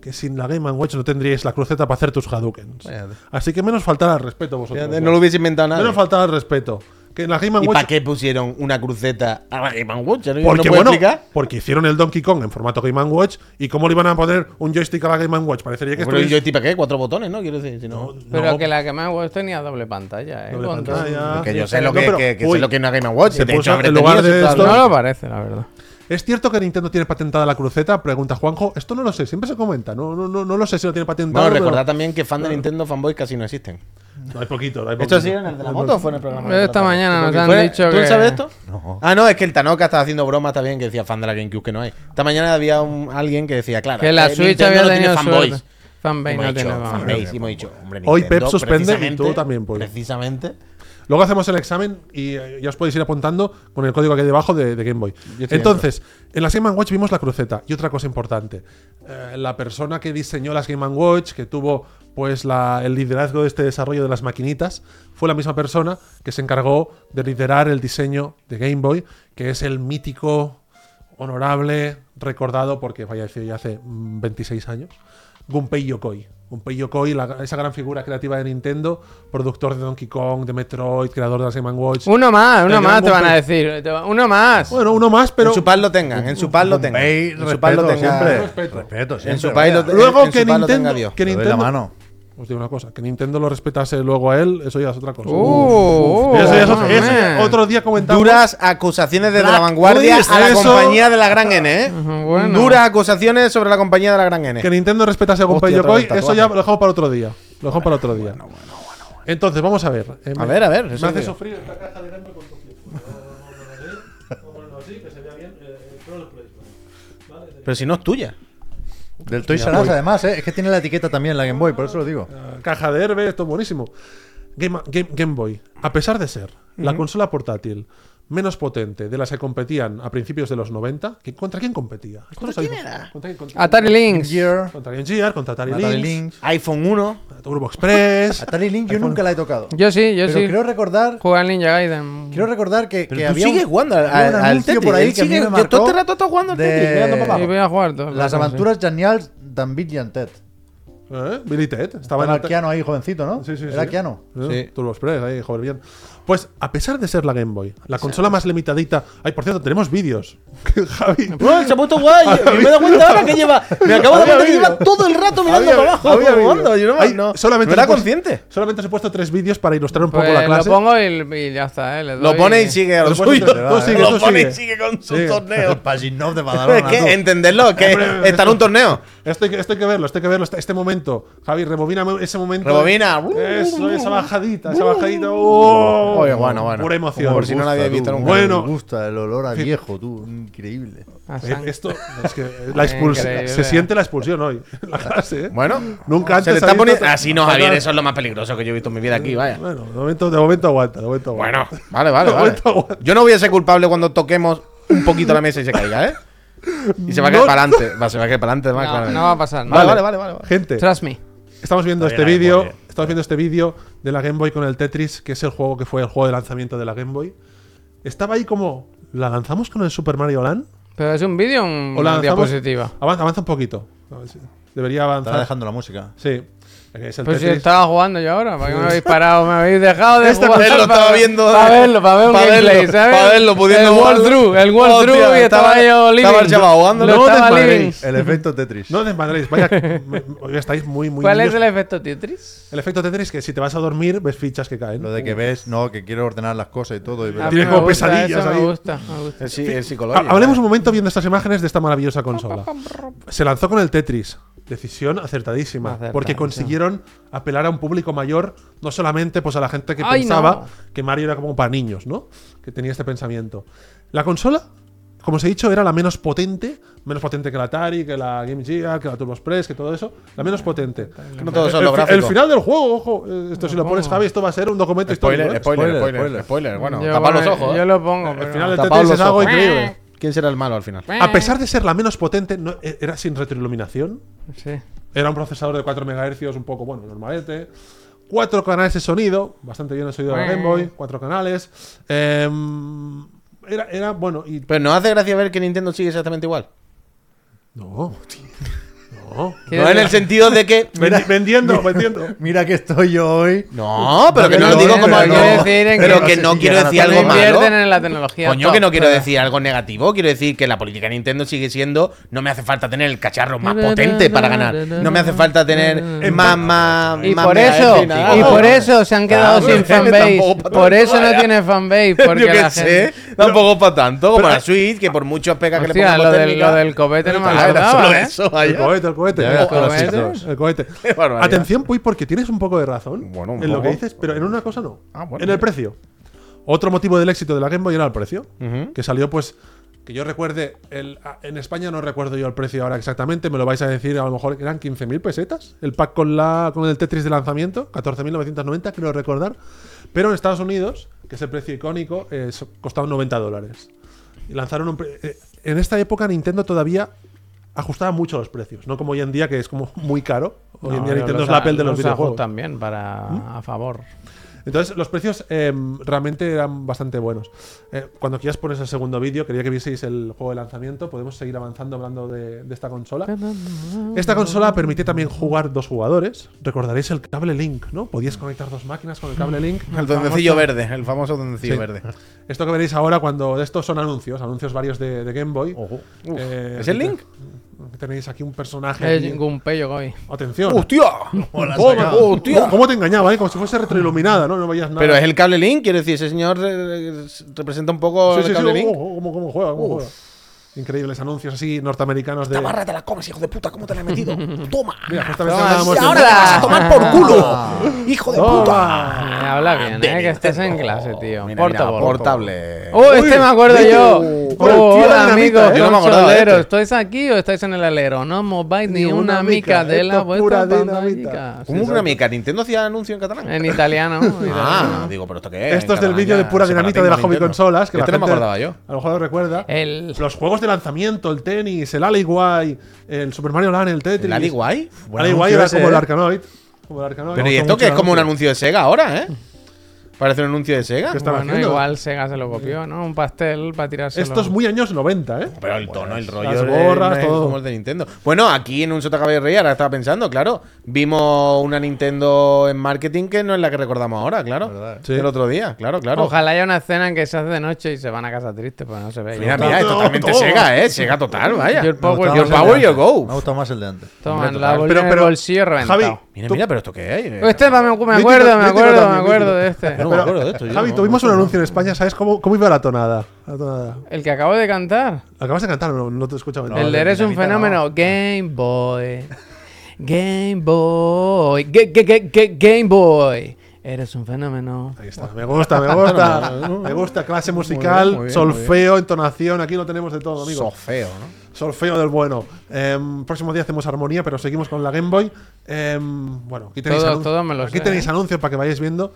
C: Que sin la Game Watch no tendríais la cruceta para hacer tus Hadoukens.
D: Fíjate.
C: Así que menos faltar al respeto vosotros.
B: Fíjate,
C: dos.
B: No lo hubiese inventado nada.
C: menos faltar al respeto. Que en la Game
B: ¿Y
C: Watch.
B: para qué pusieron una cruceta Ah, a la Game Watch? ¿No, ¿No
C: Porque,
B: puedo
C: bueno,
B: explicar?
C: porque hicieron el Donkey Kong en formato Game Watch. ¿Y cómo le iban a poner un joystick a la Game Watch? Parecería que
B: Pero el
C: estuviese-
B: joystick, ¿para qué? Cuatro botones, ¿no? Quiero decir, si no-
C: No,
A: Pero
C: no,
A: que la que más guay tenía doble pantalla, ¿eh?
C: doble
A: Con todo.
C: pantalla.
B: Que yo sé lo
C: Ah, No,
B: que,
C: pero-
B: que- que sé
C: uy,
B: lo que es una Game Watch.
C: se
B: de hecho,
C: puso
B: habré
C: en lugar
B: tenido
C: de
B: siempre
C: esto-
B: algo.
A: No lo parece, la verdad.
C: Es cierto que Nintendo tiene patentada la cruceta, pregunta Juanjo. Esto no lo sé, siempre se comenta. No, no, no, no lo sé si lo tiene patentado.
B: Bueno,
C: pero-
B: recordad también que fan de Nintendo fanboys casi no existen.
C: No, hay poquito, hay poquito.
B: ¿Esto sí en el Ah, de la moto o fue en el programa?
A: Pero esta mañana nos han
B: ¿Fue-
A: dicho
B: ¿Tú
A: que-
B: sabes esto? Ah, no, es que el Tanoka estaba haciendo bromas también que decía fan de la GameCube que no hay. Esta mañana había un- alguien que decía, claro,
A: Que la
B: eh,
A: Switch
B: Nintendo
A: había
B: no
A: tenido
B: tiene
A: suerte.
B: fanboys.
A: Fanbase
B: Hemos
A: no
B: dicho,
A: tiene
B: fanboys,
A: fanboys.
B: y hemos dicho, hombre,
C: Hoy
B: Nintendo,
C: Pep suspende y
B: precisamente-
C: tú también, pues.
B: Precisamente.
C: Luego hacemos el examen y eh, ya os podéis ir apuntando con el código que hay debajo de, de Game Boy. Entonces, en las Game Watch vimos la cruceta. Y otra cosa importante, eh, la persona que diseñó las Game Watch, que tuvo pues la- el liderazgo de este desarrollo de las maquinitas, fue la misma persona que se encargó de liderar el diseño de Game Boy, que es el mítico, honorable, recordado porque falleció ya hace mm, 26 años, Gunpei Yokoi. Gunpei Yokoi, la- esa gran figura creativa de Nintendo, productor de Donkey Kong, de Metroid, creador de las Game Watch.
A: Uno más, uno
C: El
A: más
C: gran
A: te van a
C: Gunpei.
A: decir. Te va- Uno más.
C: Bueno, uno más, pero.
B: en su pad lo tengan, en su pad lo tengan.
D: Ey,
B: En su pad lo
D: respeto siempre.
B: tengan.
D: Respeto, siempre.
B: En su
D: vaya.
B: pad lo tengan.
C: Luego
B: en su
C: que
B: pad lo
C: Nintendo,
B: tenga Dios.
C: que
D: Te doy
C: Nintendo,
D: la mano.
C: os digo una cosa, que Nintendo lo respetase luego a él, eso ya es otra cosa.
A: Uh,
C: Pero eso ya es
A: oh,
C: otro, eso ya-
A: man.
C: otro día comentamos.
B: Duras acusaciones desde la
C: Black
B: vanguardia
C: Ops,
B: a la
C: eso-
B: compañía de la gran N, ¿eh?
A: Ujú, Ah, bueno.
B: Duras acusaciones sobre la compañía de la gran N.
C: Que Nintendo respetase a Gunpei
B: Hostia, otra
C: Yokoi,
B: vez
C: eso
B: tatuaje.
C: ya lo dejamos para otro día. Lo dejamos para otro día. Entonces, vamos a ver. Eh,
B: A
C: me-
B: ver, a ver,
C: Me
B: eso
C: hace
B: digo.
C: sufrir esta caja de Game Boy con tu tiempo. Vámonos así, que se vea bien. eh, pero lo podéis ver.
B: Pero si no es tuya.
D: Del Toys R Us, además, ¿eh? es que tiene la etiqueta también la Game Boy, por eso lo digo.
C: caja de Herbe, esto es buenísimo. Game, Game- Game Boy, a pesar de ser la consola portátil menos potente de las que competían a principios de los 90, ¿que- ¿contra quién competía? Esto no sabemos. ¿Contra quién? Contra,
A: Atari Links.
D: Gear,
C: contra Game Gear, contra Atari
D: Atari
C: Lynx,
D: Lynx.
B: iPhone 1.
C: Turbo Express.
D: [laughs] Atari Lynx yo nunca la he tocado.
A: Yo sí, yo
D: Pero
A: sí.
D: quiero recordar,
A: Juega al Ninja Gaiden.
D: quiero recordar que, que
B: tú
D: había
B: sigues jugando al-
D: había
B: al-
D: un
B: al
D: anuncio
B: Tetris,
D: por ahí
B: él
D: que a mí
B: sigue-
D: me
B: yo
D: marcó
B: todo el rato está jugando al
D: de-
B: Tetris, mirando para
D: [laughs]
A: Y voy a jugar todo.
D: Las aventuras geniales de Billian Ted.
C: ¿Eh? Billy Ted. Estaba en
D: Estaba
C: el-
D: Keanu ahí, jovencito, ¿no?
C: Sí, sí,
D: Era
C: sí.
D: Keano.
C: ¿Eh? Turbo Express, ahí, joder, bien. Pues, a pesar de ser la Game Boy, la consola más limitadita. Ay, por cierto, tenemos vídeos. [laughs] Javi.
B: Bro, se ha puesto
D: [laughs]
B: guay. y me he dado cuenta ahora que lleva. Me acabo de dar cuenta que lleva todo el rato mirando para abajo. jugando. Yo no,
C: Hay-
B: no,
C: solamente
B: no era
C: os he puesto-
B: consciente.
C: Solamente os he puesto tres vídeos para ilustrar un
A: Pues,
C: poco la
A: lo
C: clase.
A: pongo y, y ya está, ¿eh? Le
B: Lo
A: doy-
B: pone y sigue a lo
C: Tú
B: suyo.
C: sigue, tú
B: Lo pone
C: sigue.
B: y sigue con su
C: Sigue.
B: torneo.
D: El Paginov de Badalona.
B: Es que
D: tú.
B: entenderlo, es que
C: Hombre,
B: está en un torneo.
C: Esto hay, que, esto hay que verlo, esto hay que verlo. Este, este momento, Javi, rebobina ese momento.
B: Rebobina.
C: Eso, esa bajadita, esa bajadita. ¡Oh! juego
E: Oye, Uh. bueno, bueno.
C: pura emoción.
E: Por si no la había visto nunca. Uh.
C: Bueno.
D: Me gusta el olor a viejo, tú. Increíble.
A: A
C: Eh,
A: sangre.
C: Esto es que eh,
E: [laughs]
C: la expulsión.
A: Increíble.
C: Se siente la expulsión hoy. en La clase, ¿eh?
E: Bueno,
C: Nunca antes.
E: se le está
C: había
E: poniendo.
C: tanta-
E: Así no, Javier, eso es lo más peligroso que yo he visto en mi vida aquí, vaya.
C: Bueno, de momento, de momento aguanta, de momento aguanta.
E: Bueno, vale, vale,
B: [laughs]
E: vale.
C: Aguanta, aguanta.
E: Yo no voy a ser culpable cuando toquemos un poquito la mesa y se caiga, ¿eh? Y se va a caer
C: No.
E: para adelante. Va, se va a caer para adelante, más
A: No,
E: claramente.
A: no va a pasar.
E: Vale,
A: no.
E: vale, vale, vale. vale.
C: Gente,
A: Trust me.
C: estamos viendo
D: Todavía
C: este
D: la Game
C: vídeo.
D: Boy, eh.
C: Estamos viendo este vídeo de la Game Boy con el Tetris, que es el juego que fue el juego de lanzamiento de la Game Boy. Estaba ahí como. ¿La lanzamos con el Super Mario Land?
A: Pero es un vídeo o un-
C: ¿O la
A: una
C: lanzamos-
A: diapositiva.
C: Avanza, avanza un poquito. A ver si- Debería
D: Estaba
C: avanzar.
D: dejando la música.
C: Sí. Es
A: Pero
C: el
A: Pues si
C: Tetris.
A: estaba jugando yo ahora, ¿para qué me habéis parado? Me habéis dejado de
C: Este
A: jugar.
C: lo
A: para-
B: estaba viendo.
A: Para verlo, para ver un
B: Para verlo,
A: gameplay, ¿sabes?
B: para verlo, pudiendo
A: El World
B: jugarlo.
A: True, el World
B: Hostia,
A: True y
B: estaba-
A: estaba yo living.
B: estaba el chaval jugándolo.
A: Lo
B: No
A: estaba
B: desmadréis.
A: living.
D: El efecto Tetris.
C: No desmadréis, vaya. [laughs] m- m- hoy estáis muy, muy.
A: ¿Cuál es
C: niños.
A: el efecto Tetris?
C: El efecto Tetris? Que si te vas a dormir, ves fichas que caen.
D: Lo de que ves, no, que quiero ordenar las cosas y todo. Y
A: A mí
C: Tiene
A: me
C: como
A: gusta,
C: pesadillas
A: eso
C: ahí.
A: Me gusta, me gusta.
E: Es, psi- Ah, pues es
C: Ha-
E: psicológico.
C: Hablemos un momento viendo estas imágenes de esta maravillosa consola. Se lanzó con el Tetris. Decisión acertadísima.
A: Acertadísima.
C: Porque consiguieron apelar a un público mayor, no solamente pues, a la gente que
A: Ay,
C: pensaba que Mario era como para niños, ¿no? Que tenía este pensamiento. La consola, como os he dicho, era la menos potente. Menos potente que la Atari, que la Game Gear, que la Turbo Express, que todo eso. La menos potente.
E: no todo son
C: El-
E: los
C: el,
E: gráficos.
C: final del juego, ojo. eh, Esto si lo pones, Javi, esto va a ser un documento
E: Spoiler,
C: histórico. ¿eh?
E: spoiler, spoiler, spoiler,
D: spoiler.
E: Bueno,
A: Yo,
E: tapad los
A: bueno,
E: ojos.
A: Yo
E: ¿eh?
A: lo pongo, pero...
C: El final del
E: Tapad
C: Tetris
E: los
C: es algo
E: ojos.
C: increíble.
E: Eh. ¿Quién será el malo al final?
C: A pesar de ser la menos potente, no- eh, era sin retroiluminación.
A: Sí.
C: Era un procesador de 4 MHz, un poco, bueno, normalete. Cuatro canales de sonido, bastante bien el sonido de la Game Boy, cuatro canales. Em, era, era, bueno, y.
E: Pero no hace gracia ver que Nintendo sigue exactamente igual.
C: No, no.
E: No en el sentido de que.
C: Vendi- vendiendo, vendiendo.
D: Mira que estoy yo hoy.
E: No, pero que no
A: Pero
E: lo digo
A: no,
E: como
A: pero
E: algo.
A: quiero decir en
E: Pero
A: que-
E: que no
D: Sí,
E: quiero
D: llegan
E: decir
D: a
E: algo
A: no
E: malo.
A: invierten en la tecnología.
E: Coño,
A: top,
E: que no quiero
A: pero-
E: decir algo negativo, quiero decir que la política de Nintendo sigue siendo no me hace falta tener el cacharro más potente para ganar, no me hace falta tener más más
A: Y
E: más
A: por
E: mega
A: eso,
E: Efrin, nada,
A: y
E: ¿no?
A: por eso se han quedado
E: Claro,
A: sin
E: es que
A: fanbase.
E: tampoco para
A: Por eso no
E: tanto,
A: tiene fanbase. Porque
E: yo
A: la
E: qué
A: gente...
E: sé, tampoco para tanto como la Switch que por muchos pegas que le
A: Hostia,
E: pongan
A: lo
E: por
A: del,
E: técnica,
A: lo del copete no me
E: ah, era
A: acordaba,
E: solo
A: ¿eh?
E: eso,
C: El
E: vaya.
C: cohete, el cohete.
D: Ya,
C: El
D: con los
C: cohete,
E: [laughs]
D: títulos.
C: el cohete.
E: barbaridad.
C: Atención, Puy, porque tienes un poco de razón
E: Bueno, un
C: en lo que
E: poco.
C: dices, pero en una cosa no.
E: Ah, bueno,
C: en el
E: mira.
C: precio. Otro motivo del éxito de la Game Boy era el precio, que salió pues que yo recuerde, el- a- en España no recuerdo yo el precio ahora exactamente, me lo vais a decir, a lo mejor eran 15.000 pesetas, el pack con, la, con el Tetris de lanzamiento, 14.990, creo recordar, pero en Estados Unidos, que es el precio icónico, eh, so- costaba 90 dólares. Y lanzaron un pre- eh, en esta época Nintendo todavía ajustaba mucho los precios, no como hoy en día que es como muy caro. Hoy en
A: No,
C: día
A: pero
C: Nintendo
A: los
C: es la Apple de
A: a-
C: los videojuegos. ¿Mm?
A: ajustan bien para a favor.
C: Entonces, los precios eh, realmente eran bastante buenos. Eh, cuando quieras poner el segundo vídeo, quería que vieseis el juego de lanzamiento. Podemos seguir avanzando hablando de, de esta consola. Esta consola permite también jugar dos jugadores. Recordaréis el cable Link, ¿no? Podías conectar dos máquinas con el cable Link.
E: El duendecillo verde, el famoso duendecillo
C: Sí.
E: verde.
C: Esto que veréis ahora cuando de estos son anuncios, anuncios varios de, de Game Boy. Eh,
E: ¿Es el
C: aquí
E: Link?
C: te- Tenéis aquí un personaje.
A: Es
C: aquí.
A: ningún pello hoy.
C: Atención.
E: ¡Hostia!
C: ¿Cómo, cómo- cómo te engañaba, eh? Como si fuese retroiluminada, ¿no? No veías nada.
E: Pero es el cable Link, quiero decir, ese señor
A: [laughs]
E: eh, representa un poco
C: Sí,
E: el
C: sí, sí,
E: cable
C: oh,
E: Link.
C: oh, cómo- cómo juega, cómo juega. Increíbles anuncios así norteamericanos de.
B: te la comes, hijo de puta, ¿cómo te la he metido? Toma.
C: Mira, justamente
A: Toma,
C: hablábamos de-
A: ahora te vas a
B: tomar por culo, hijo de
C: ¡Toma!
A: Eh, habla bien, eh, que estés en clase,
E: Mira,
A: tío.
E: mira,
A: Portable.
E: portable.
A: ¡Oh, este me acuerdo yo!
C: Uy,
A: ¡Oh,
C: tío,
A: hola,
C: dinamita,
A: amigos!
C: eh.
E: Yo no me acordaba de
A: consoleros.
E: este.
A: ¿Estáis aquí o estáis en el alero? No mováis ni,
C: Ni
A: una
C: una
A: mica
C: mica,
A: de la
C: esto es pura
A: vuestra
C: dinamita.
A: pantalla.
E: ¿Cómo una mica? ¿Nintendo hacía anuncio en catalán?
A: En italiano.
E: Ah, digo, pero esto qué es.
C: Esto es
E: Catalán,
C: del vídeo
E: ya,
C: de pura dinamita de la
E: separatismo
C: hobby
E: interno.
C: consolas. Que la
E: este no me
C: gente
E: acordaba yo.
C: A lo mejor lo recuerda.
A: El...
C: Los juegos de lanzamiento, el tenis, el Aliway, el Super Mario Land, el Tetris.
E: ¿El Ali Guay?
D: Buen
C: Aliway
D: anuncio
C: era
D: ese,
C: como el
D: eh.
C: Arkanoid. Como el Arkanoid.
E: Pero
C: Me
E: y
C: gustó
E: esto que es
C: mucho
E: como un
C: el
E: anuncio de Sega ahora, ¿eh? Parece un anuncio de Sega.
C: ¿Qué estaba
A: Bueno,
C: haciendo?
A: igual Sega se lo copió, ¿no? Un pastel para tirarse.
C: Esto es muy años 90, ¿eh?
E: Pero el tono, el rollo.
C: las
E: de-
C: gorras,
E: no es
C: todo.
E: Como el de Nintendo. Bueno, aquí en un Sota Caballo Rey, ahora estaba pensando, claro. Vimos una Nintendo en marketing que no es la que recordamos ahora, claro.
C: Sí.
E: El otro día, claro, claro.
A: Ojalá haya una escena en que se hace de noche y se van a casa tristes, pues no se ve.
E: Mira,
A: Yo-
E: mira, es totalmente
C: Todo.
E: Sega, ¿eh? Sega total, vaya.
A: Your
D: Me
A: power, pues,
D: gustaba
A: your
D: más el
A: power,
D: de
E: your
D: antes.
E: go.
D: Me ha gustado más el de antes.
A: Toma,
D: Hombre,
A: la
D: total.
A: bolilla
C: Pero-
A: en el
C: pero-
A: bolsillo reventado.
C: Javi,
E: Mira, mira, pero esto qué es.
A: Este me, me acuerdo, me acuerdo, me acuerdo de este.
E: No me acuerdo de esto. yo
C: Javi,
E: no-
C: tuvimos un anuncio en España, ¿sabes cómo, cómo iba la tonada? La tonada.
A: El que acabo de cantar.
C: Acabas de cantar, no, no te escuchaba.
A: el de Eres un fenómeno. Game Boy. Game Boy. Ga- ga- ga- ga- Game Boy. Eres un fenómeno.
C: Ahí está. Me gusta, me gusta.
E: [laughs]
C: me gusta. Clase musical,
G: bien, muy bien,
C: solfeo, entonación. Aquí lo tenemos de todo, amigo.
G: Sofeo, ¿no?
C: solfeo del bueno. Em, próximo día hacemos armonía, pero seguimos con la Game Boy. Em, bueno, aquí tenéis,
A: Todo-
C: anun-
A: todo me lo
C: aquí
A: sé,
C: tenéis
A: ¿eh?
C: anuncios para que vayáis viendo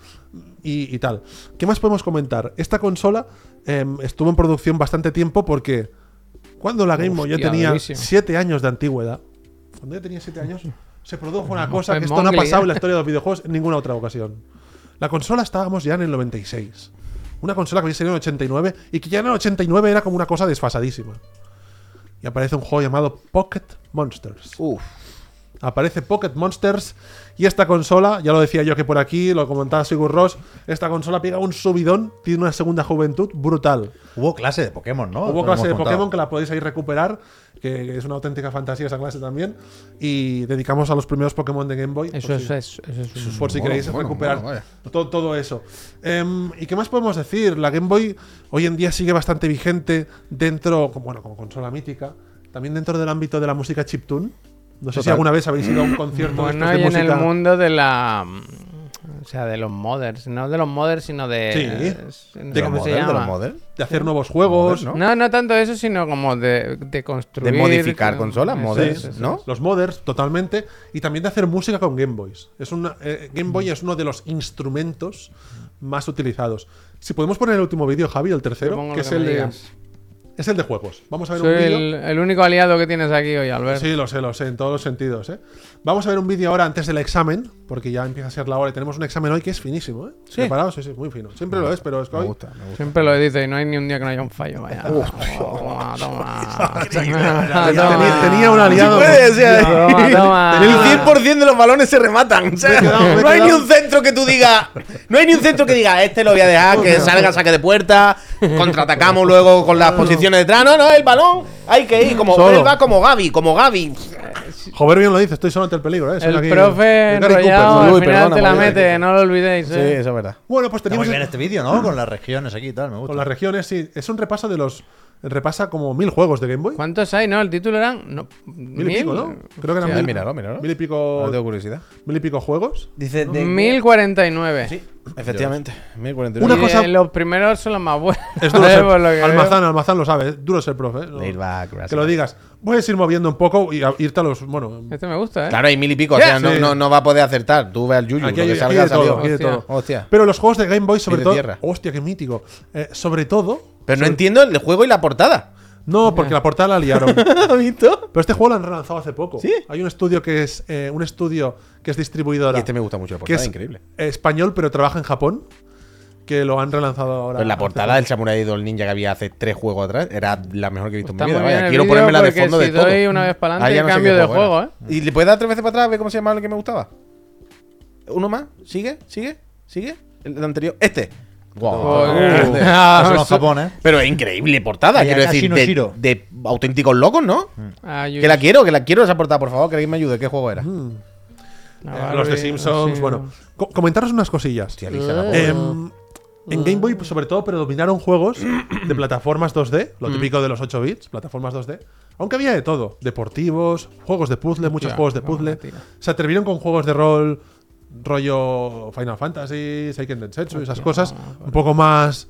C: y, y tal. ¿Qué más podemos comentar? Esta consola em, estuvo en producción bastante tiempo porque cuando la Game Boy ya
A: Hostia,
C: tenía
A: durísimo.
C: 7 años de antigüedad, cuando yo tenía 7 años, se produjo una cosa
A: Pues
C: que esto no ha
A: Mowgli,
C: pasado
A: ¿eh?
C: en la historia de los videojuegos en ninguna otra ocasión. La consola estábamos ya en el 96. Una consola que había salido en el 89 y que ya en el 89 era como una cosa desfasadísima. Y aparece un juego llamado Pocket Monsters.
E: Uf.
C: Aparece Pocket Monsters y esta consola, ya lo decía yo que por aquí, lo comentaba Sigur Ross, esta consola pega un subidón, tiene una segunda juventud brutal.
D: Hubo clase de Pokémon,
G: Oh,
D: ¿no?
C: Hubo
D: Lo
C: clase de
D: hemos
C: Pokémon
D: contado.
C: que la podéis ahí recuperar, que que es una auténtica fantasía esa clase también. Y dedicamos a los primeros Pokémon de Game Boy.
A: Eso
C: por
A: es,
C: si-
A: eso, eso es un-
C: por si
G: Mola,
C: queréis
G: mola,
C: recuperar
G: mola, vaya.
C: to- todo, eso. Em, ¿Y qué más podemos decir? La Game Boy hoy en día sigue bastante vigente dentro, como- bueno, como consola mítica, también dentro del ámbito de la música chiptune. No sé si alguna vez habéis ido a un concierto de estos
A: Bueno,
C: de
A: y en el
C: música.
A: mundo de la. mm, O sea, de los modders. No de los modders, sino de.
C: Sí.
A: no
G: ¿De
A: sé
G: los
A: cómo se
G: model? ¿De los
A: llama.
G: model?
C: de hacer nuevos juegos,
G: Modern,
A: No, no tanto eso, sino como de, de construir.
G: De modificar
A: eh,
G: consolas,
A: eso,
G: modders,
A: eso, eso.
G: ¿no?
C: los modders totalmente, y también de hacer música con Game Boys. Es una, eh, Game Boy es uno de los instrumentos más utilizados. Si podemos poner el último vídeo, Javi, el
A: Yo
C: tercero,
A: pongo
C: que
A: lo
C: es
A: que
C: el,
A: me
C: de,
A: digas.
C: es el de juegos. Vamos a ver
A: Soy
C: un vídeo.
A: el, el único aliado que tienes aquí hoy, Albert.
C: Sí, lo sé, lo sé, en todos los sentidos. ¿eh? Vamos a ver un vídeo ahora antes del examen, porque ya empieza a ser la hora y tenemos un examen hoy que es finísimo. ¿eh? ¿Preparados? Sí, sí, muy fino. Siempre lo es, pero es que
G: Me
C: hoy.
G: gusta, me gusta.
A: Siempre lo dice y no hay ni un día que no haya un fallo. Vaya. toma,
E: [laughs]
A: [laughs] toma.
C: Ya tenía, tenía un aliado.
E: Puede
A: [laughs]
E: ser.
A: Toma,
E: [laughs]
A: toma.
E: El 100% de los balones se rematan. o sea,
C: Me he quedado- me he
E: no hay ni
C: quedado-
E: un centro que tú diga. No hay ni un centro que diga, este lo voy a dejar, que salga, saque de puerta, contraatacamos luego con las posiciones detrás. No, no, el balón hay que ir. Como
C: Solo.
E: él va como Gaby, como Gaby.
C: Joder, bien lo dice, estoy solo ante el peligro. ¿eh? Soy
A: El
C: aquí-
A: profe
C: el Gary Cooper.
A: enrollado al
E: Uy,
A: final
E: perdona,
A: te la
E: madre,
A: mete, no lo olvidéis.
E: Sí,
A: eh.
E: eso es verdad.
C: Bueno, pues
D: Está
C: teníamos.
D: muy bien este vídeo, ¿no? Con las regiones aquí y tal, me gusta.
C: Con las regiones, sí. Es un repaso de los. Repasa como mil juegos de Game Boy.
A: ¿Cuántos hay? No, el título eran. No,
C: Mil y pico, ¿no?
A: eh,
C: Creo que eran
G: Sí,
C: mil,
G: míralo, míralo.
C: Mil y
G: Ahora tengo
C: pico.
G: curiosidad.
C: Mil y pico juegos.
E: Dice,
A: 1049.
E: efectivamente.
A: Una
C: Una
A: cosa...
C: cosa-
A: los primeros son los más buenos. ¿eh? [laughs]
C: Es duro ser.
A: por lo que
C: Almazán, Almazán lo sabe. es Duro ser profe. ¿eh? No- que lo digas. Puedes ir moviendo un poco y a- irte a los. Bueno,
A: veo. Este me gusta, ¿eh?
E: Claro, hay mil y pico, o sea, no,
C: Sí.
E: no, no va a poder acertar. Tú ve al Yuyu,
C: Aquí
E: lo
C: hay,
E: que
C: aquí hay
E: salga,
C: de todo,
E: salió.
C: aquí hay de
A: Hostia.
C: todo.
E: Hostia.
C: Pero los juegos de Game Boy, sobre
E: de
C: todo.
E: tierra.
C: Hostia, qué mítico. Eh, sobre todo.
E: Pero no entiendo el juego y la portada.
C: No, porque la portada la liaron. Pero
E: ¿Has visto?
C: este juego lo han relanzado hace poco. Hay un estudio que es. eh, un estudio que es
E: Y
C: distribuidora.
E: este me gusta mucho la
C: que
E: portada,
C: es
E: increíble.
C: español, pero trabaja en Japón. Que lo han relanzado
E: Pero
C: ahora.
E: Pues la
C: hace
E: portada del Samurai Idol Ninja que había hace tres juegos atrás era la mejor que he visto
A: Está
E: en mi
A: muy
E: vida.
A: bien
E: pues Vaya,
A: el
E: quiero
A: vídeo
E: ponérmela de
A: porque
E: fondo
A: si
E: de todo.
A: doy una vez pa'lante,
E: Ah, ya sé
A: cambio
E: qué
A: de
E: era.
A: juego, ¿eh?
E: ¿Y le puedes dar tres veces para atrás a ver cómo se llama el que me gustaba? ¿Uno más? ¿Sigue? ¿Sigue? ¿Sigue? El anterior. Este. Guau. [laughs]
A: Joder.
D: Ah, son los Japón, ¿eh?
E: Pero Este es increíble portada,
D: Ahí
E: quiero
D: acá
E: decir,
D: Shino
E: de,
D: Shiro.
E: de auténticos locos, ¿no?
A: Ah, yo-
E: Que la quiero, que la quiero esa portada, por favor, que alguien me ayude. ¿Qué juego era?
A: la
C: Eh,
A: Barbie,
C: los de Simpsons,
A: sí.
C: bueno. Co- comentaros unas cosillas. Em, en Game Boy, pues, sobre todo, predominaron juegos de plataformas 2D,
A: Mm.
C: lo típico de los 8 bits, plataformas 2D. Aunque había de todo: deportivos, juegos de puzzle, muchos
A: Hostia,
C: juegos de
A: no,
C: puzzle.
A: mentira.
C: Se atrevieron con juegos de rol, rollo Final Fantasy, Seiken Densetsu y esas cosas, un poco más,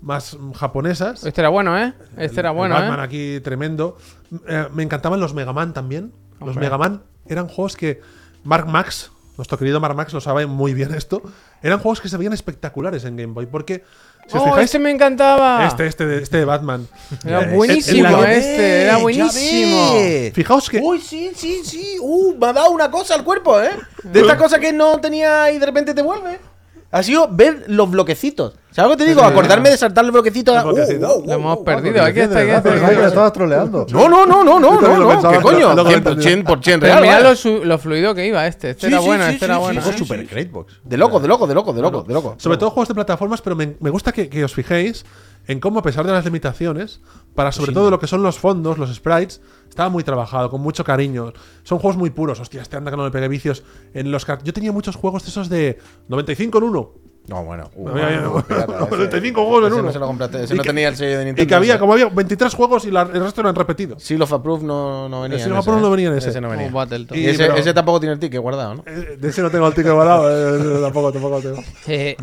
C: más mm, japonesas.
A: Este era bueno, ¿eh? Este era
C: El
A: bueno,
C: Batman
A: ¿eh?
C: aquí tremendo. M- eh, me encantaban los Mega Man también. Los
A: Hombre.
C: Mega Man eran juegos que Mark Max, nuestro querido Mark Max lo sabe muy bien esto, eran juegos que se veían espectaculares en Game Boy porque si os
A: oh,
C: fijáis
A: este me encantaba.
C: este este de, este de Batman.
A: Era
C: Eh,
A: buenísimo
C: en la-
A: este, era buenísimo.
C: Fijaos que
E: Uy, sí, sí, sí. Uh, me ha dado una cosa al cuerpo, ¿eh? De esta cosa que no tenía y de repente te vuelve. Ha sido ver los bloquecitos. ¿Sabes lo que te digo? Acordarme de saltar los bloquecitos.
C: Los
E: Uh,
C: bloquecitos.
E: wow, wow,
A: Lo hemos
E: wow,
A: perdido. Aquí está, aquí
D: Ah,
A: está.
D: pensaba que lo estabas troleando.
E: wow. No, Ah, no, no, no, no,
C: también lo
E: no, no.
C: pensaba,
E: ¿Qué coño?
C: lo- lo
E: 100%, 100%
A: Pero
E: real.
A: mira
E: ¿vale?
A: lo, su- lo fluido que iba este. Este
E: Sí,
A: era
E: sí,
A: bueno,
E: sí,
A: este
E: sí,
A: era
E: sí,
A: bueno.
E: sí,
A: ¿eh?
E: sí.
D: Super Great Box.
E: De loco, de loco, de loco, de loco, de loco.
C: sobre todo juegos de plataformas, pero me, me gusta que, que os fijéis en cómo, a pesar de las limitaciones, para sobre todo lo que son los fondos, los sprites, estaba muy trabajado, con mucho cariño. Son juegos muy puros. Hostia, este anda que no le pegué vicios. En los car- Yo tenía muchos juegos de esos de 95 en 1.
B: No, bueno. Uh,
C: Había- había-
B: uh, pirata, ese-
C: 95 juegos en
B: ese
C: uno.
B: No se lo ¿eh? compraste, ese
C: Y
B: no
C: que-
B: tenía el sello de Nintendo.
C: Y que había,
B: ese.
C: como había 23 juegos y la- el resto eran repetidos.
B: Seal of Approve no, no venía.
C: El Seal of Approve
B: ¿eh?
C: no venía en ese. Oh,
B: no
A: Como
B: venía.
A: Battletoads.
B: Y ese,
C: pero-
B: ese tampoco tiene el ticket guardado, ¿no?
C: Eh, De ese no tengo el ticket guardado. eh, tampoco, tampoco lo tengo.
A: Eh,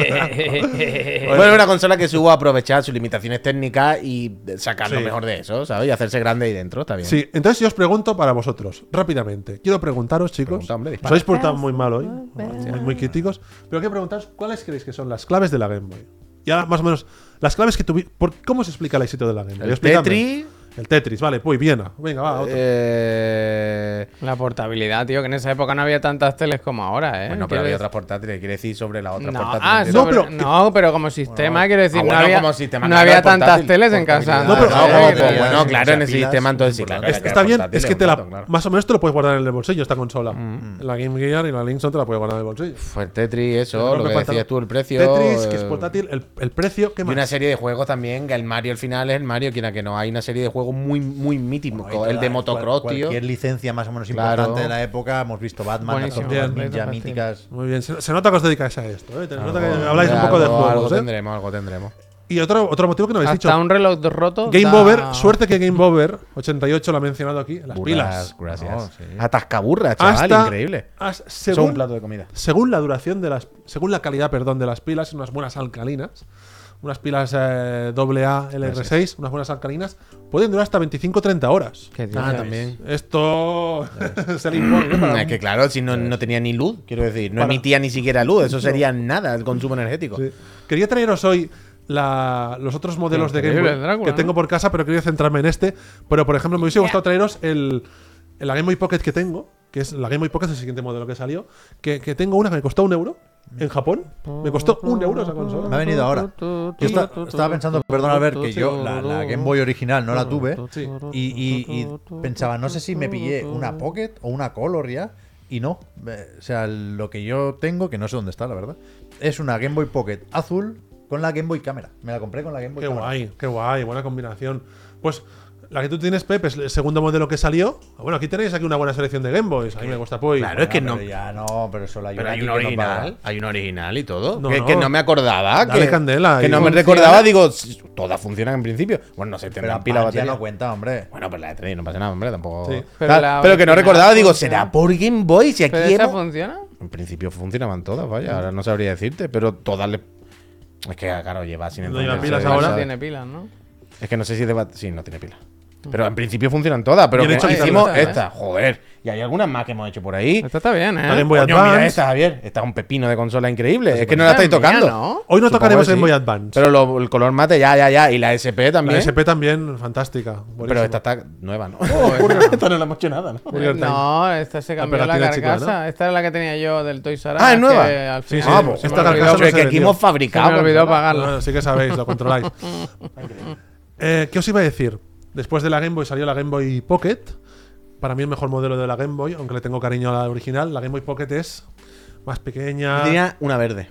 A: eh,
B: Bueno, era una consola que supo aprovechar sus limitaciones técnicas y sacar lo
C: Sí.
B: mejor de eso, ¿sabes? Y hacerse grande ahí dentro, está bien.
C: Sí, entonces yo os pregunto para vosotros, rápidamente. Quiero preguntaros, chicos.
B: Pregunta, hombre, dispara.
C: Sois portados muy mal hoy, muy, muy críticos. Pero quiero preguntaros, ¿cuáles creéis que son las claves de la Game Boy? Ya, más o menos, las claves que tuviste. ¿Cómo se explica el éxito de la Game Boy?
B: El
C: Explicadme.
B: Tetris.
C: El Tetris, vale, pues Viena. Venga, va, otro.
B: Eh,
A: [laughs] La portabilidad, tío, que en esa época no había tantas teles como ahora, ¿eh?
B: bueno, pero
A: Quiero
B: había
A: decir-
B: otras portátiles. Quiere decir sobre la otra
A: No,
B: portátil.
A: ah,
B: Nintendo.
A: no,
C: No,
A: pero,
C: pero-
A: no, pero como sistema, quiero decir,
B: Ah,
A: no
B: bueno,
A: había,
B: como sistema,
A: no
B: claro,
A: había
B: el portátil,
A: tantas teles en casa.
C: No,
A: antes,
C: pero-
B: Ah,
A: ¿eh?
B: como-
A: Quiero decir,
B: bueno, claro, en ese
D: pilas,
B: sistema entonces sí,
D: es
B: claro.
D: importante.
B: que
C: Está
B: había
C: bien,
B: portátiles,
C: es que te la,
B: claro, claro.
C: más o menos te lo puedes guardar en el bolsillo esta consola. La Game Gear y la Link Sound te la puedes guardar en el bolsillo.
B: Fue el pues Tetris, eso,
C: Pero
B: lo
C: no
B: que
C: me falta-
B: decías tú, el precio.
C: Tetris, que es
B: eh,
C: portátil, el, el precio, ¿qué
B: Y
C: más?
B: una serie de juegos también, que el Mario al final es el Mario, quien a que no. Hay una serie de juegos muy, muy míticos.
D: Ahí
B: el
D: toda-
B: de
D: cual-
B: motocross, tío.
D: Cualquier licencia más o menos
B: Claro.
D: importante de la época, hemos visto Batman, las
A: Buenísimo.
D: tortugas
C: Bien.
D: ninja
A: Bien.
D: míticas.
C: Muy bien, se, se nota que os dedicáis a esto, ¿eh? Se nota que habláis un
B: Algo-
C: poco de
B: Algo
C: juegos, ¿eh?
B: tendremos, algo tendremos.
C: Y otro, otro motivo que no habéis
A: Hasta
C: Pues dicho.
A: un reloj roto.
C: Game
A: da-
C: Over, suerte que Game Over 88 lo ha mencionado aquí, las pilas.
B: Gracias. Atascaburra, chaval,
C: Hasta,
B: increíble.
C: as-
B: Eso es
C: según,
B: un plato de comida.
C: según la duración de las según la calidad, perdón, de las pilas, unas buenas alcalinas, unas pilas eh, AA LR6, unas buenas alcalinas, pueden durar hasta 25 30 horas.
A: ¿Qué dices?
B: Ah, también.
C: Esto [laughs] se le impone, ¿eh?
A: [clears throat]
C: Para-
B: Es que claro, si no, no tenía ni luz, quiero decir, no
C: Para-
B: emitía ni siquiera luz, eso sería nada el consumo energético.
C: Sí. Quería traeros hoy la- los otros modelos de Game
A: Increíble,
C: Boy
A: Drácula,
C: que
A: ¿no?
C: tengo por casa, pero quería centrarme en este. Pero, por ejemplo, me hubiese gustado traeros el, el- la Game Boy Pocket que tengo, que es la Game Boy Pocket, es el siguiente modelo que salió, que, que tengo una que me costó un euro en Japón. Me costó un euro esa
D: Me ha
C: consola.
D: venido ahora.
A: Tu, tu,
D: Yo esta-
A: tu, tu,
D: estaba pensando,
A: tu,
D: perdón
A: tu,
D: Albert,
A: tu,
D: que
A: tu,
D: yo la,
A: tu,
D: la
A: tu,
D: Game Boy original no la tuve
C: Sí.
D: y, y- y pensaba, no sé si me pillé una Pocket o una Color ya, y no. Eh, O sea, lo que yo tengo, que no sé dónde está, la verdad, es una Game Boy Pocket azul con la Game Boy Cámara. Me la compré con la Game Boy
C: Qué
D: Cámara.
C: guay, qué guay, buena combinación. Pues la que tú tienes, Pepe, es el segundo modelo que salió. Bueno, aquí tenéis aquí una buena selección de Game Boys. A mí me gusta pues.
B: Claro, es que no.
D: Pero ya no, pero solo hay
B: Pero
D: una
B: hay un
D: aquí que no paga.
B: original, hay un original y todo.
C: No,
B: que,
C: no.
B: que no me acordaba.
C: Dale
B: que
C: candela
B: que
C: ahí.
B: no me
C: Funciona.
B: recordaba, Ah, digo, s- todas funcionan en principio. Bueno, no sé, tendrán
D: Pero
B: pila
D: pila
B: o
D: ya
B: batería.
D: no cuenta, hombre.
B: bueno, pues la de 3 no pasa nada, hombre, tampoco.
C: Sí.
B: Tal,
D: Ah,
A: Pero
B: Pero,
A: la
B: que no
A: original
B: recordaba, digo,
A: funciona.
B: ¿será por Game Boy? Si aquí
A: ¿Pero esa
B: hemos-
A: funciona?
B: En principio funcionaban todas, vaya, ahora no sabría decirte, pero todas le. Es que, claro, lleva sin
C: No lleva
B: encenderse,
C: pilas
B: ya
C: ahora.
A: No
B: sabes.
A: tiene pilas, ¿no?
B: Es que no sé si deba... Sí, no tiene pila. Pero en principio funcionan todas, pero
C: Bien
B: que
C: hecho,
B: hicimos
A: quizás.
B: esta, joder. Y hay algunas más que hemos hecho por ahí.
A: Esta está bien,
C: La Game
A: ¿eh?
C: Boy
B: Coño, mira
C: Advance.
B: esta, Javier. Esta es un pepino de consola
C: Pues
B: increíble. Es que no la estáis
A: Esta es mía,
B: tocando.
A: ¿no?
C: Hoy no
B: Supongo
C: tocaremos
B: que
C: en
B: sí.
C: Boy Advance.
B: Pero lo- el color mate, ya, ya, ya. Y la SP también.
C: la SP también, fantástica.
B: pero
C: buenísima.
B: esta está nueva, ¿no? esta no la hemos hecho nada, ¿no?
C: Burger Time.
A: No, esta se cambió la,
C: pegatina chica,
A: carcasa. Esta es la que tenía yo del Toy R Us,
B: Ah, ¿es nueva?
A: que al
C: Sí, sí.
A: final
B: Ah, pues,
A: se me
C: esta
A: olvidó-
C: carcasa no
B: Pero
C: se
B: que aquí
C: vendió.
B: hemos
A: se me
B: fabricado.
A: olvidó
B: consola.
A: pagarla.
C: Bueno, sí que sabéis,
B: [laughs]
C: lo controláis. Eh, ¿Qué os iba a decir? Después de la Game Boy salió la Game Boy Pocket. Para mí el mejor modelo de la Game Boy, aunque le tengo cariño a la original, la Game Boy Pocket es más pequeña.
B: Yo Tenía una verde.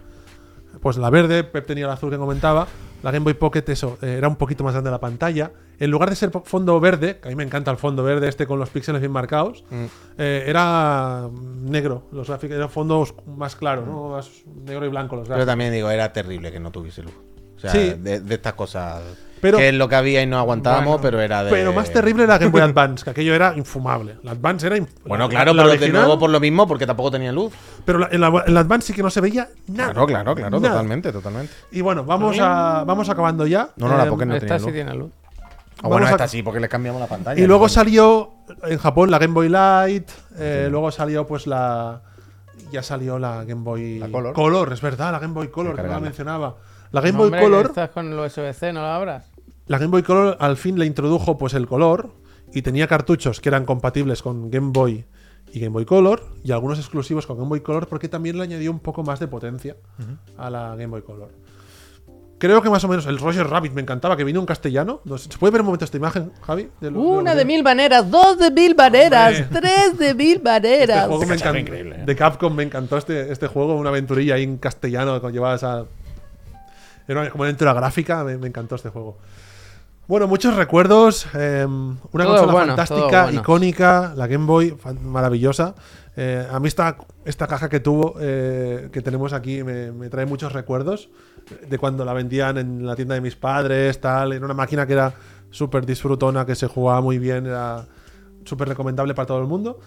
C: Pues la verde, Pep tenía la azul que comentaba. La Game Boy Pocket, eso, eh, era un poquito más grande la pantalla. En lugar de ser po- fondo verde, que a mí me encanta el fondo verde este con los píxeles bien marcados,
B: Mm.
C: eh, era negro. Los gráficos, era fondo os- más claro, ¿no?
B: Mm.
C: Más negro y blanco los
B: Pero
C: gráficos.
B: también digo, era terrible que no tuviese luz. O sea,
C: Sí.
B: de, de estas cosas.
C: Pero-
B: que es lo que había y no aguantábamos,
A: Bueno.
B: pero era de.
C: Pero más terrible era la Game Boy Advance, que aquello era infumable. La Advance era. inf-
B: Bueno,
C: la-
B: claro,
C: la
B: pero de
C: original,
B: nuevo por lo mismo, porque tampoco tenía luz.
C: Pero la- en, la, en la Advance sí que no se veía nada.
B: Claro, claro, claro,
C: Nada.
B: totalmente, totalmente.
C: Y bueno, vamos, a, vamos acabando ya.
B: No, no, la
C: Em,
B: Pocket no tenía
A: Esta
B: luz.
A: sí tiene luz.
B: Ah, bueno,
C: vamos a-
B: esta sí, porque les cambiamos la pantalla.
C: Y luego
B: Entonces,
C: salió en Japón la Game Boy Light, eh, luego salió pues la... Ya salió la Game Boy
D: Color.
C: es verdad, la Game Boy Color, que no la
B: cargarla.
C: mencionaba. La Game
A: No,
C: Boy
A: hombre, que
C: Color,
A: Estás con el USB-C, ¿no la abras?
C: la Game Boy Color al fin le introdujo pues el color y tenía cartuchos que eran compatibles con Game Boy y Game Boy Color y algunos exclusivos con Game Boy Color porque también le añadió un poco más de potencia a la Game Boy Color. Creo que más o menos el Roger Rabbit me encantaba, que vino un castellano. No sé, ¿Se puede ver un momento esta imagen, Javi? De lo- lo
J: Una
C: que-
J: de mil maneras, dos de mil maneras, tres de mil
C: Este
J: maneras.
C: juego me encantó. De Capcom me encantó este, este juego, una aventurilla ahí en castellano con llevadas a. Era una- como una aventura gráfica, me, me encantó este juego. Bueno, muchos recuerdos. eh, una
A: Todo
C: consola
A: bueno, todo
C: fantástica,
A: bueno.
C: icónica, la Game Boy, fan- maravillosa. Eh, a mí esta, esta caja que tuvo, eh, que tenemos aquí, me, me trae muchos recuerdos de cuando la vendían en la tienda de mis padres, tal. Era una máquina que era súper disfrutona, que se jugaba muy bien, era súper recomendable para todo el mundo.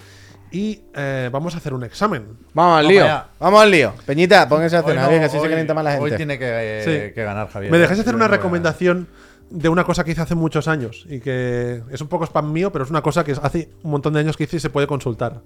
C: Y eh, vamos a hacer un examen.
B: Vamos al
D: Vamos
B: lío.
D: allá.
B: Vamos al lío. Peñita, póngase a
D: Hoy
B: cenar,
D: no,
B: vieja, eh, así se
D: hoy-
B: calienta más la
D: Hoy
B: gente.
D: tiene que, eh,
C: Sí.
D: que ganar, Javier.
C: ¿Me dejáis hacer
D: Yo
C: una
D: no voy a ganar.
C: recomendación de una cosa que hice hace muchos años y que es un poco spam mío, pero es una cosa que hace un montón de años que hice y se puede consultar?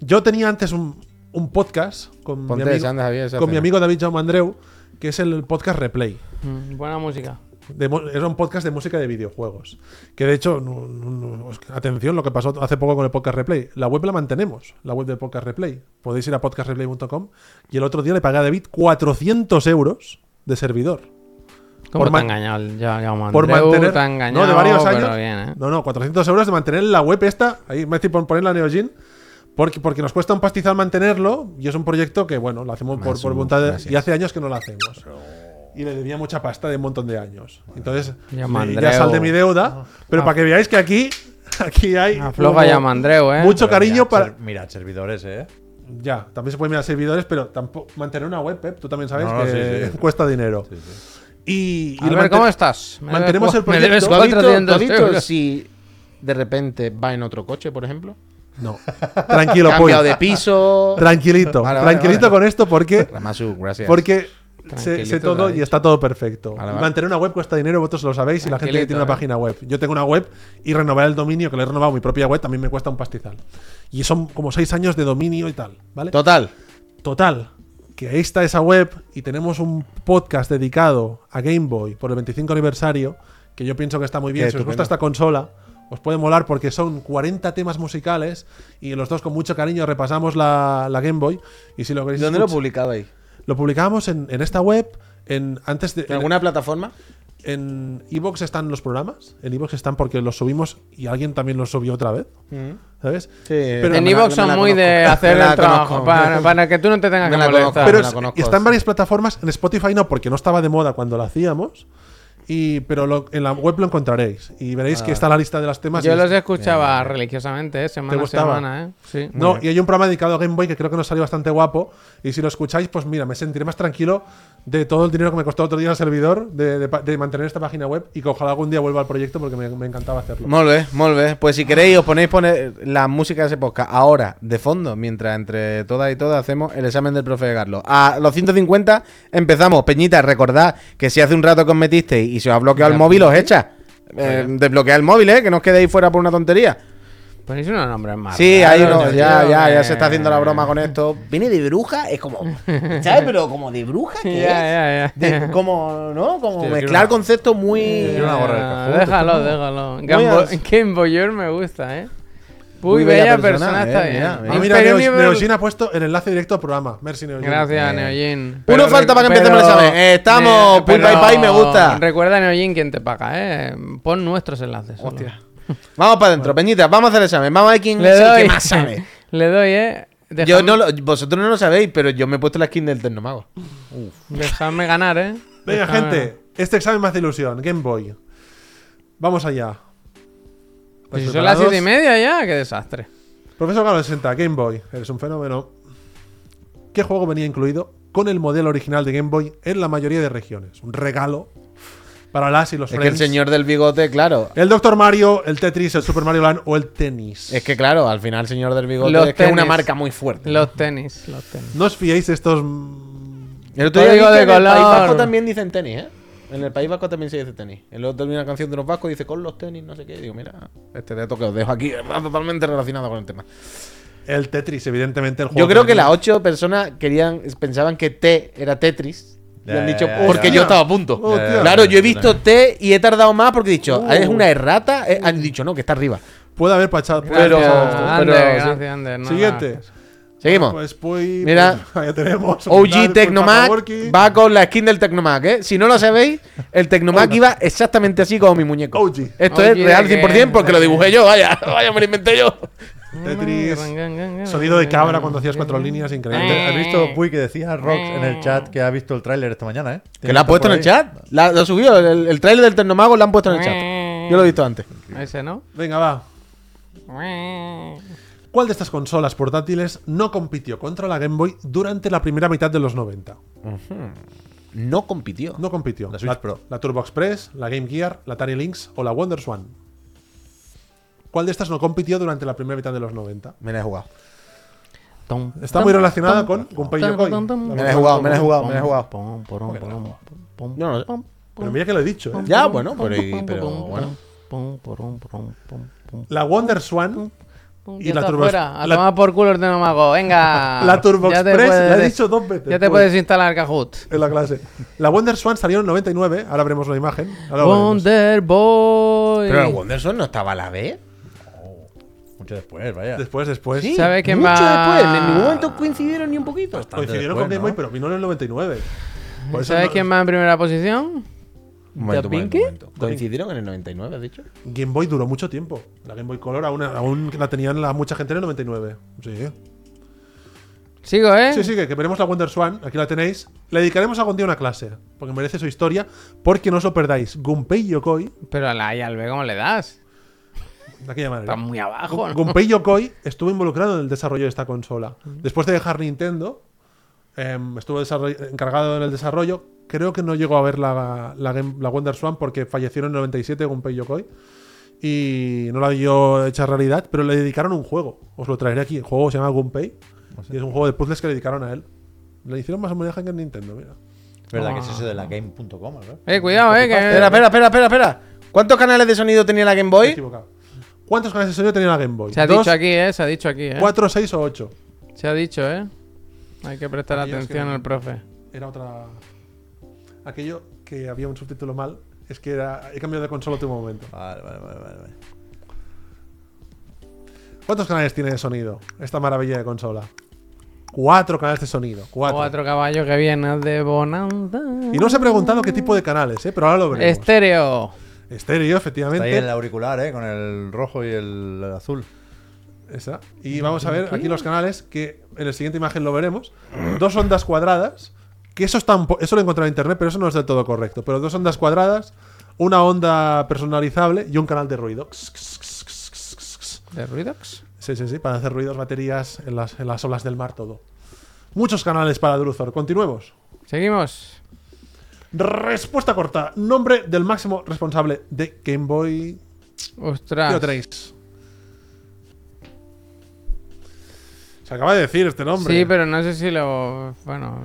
C: Yo tenía antes un, un podcast con,
B: Ponte
C: mi, amigo,
B: esa, anda, Javier, esa
C: con mi
B: pena.
C: amigo David Jaume Andreu, que es el podcast Replay.
A: Mm, Buena música.
C: De mu- era un podcast de música de videojuegos. Que de hecho, no- no- no- os- atención lo que pasó hace poco con el podcast Replay. La web la mantenemos, la web del podcast Replay. Podéis ir a podcastreplay.com. Y el otro día le pagué a David 400 euros de servidor.
A: ¿Cómo te ha
C: Por man-
A: engañado el ya, ya, Andreu?
C: por mantener.
A: Te ha engañado,
C: no, de varios años.
A: Pero bien, ¿eh?
C: No, no, 400 euros de mantener la web esta. Ahí me estoy por poner la Neogin. Porque, porque nos cuesta un pastizal mantenerlo y es un proyecto que, bueno, lo hacemos por, por voluntad de- y hace años que no lo hacemos. Y le debía mucha pasta de un montón de años. Entonces,
A: Ya,
C: eh,
A: Mandreu.
C: ya sal de mi deuda. Pero para que veáis que aquí, aquí hay
A: Ah. Afloja
C: como
A: ya, Mandreu, ¿eh?
C: mucho
D: Pero
C: cariño
D: mirad,
C: para...
D: ser- Mirad, servidores, ¿eh?
C: Ya, también se pueden mirar servidores, pero tampoco mantener una web, Pep, tú también sabes
D: No, no,
C: que
D: sí, sí.
C: [laughs] cuesta dinero. Y, y
A: A
C: lo
A: ver,
C: manten-
A: ¿cómo estás? Me
C: mantenemos
A: debes-
C: el proyecto.
A: Me debes
C: Todito,
A: 400
B: ¿Tú has visto
A: euros.
B: si de repente va en otro coche, por ejemplo?
C: No.
A: [laughs]
C: Tranquilo,
B: Cambiado
C: pollo.
B: de piso.
C: Tranquilito,
B: Vale, vale,
C: tranquilito
B: vale.
C: con esto porque,
B: Ramasu, gracias.
C: porque sé,
A: Tranquilito,
C: sé todo
A: David.
C: y está todo perfecto.
B: Vale, vale.
C: Mantener una web cuesta dinero, vosotros lo sabéis, y la gente que tiene una
A: Tranquilito, eh.
C: página web. Yo tengo una web y renovar el dominio, que lo he renovado mi propia web, también me cuesta un pastizal. Y son como seis años de dominio y tal, ¿vale?
B: Total.
C: Total, que ahí está esa web y tenemos un podcast dedicado a Game Boy por el 25 aniversario, que yo pienso que está muy bien.
B: Qué
C: si os
B: estupendo.
C: gusta esta consola, os puede molar porque son 40 temas musicales y los dos con mucho cariño repasamos la, la Game Boy. Y si lo queréis
B: ¿Dónde lo
C: escuchar-
B: publicabais?
C: lo publicábamos en, en esta web, en antes de...
B: ¿En alguna plataforma?
C: En Evox están los programas, en Evox están porque los subimos y alguien también los subió otra vez,
B: Mm.
C: ¿sabes? Pero-
A: en
B: me la-
A: Evox
B: me la
A: son muy de
B: conozco.
A: hacer
B: Me la
A: el trabajo
B: conozco.
A: para, para que tú Ah, no te tengas
B: Me
A: que
B: la
A: molestar.
B: conozco.
C: Pero
B: me la
C: es-
B: conozco,
C: está en
B: sí.
C: varias plataformas. En Spotify no, porque no estaba de moda cuando lo hacíamos. Y, pero lo- en la web lo encontraréis. Y veréis que está la lista de los temas.
A: Ah. Yo
C: y-
A: los escuchaba religiosamente, eh, semana a
C: gustaba?
A: semana, ¿eh? Sí.
C: No, y hay un programa dedicado a Game Boy que creo que nos salió bastante guapo. Y si lo escucháis, pues mira, me sentiré más tranquilo de todo el dinero que me costó otro día el servidor de, de pa- de mantener esta página web. Y que ojalá algún día vuelva al proyecto porque me, me encantaba hacerlo.
B: Muy bien, muy bien. Pues si queréis, os ponéis poner la música de ese podcast ahora, de fondo, mientras entre todas y todas hacemos el examen del profe de Carlos. A los 150 empezamos. Peñita, recordad que si hace un rato que os metisteis y se os ha bloqueado el móvil, os echa. Eh, desbloquead el móvil, ¿eh? Que no os quedéis fuera por una tontería.
A: Ponéis unos nombres más.
B: Sí,
A: raros,
B: ahí
A: yo
B: no, ya,
A: creo
B: ya, ya
A: que-
B: se está haciendo la broma con esto. Viene de bruja, es como. ¿Sabes? Pero como de bruja,
A: [laughs] Ya,
B: ¿qué es?
A: ya, ya.
D: [laughs]
B: De- como, ¿no? Como
D: Hostia, yo quiero
B: mezclar
D: una-
B: conceptos muy.
D: una gorra de
A: Ah,
D: cajón,
A: Déjalo, déjalo.
B: as-
A: Gambo- [laughs] Game Boyer me gusta, ¿eh? Muy, bella, persona,
B: eh,
A: está
B: mira,
A: bien.
B: mira.
C: Ah, mira,
A: Imperio
C: Neos-
A: Nivel-
C: Neogin ha puesto el enlace directo al programa. Merci, Neogin.
A: Gracias, Neojin.
B: Uno falta para que empecemos el examen. Eh, estamos, Pulpa y Pai, me gusta.
A: Recuerda, Neojin, quién te paga, ¿eh? Pon nuestros enlaces. solo.
B: Vamos para adentro, Peñita, vamos a hacer el examen. Vamos a ver quién
A: Le
B: es el
A: doy.
B: que más
D: [laughs]
B: sabe.
A: [laughs] Le doy, ¿eh? Déjame,
B: Yo no lo- vosotros no lo sabéis, pero yo me he puesto la skin del Tecnomago.
A: déjame ganar, ¿eh?
C: Venga,
A: Déjame ganar.
C: gente, este examen me hace ilusión. Game Boy. Vamos allá.
A: Pues
C: ¿Estáis
A: si son las
C: preparados?
A: siete y media ya, qué desastre.
C: Profesor Carlos 60, Game Boy. Eres un fenómeno. ¿Qué juego venía incluido con el modelo original de Game Boy en la mayoría de regiones? Un regalo para las y los
B: Es que el
C: friends.
B: señor del bigote, claro.
C: El Doctor Mario, el Tetris, el Super Mario Land o el tenis.
B: Es que claro, al final el señor del bigote
A: Los
B: es que es una
A: tenis.
B: marca muy fuerte.
A: Los tenis, los tenis.
C: No os fiéis de estos. mm,
B: El otro día
A: Código
B: vi que
A: de
B: en el País
A: color.
B: Vasco también dicen tenis, ¿eh? En el País Vasco también se dice tenis. El otro día una canción de los vascos y dice con los tenis, no sé qué. Y Digo, mira, este dato que os dejo aquí está totalmente relacionado con el tema.
C: El Tetris, evidentemente. El juego
B: Yo creo que
C: venía.
B: las ocho personas querían, pensaban que T era Tetris. Y
D: Ya,
B: han
D: ya,
B: dicho,
D: ya,
B: porque
D: ya.
B: yo estaba a punto.
C: Hostia.
B: Claro, yo he visto T y he tardado más porque he dicho, "Ah,
A: Uh.
B: es una errata. eh, han dicho, no, que está arriba.
C: Puede haber pachado. puede
B: Pero-
C: haber
A: Gracias,
C: pachado.
A: Ander,
B: pero-
A: gracias, Ander, no
C: Siguiente.
A: hagas-
B: Seguimos.
C: Pues, pues,
B: Ah. Mira.
C: pues, [laughs] ya tenemos.
B: OG Tecnomac
C: Tecnomac
B: va con la skin del Tecnomac, ¿eh? Si no lo sabéis, el Tecnomac iba exactamente así como mi muñeco.
C: OG.
B: Esto
A: OG
B: es real
A: de que-
B: [laughs] 100% porque lo dibujé yo, vaya, vaya, me lo inventé yo.
C: Tetris. Sonido de cabra cuando hacías cuatro líneas, increíble.
D: ¿Has
A: Eh.
D: visto, Puy, que decía Rox en el chat que ha visto el tráiler esta mañana, eh?
B: ¿Que la ha puesto en el chat? La, lo subió, el, el trailer del Tecnomago lo han puesto en el chat. Yo lo he visto antes.
A: Ese, ¿no?
C: Venga, va. ¿Cuál de estas consolas portátiles no compitió contra la Game Boy durante la primera mitad de los 90?
B: No compitió.
C: No compitió. La Switch Pro. La Turbo Express, la Game Gear, la Atari Lynx o la WonderSwan. ¿Cuál de estas no compitió durante la primera mitad de los 90?
B: Me la he jugado.
C: Está muy relacionada con Gunpei Yokoi.
B: Me la he jugado, me la he jugado, me la he jugado.
A: No,
B: no.
C: Pero mira que lo he dicho, ¿eh?
B: Ya, bueno, pero, y- pero bueno.
C: La WonderSwan y la Turbo
A: fuera, a
C: la-
A: tomar por culo el tenomago. Venga.
C: [laughs] La Turbo
A: Ya te
C: Express,
A: puedes-
C: la he dicho dos veces,
A: Ya te
C: pues.
A: puedes instalar Kahoot.
C: en la clase. La WonderSwan salió en el 99, ahora veremos la imagen. Ahora lo veremos.
A: Wonder Boy.
B: Pero el Wonderson no estaba a la vez.
D: Oh, Mucho después,
C: [laughs]
D: vaya.
C: Después, después.
A: ¿Sabe quién
B: Mucho
A: va-
B: después, en ningún momento coincidieron ni un poquito.
C: Coincidieron
D: después,
C: con Game
D: ¿no?
C: Boy, pero vino en el 99. Por eso
A: ¿Sabes
C: no-
A: quién va en primera posición?
B: Un momento,
A: ¿The
B: un momento,
A: Pinky?
B: un momento. Coincidieron en el 99, has dicho.
C: Game Boy duró mucho tiempo. La Game Boy Color aún, aún la tenían la, mucha gente en el 99. Sí.
A: Sigo, ¿eh?
C: Sí, sí, que, que veremos la Wonder Swan. Aquí la tenéis. Le dedicaremos algún día una clase. Porque merece su historia. Porque no os lo perdáis. Gunpei Yokoi.
A: Pero a la I al B, ¿cómo le das?
C: De aquella manera.
A: Está muy abajo.
C: Gun-
A: ¿no?
C: Gunpei Yokoi estuvo involucrado en el desarrollo de esta consola. Después de dejar Nintendo, em, estuvo desarroll- encargado en el desarrollo. Creo que no llegó a ver la, la, Game- la Wonder Swan porque falleció en el 97 Gunpei Yokoi. Y no la vio hecha realidad, pero le dedicaron un juego. Os lo traeré aquí. El juego se llama Gunpei.
A: Pues
C: Y es un juego de puzzles que le dedicaron a él. Le hicieron más homenaje que en Nintendo, mira.
D: ¿Verdad
B: Ah.
D: que es eso de la game.com, verdad?
A: Eh, cuidado, eh. Que...
B: Espera, espera, espera, espera, espera. ¿Cuántos canales de sonido tenía la Game
C: Me he
B: Boy?
C: equivocado. ¿Cuántos canales de sonido tenía la Game Boy?
A: Se ha
C: ¿Dos,
A: dicho aquí, eh. Se ha dicho aquí, eh.
C: cuatro, seis o ocho?
A: Se ha dicho, eh. Hay que prestar
C: Dios,
A: atención
C: que-
A: al profe.
C: Era otra. Aquello que había un subtítulo mal. Es que era. He cambiado de consola último momento.
D: Vale, vale, vale, vale. vale.
C: ¿Cuántos canales tiene de sonido esta maravilla de consola? Cuatro canales de sonido. Cuatro.
A: Cuatro caballos que vienen de Bonanza.
C: Y no os he preguntado qué tipo de canales, ¿eh? pero ahora lo veremos.
A: Estéreo.
C: Estéreo,
D: Este- Está ahí
C: efectivamente.
D: el auricular, eh, con el rojo y el azul.
C: Esa. Y vamos a ver aquí los canales, que en la siguiente imagen lo veremos. Dos ondas cuadradas, que eso, está un po- eso lo he encontrado en internet, pero eso no es del todo correcto. Pero dos ondas cuadradas, una onda personalizable y un canal de ruido.
A: ¿De Ruidox?
C: Sí, sí, sí, para hacer ruidos, baterías en las, en las olas del mar, todo. Muchos canales para Druzor. Continuemos.
A: Seguimos.
C: Respuesta corta. Nombre del máximo responsable de Game Boy. ¿Qué lo
A: Ostras.
C: tenéis? Se acaba de decir este nombre.
A: Sí, pero no sé si lo. Bueno,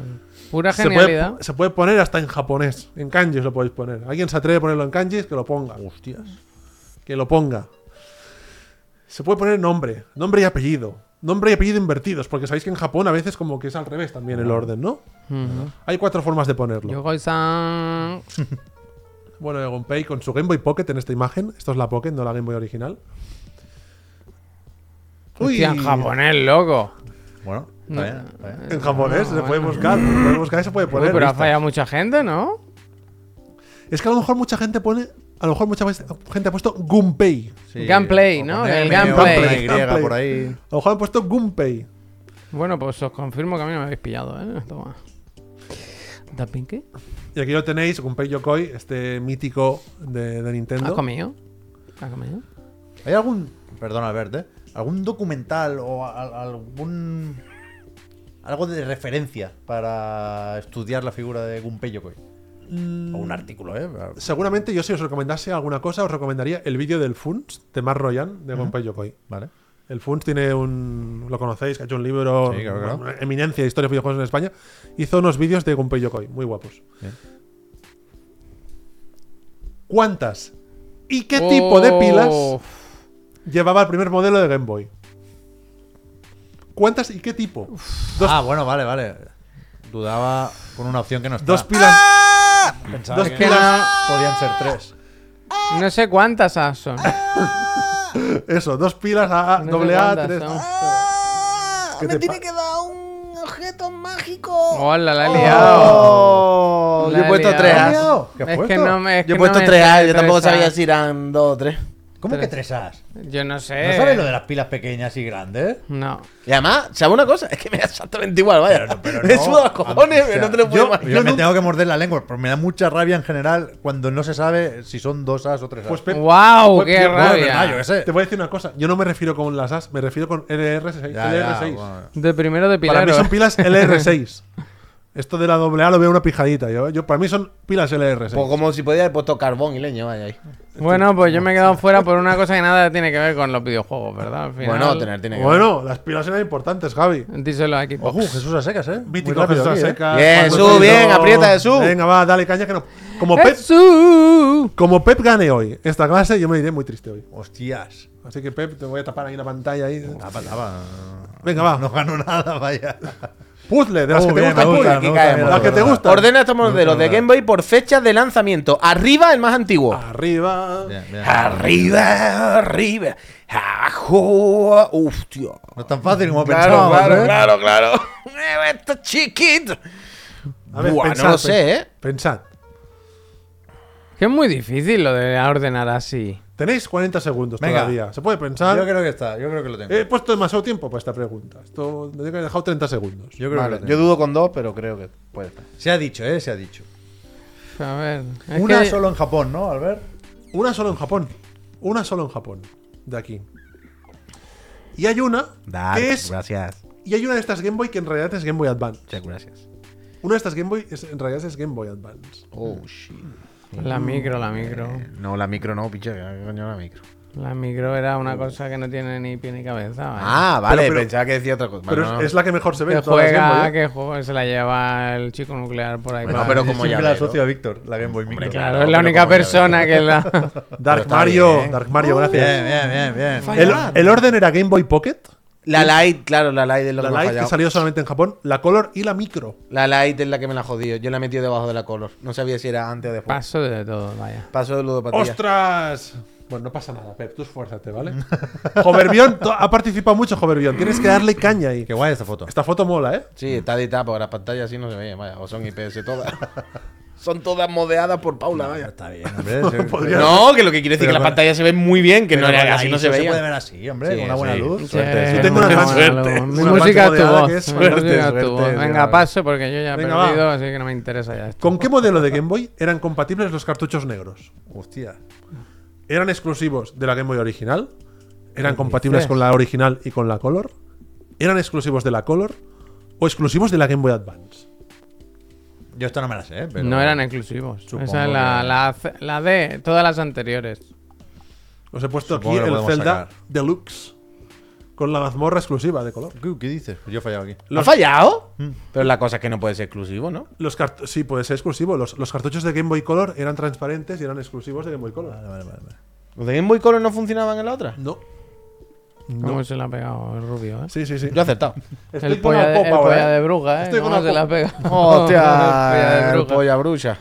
A: pura
C: se puede,
A: genialidad.
C: po- se puede poner hasta en japonés. En kanjis lo podéis poner. Alguien se atreve a ponerlo en kanjis, que lo ponga. Hostias. Que lo ponga. Se puede poner nombre, nombre y apellido. Nombre y apellido invertidos, porque sabéis que en Japón a veces como que es al revés también el orden, ¿no? Hay cuatro formas de ponerlo.
A: Yogoi-san.
C: Bueno, de Gunpei con su Game Boy Pocket en esta imagen. Esto es la Pocket, no la Game Boy original.
A: Hostia, en japonés, loco.
D: Bueno, está
A: No.
D: bien, está bien.
C: En japonés, se puede buscar. Se puede buscar y se puede
A: Uy,
C: poner.
A: pero ha
C: Listas.
A: fallado mucha gente, ¿no?
C: Es que a lo mejor mucha gente pone. A lo mejor mucha gente ha puesto Gunpei.
D: Sí,
A: Gunplay,
D: o
A: ¿no?
D: con
A: El
D: M, o
A: gunplay.
D: con Y griega por ahí.
C: A lo mejor han puesto Gunpei.
A: Bueno, pues os confirmo que a mí no me habéis pillado, ¿eh? Toma. ¿Da pinky?
C: Y aquí lo tenéis, Gunpei Yokoi, este mítico de, de
A: ¿Ha
D: Ah,
C: Nintendo.
A: comido? ¿Ha comido?
D: ¿Hay algún, perdón Albert, ¿eh? algún documental o a- a- algún algo de referencia para estudiar la figura de Gunpei Yokoi? O un artículo, ¿eh?
C: Seguramente yo si os recomendase alguna cosa, os recomendaría el vídeo del Funs de Mar Royan de Gunpei Yokoi.
D: Vale.
C: El Funs tiene un. Lo conocéis, que ha hecho un libro.
D: Sí, claro, claro.
C: una Eminencia de historia de videojuegos en España. Hizo unos vídeos de Gunpei Yokoi, muy guapos.
D: Bien.
C: ¿Cuántas? ¿Y qué tipo de pilas
A: Oh,
C: llevaba el primer modelo de Game Boy? ¿Cuántas y qué tipo? Dos-
D: Ah, bueno, vale, vale. Dudaba con una opción que no está.
C: Dos pilas.
D: Pensaba
C: dos
D: que
C: pilas.
D: podían ser tres.
A: No sé cuántas ah, son.
C: Eso, dos pilas A,
A: No sé
C: [laughs] doble A,
A: cuántas
C: tres. Ah,
A: son.
C: ¿Qué te pa-
A: Hola, la he liado.
D: Oh.
B: yo he puesto
A: La he
C: Oh,
B: tres
A: liado.
B: As.
C: ¿ah?
A: Es que no me. es
B: Yo he
A: que
B: puesto
A: no me
B: tres
A: sale
B: As. Yo tampoco
A: tres As.
B: sabía si eran dos o tres.
D: ¿Cómo que tres Eh. As?
A: Yo no sé.
D: ¿No sabes lo de las pilas pequeñas y grandes?
A: No.
B: Y además, ¿sabes una cosa? Es que me da exactamente igual, vaya.
D: [laughs]
B: [laughs]
D: pero
B: me
D: no.
B: suda los cojones,
D: O sea,
B: pero no te lo puedo
D: yo-
B: imaginar.
D: Yo me tengo que morder la lengua, pero me da mucha rabia en general cuando no se sabe si son dos As o tres As.
C: Pues Pep,
A: ¡Guau!
C: Pues,
A: ¡Qué
C: tío, bueno,
A: rabia!
D: verdad, yo qué sé.
C: te voy a decir una cosa. Yo no me refiero con las As, me refiero con LR6.
D: Ya, ya,
C: LR6.
D: bueno.
A: De primero de
C: Para
A: Pilar.
C: mí
D: [laughs]
C: son pilas LR6. Esto de la doble A lo veo una pijadita. Yo, yo- para mí son pilas LR6.
B: Pues como si podía haber puesto carbón y leña, vaya ahí.
A: Bueno, pues yo me he quedado fuera por una cosa que nada tiene que ver con los videojuegos, ¿verdad? Al final,
B: Bueno, tener, tiene que ver.
C: bueno, las pilas eran importantes, Javi.
A: Díselo aquí.
D: Ojo, Jesús a secas, ¿eh?
C: Mítico
D: Muy rápido
C: Jesús
D: aquí, ¿eh?
C: Aseca,
B: Bien,
C: Juan
B: Jesús,
C: Rodrigo.
B: bien, aprieta, Jesús.
C: Venga, va, dale caña que no. Como Pep,
A: ¡Jesús!
C: como Pep gane hoy esta clase, yo me iré muy triste hoy.
D: Hostias.
C: Así que Pep, te voy a tapar ahí la pantalla. Ahí.
D: Tapa, tapa.
C: Venga, va.
D: No gano nada, vaya.
C: Puzzle, de las
D: Oh,
C: que te
D: bien,
C: gustan.
D: me gusta, me
C: Puy.
D: gusta,
C: Las
D: me
C: que
D: gusta.
C: te gustan.
B: Ordena estos modelos de Game Boy por fecha de lanzamiento. Arriba, el más antiguo.
D: Ah,
C: Arriba.
D: Bien, bien.
B: Arriba, arriba. Abajo. Uf, tío.
D: No es tan fácil como
B: Claro,
D: pensábamos.
B: claro,
D: ¿eh?
B: claro, claro. [laughs] Eh, Esto es chiquito.
C: A ver,
B: Buah,
C: pensad,
B: no lo
D: pues.
C: pens-
B: sé, ¿eh?
C: Pensad.
A: Que es muy difícil lo de ordenar así.
C: Tenéis 40 segundos
D: Venga.
C: todavía. Se puede pensar.
D: Yo creo que está, yo creo que lo tengo.
C: He puesto demasiado tiempo para esta pregunta. Esto me he dejado 30 segundos.
D: Yo creo
B: Vale,
D: que lo
B: yo
D: tengo.
B: dudo con dos, pero creo que puede estar.
D: Se ha dicho, ¿eh? Se ha dicho.
A: A ver. es
D: Una
A: que-
D: solo en Japón, ¿no, Albert?
C: Una solo en Japón. Una solo en Japón. De aquí. Y hay una que es.
D: gracias.
C: Y hay una de estas Game Boy que en realidad es Game Boy Advance.
D: Muchas gracias.
C: Una de estas Game Boy es- en realidad es Game Boy Advance.
D: Oh, shit.
A: La micro, la micro.
D: No, la micro no, pinche. ¿Qué coño la micro?
A: La micro era una cosa que no tiene ni pie ni cabeza. vaya.
B: Ah, vale,
C: Pero- pero-
B: pensaba que decía otra cosa.
C: Pero
B: Vale, no,
C: es,
B: no.
C: es la que mejor se ve.
A: que
C: en todas las Game Boy,
A: juega,
C: ¿eh?
A: que juega, se la lleva el chico nuclear por ahí.
B: Bueno,
A: para-
B: pero como
D: Siempre
B: ya.
D: la asocio a Víctor, la Game Boy micro.
A: Claro, es la única persona que la.
C: [laughs] Dark
B: está
C: Mario.
B: bien.
C: Dark Mario, gracias.
D: Bien, bien, bien, bien.
C: El, el orden era Game Boy Pocket,
B: La light, claro, la light es lo
C: la
B: que me ha
C: Lite, que
B: fallado.
C: salió solamente en Japón, la Color y la Micro.
B: La light es la que me la ha jodido. Yo la he metido debajo de la color. No sabía si era antes o después.
A: Paso de todo, vaya.
B: Paso de ludopatía.
C: ¡Ostras! Bueno, no pasa nada, Pep, tú esfuérzate, [laughs] ¿vale? Joverbion, to- ha participado mucho Joverbion, tienes que darle caña ahí.
D: Qué guay esta foto.
C: Esta foto mola, ¿eh?
B: Sí, está editada, porque las pantallas así no se veían, vaya. O son IPS todas. [laughs] son todas modeadas por Paula, vaya.
D: Está bien, [laughs] hombre. Podría
B: No, que lo que quiero decir es que las
D: con-
B: pantallas se ven muy bien, que no era así, no se
D: Se puede
B: veía.
D: ver así, hombre,
B: Sí,
D: con una buena
B: sí.
D: luz.
A: Sí,
C: Yo tengo una
A: buena
C: suerte.
A: luz. Mi
C: Una
A: música
C: parte
A: tu
C: moderada
A: voz.
C: que es
A: mi
C: suerte,
A: música tu voz.
D: suerte,
A: Venga,
D: tío.
A: paso porque yo ya he
C: Venga, va.
A: perdido, así que no me interesa ya esto.
C: ¿Con qué modelo de Game Boy eran compatibles los cartuchos negros?
D: Hostia.
C: ¿Eran exclusivos de la Game Boy original? ¿Eran compatibles con la original y con la Color? ¿Eran exclusivos de la Color o exclusivos de la Game Boy Advance?
D: Yo esta no me la sé, pero.
A: No eran exclusivos.
D: Supongo
A: Esa es la,
D: que-
A: la, C- la D, todas las anteriores.
C: Os he puesto
D: Supongo que
C: aquí
D: lo
C: el
D: podemos
C: Zelda
D: sacar.
C: Deluxe con la mazmorra exclusiva de color.
D: ¿Qué- ¿Qué dices? Pues Yo he fallado aquí.
B: ¿Lo ha fallado? Pero la cosa es que no puede ser exclusivo, ¿no?
C: Los cart- sí, puede ser exclusivo. Los, los cartuchos de Game Boy Color eran transparentes y eran exclusivos de Game Boy
A: Ah,
C: Color.
B: ¿Los de Game Boy Color no funcionaban en la otra?
C: No.
A: ¿Cómo
C: No.
A: se la ha pegado el rubio, eh?
C: Sí, sí, sí.
B: Yo he acertado.
C: Estoy
A: El
C: con
A: polla,
C: la
A: de,
C: popa
A: el
C: ahora,
A: polla
C: ¿eh?
A: de bruja, ¿eh?
C: Estoy con
A: ¿Cómo
C: la
A: se la ha
C: popa.
A: pegado? [laughs]
B: ¡Hostia!
A: El polla de
B: el
A: bruja.
B: polla bruja.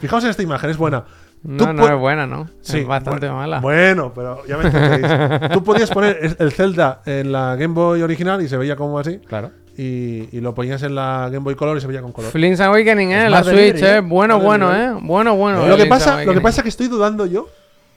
C: Fijaos en esta imagen, es buena. Tú
A: No, no
C: pon-
A: es buena, ¿no?
C: Sí,
A: es bastante
C: bueno,
A: mala.
C: Bueno, pero ya
A: [laughs]
C: me entendéis. Tú podías poner es- el Zelda en la Game Boy original y se veía como así.
B: Claro.
C: Y, y lo ponías en la Game Boy Color y se veía con color.
A: Flint's Awakening, ¿eh? La
D: más de
A: Switch,
D: libre,
A: ¿eh? Bueno,
C: Más de
A: bueno,
C: libre.
A: ¿eh? Bueno, bueno. el
C: Lo que,
A: Link's
C: pasa, lo que
A: Awakening.
C: pasa es que estoy dudando yo.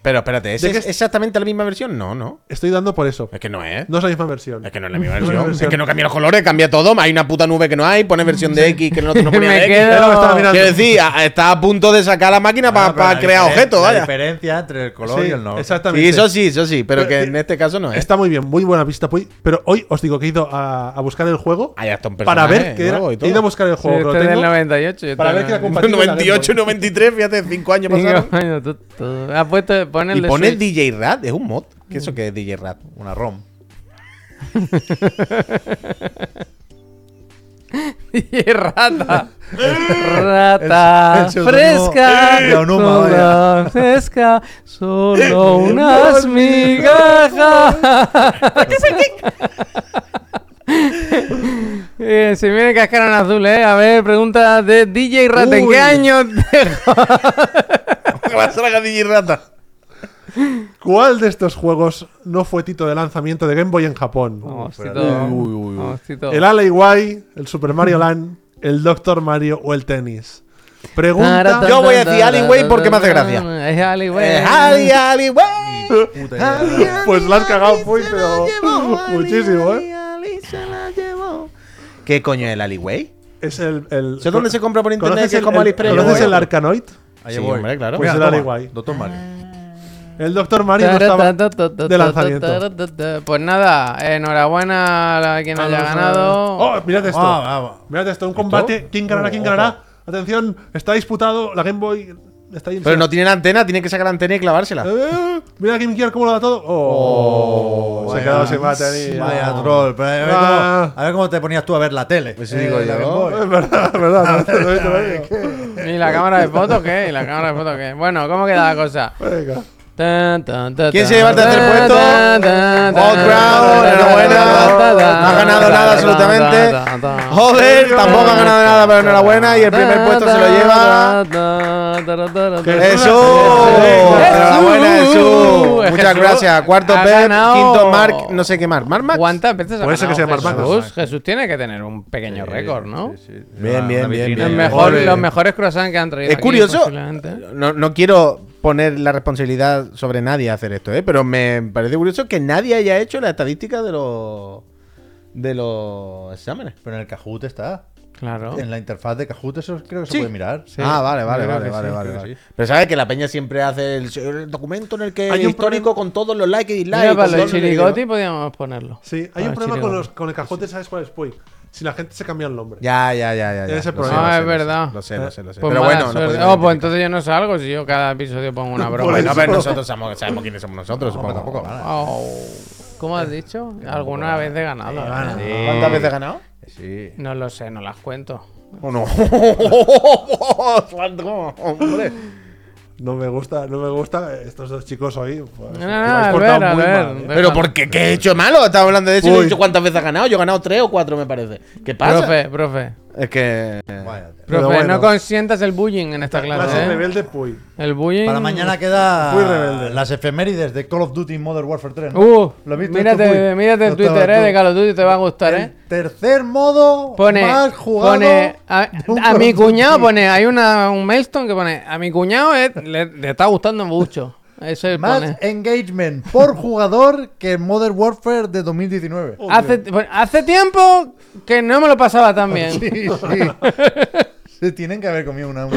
B: Pero espérate, ¿ese
C: ¿De qué
B: ¿es
C: es?
B: exactamente la misma versión? No, no.
C: Estoy dudando por eso.
B: Es que no es.
C: No es la misma versión.
B: Es que no es la misma
C: No es la
B: versión.
C: versión.
B: Es que no cambia los colores, cambia todo. Hay una puta nube que no hay, pone versión de X que
A: [laughs]
B: no, no ponía
A: Me
B: de X.
A: quedo-
C: Era lo que estaba mirando.
B: Quiero decir, a- está a punto de sacar la máquina para Ah, crear objetos,
D: Ah, La
B: vaya.
D: diferencia entre el color
C: Sí,
D: y el no.
C: Exactamente.
B: Sí, eso sí, eso sí, pero
C: Pero,
B: que
C: sí.
B: en este caso no es.
C: Está muy bien, muy buena vista, Puy. Pero hoy os digo que he ido a, a buscar el juego
B: Hay hasta Ah, un
C: para
B: personaje
C: ver que era.
B: nuevo y
C: He ido a
B: todo.
C: buscar el
A: Sí,
C: juego, que lo
A: este es del
C: tengo,
A: 98. yo
C: para
A: estoy
C: ver que era
A: en
B: [laughs]
A: el-
C: compatible.
B: 98 y 93, fíjate, 5 años pasaron.
A: [laughs] Cinco años, tú- tú- Ah, Ha puesto, pon el
B: Y
A: de
B: pone
A: Switch.
B: DJ Rat, es un mod. ¿Qué eso que es DJ Rat?
D: Una ROM.
A: [laughs] Y rata. rata.
D: El- el
A: fresca.
C: [laughs]
D: seudónimo de Onuma,
A: toda fresca. Solo unas migajas. [laughs] Eh, se viene cascarón azul, eh. A ver, pregunta de DJ Rata. ¿En
C: Uy.
A: qué año te-
B: Ojalá salga DJ Rata.
C: ¿Cuál de estos juegos no fue tito de lanzamiento de Game Boy en Japón?
A: Hostito. Hostito.
C: ¿El Alleyway, el Super Mario Land, el Doctor Mario o el tenis? Pregunta.
B: Yo voy a decir Alleyway porque me hace gracia.
A: Es Alleyway.
B: Eh, Ali, Ali, wey.
C: Puta idea. [laughs] Pues la has cagado, Puy, pero. [laughs] Muchísimo, ¿eh?
B: ¿Qué coño es el Aliway?
C: Es el. el
B: ¿Sabes dónde se compra por internet?
C: ¿Conoces
B: Que es
C: el-
B: como
C: el-
B: AliExpress.
C: ¿Conoces el Arcanoid?
B: Sí, hombre, claro.
C: Pues el Ah,
D: toma,
C: Aliway.
D: Doctor Mario.
C: El Doctor Mario no estaba de lanzamiento.
A: Pues nada, enhorabuena a quien
C: Ah,
A: haya
C: no,
A: ganado.
C: ¡Oh! Mirad esto.
D: Ah, ah, ah.
C: Mirad esto. Un combate. ¿Quién ganará?
B: Oh,
C: ¿Quién ganará? Atención, está disputado. La Game Boy está ahí.
B: Pero no tiene la antena, tiene que sacar la antena y
C: [laughs]
B: clavársela.
C: Eh, mira Game Gear cómo lo da todo. Oh, se ha quedado sin batería.
D: Vaya troll. Pero a, ver
C: Ah.
D: cómo, a ver cómo te ponías tú a ver la tele.
B: Pues
D: Eh,
B: sí, digo
D: la
B: yo.
D: Game Boy.
C: Es verdad, es verdad. no, no, no, no,
B: [laughs]
A: [laughs]
C: no.
A: ¿Y la cámara de fotos qué? ¿Y la cámara de fotos qué? Bueno, ¿cómo queda la cosa?
C: Venga.
A: ¿Quién
B: ¿Quién se lleva el tercer puesto? Old Crown, enhorabuena. No ha ganado nada absolutamente. Joder, tampoco ha ganado nada, pero enhorabuena. Y el primer puesto se lo
A: [laughs]
B: lleva.
A: lleva.
B: ¡Jesús!
C: Jesús.
B: ¡Enhorabuena,
A: Jesús.
B: Jesús! Muchas
A: Jesús
B: gracias. Cuarto
A: ha
B: Pep,
A: ganado-
B: quinto Mark, no sé qué Mark. ¿Mark Max?
A: ¿Cuántas veces ha
C: Puede ser que
A: ganado
C: sea Marc Max.
A: Jesús? Jesús tiene que tener un pequeño récord, ¿no?
D: Sí, sí.
B: Bien,
D: Una-
B: bien,
D: una
B: bien,
D: vitrina.
A: Los,
B: bien.
A: mejor-
B: Joder.
A: los mejores croissants que han traído
B: Es
A: aquí,
B: curioso.
A: posiblemente.
B: No, no quiero poner la responsabilidad sobre nadie a hacer esto, ¿eh? pero me parece curioso que nadie haya hecho la estadística de los de los exámenes.
D: Pero en el Kahoot está.
A: Claro.
D: En la interfaz de Kahoot eso creo que se
B: Sí.
D: puede mirar.
B: ah, vale, vale,
A: creo
B: vale,
A: que
B: vale,
A: sí,
B: vale,
D: creo que
B: vale.
D: sí.
B: Pero sabes que la peña siempre hace el, el documento en el que
C: Hay
B: hay
C: un
B: un histórico con todos los likes y dislikes.
A: Mira,
B: con
A: para
B: todo
A: los
B: lo que
A: chirigoti
B: digo.
A: podíamos ponerlo.
C: Sí, hay
A: Ah,
C: un problema con,
A: chirigoti.
C: los, con el cajote, ¿sabes cuál es? Puy. Si la gente se cambia el nombre.
B: Ya, ya, ya, ya. ya.
C: Ese es el
B: Lo
C: problema.
B: sé, lo
A: Ah,
B: sé,
A: es
B: lo sé,
A: verdad.
B: Lo sé, lo sé, lo sé.
A: Pues
B: Pero
A: mala
B: bueno, no
A: suerte.
B: podemos
A: oh, pues
B: identificar.
A: entonces yo no pues salgo si yo cada episodio pongo
B: [laughs]
A: una broma.
B: Bueno,
C: eso.
B: pero nosotros sabemos, sabemos quiénes somos nosotros, supongo.
A: Oh, ¿Cómo has
B: [laughs]
A: dicho? ¿Alguna vez he ganado? ¿eh?
D: Sí.
B: ¿Cuántas veces has ganado?
D: Sí.
A: No lo sé, no las cuento.
B: ¿O no? [laughs] Sandro, hombre.
C: No me gusta, no me gusta. Estos dos chicos hoy. Pues,
A: No,
C: os
A: no,
C: habéis
A: no,
C: portado
A: Albert, Albert,
C: muy mal, ¿eh?
A: Albert.
B: ¿Pero por qué? ¿Qué he hecho malo? Estaba hablando de eso y no he dicho cuántas veces has ganado. Yo he ganado tres o cuatro, me parece. ¿Qué pasa?
A: Profe, profe.
B: Es que.
D: Vaya.
A: Profe,
C: bueno.
A: no consientas el bullying en esta
C: Clase
A: clase. ¿eh?
C: rebelde, Puy.
A: El bullying.
D: Para mañana
C: Muy rebelde.
D: queda las efemérides de Call of Duty Modern Warfare 3. ¿no?
A: Uh,
D: ¿Lo viste tú,
A: mírate,
D: Puy?
A: mírate el
D: No estabas
A: Twitter eh,
D: tú.
A: de Call of Duty, te va a gustar, ¿eh?
D: El tercer modo
A: Pone,
D: más jugado.
A: pone a,
D: de un
A: a
D: Call of
A: mi
D: Duty.
A: cuñado pone, hay una, un mailstone que pone, a mi cuñado eh, le, le está gustando mucho. Ese
D: Más
A: pone.
D: engagement por jugador que en Modern Warfare de 2019.
A: Hace, pone, hace tiempo que no me lo pasaba tan bien.
D: [laughs] Sí, sí. Se tienen que haber comido
A: [laughs]
D: una.
A: Una-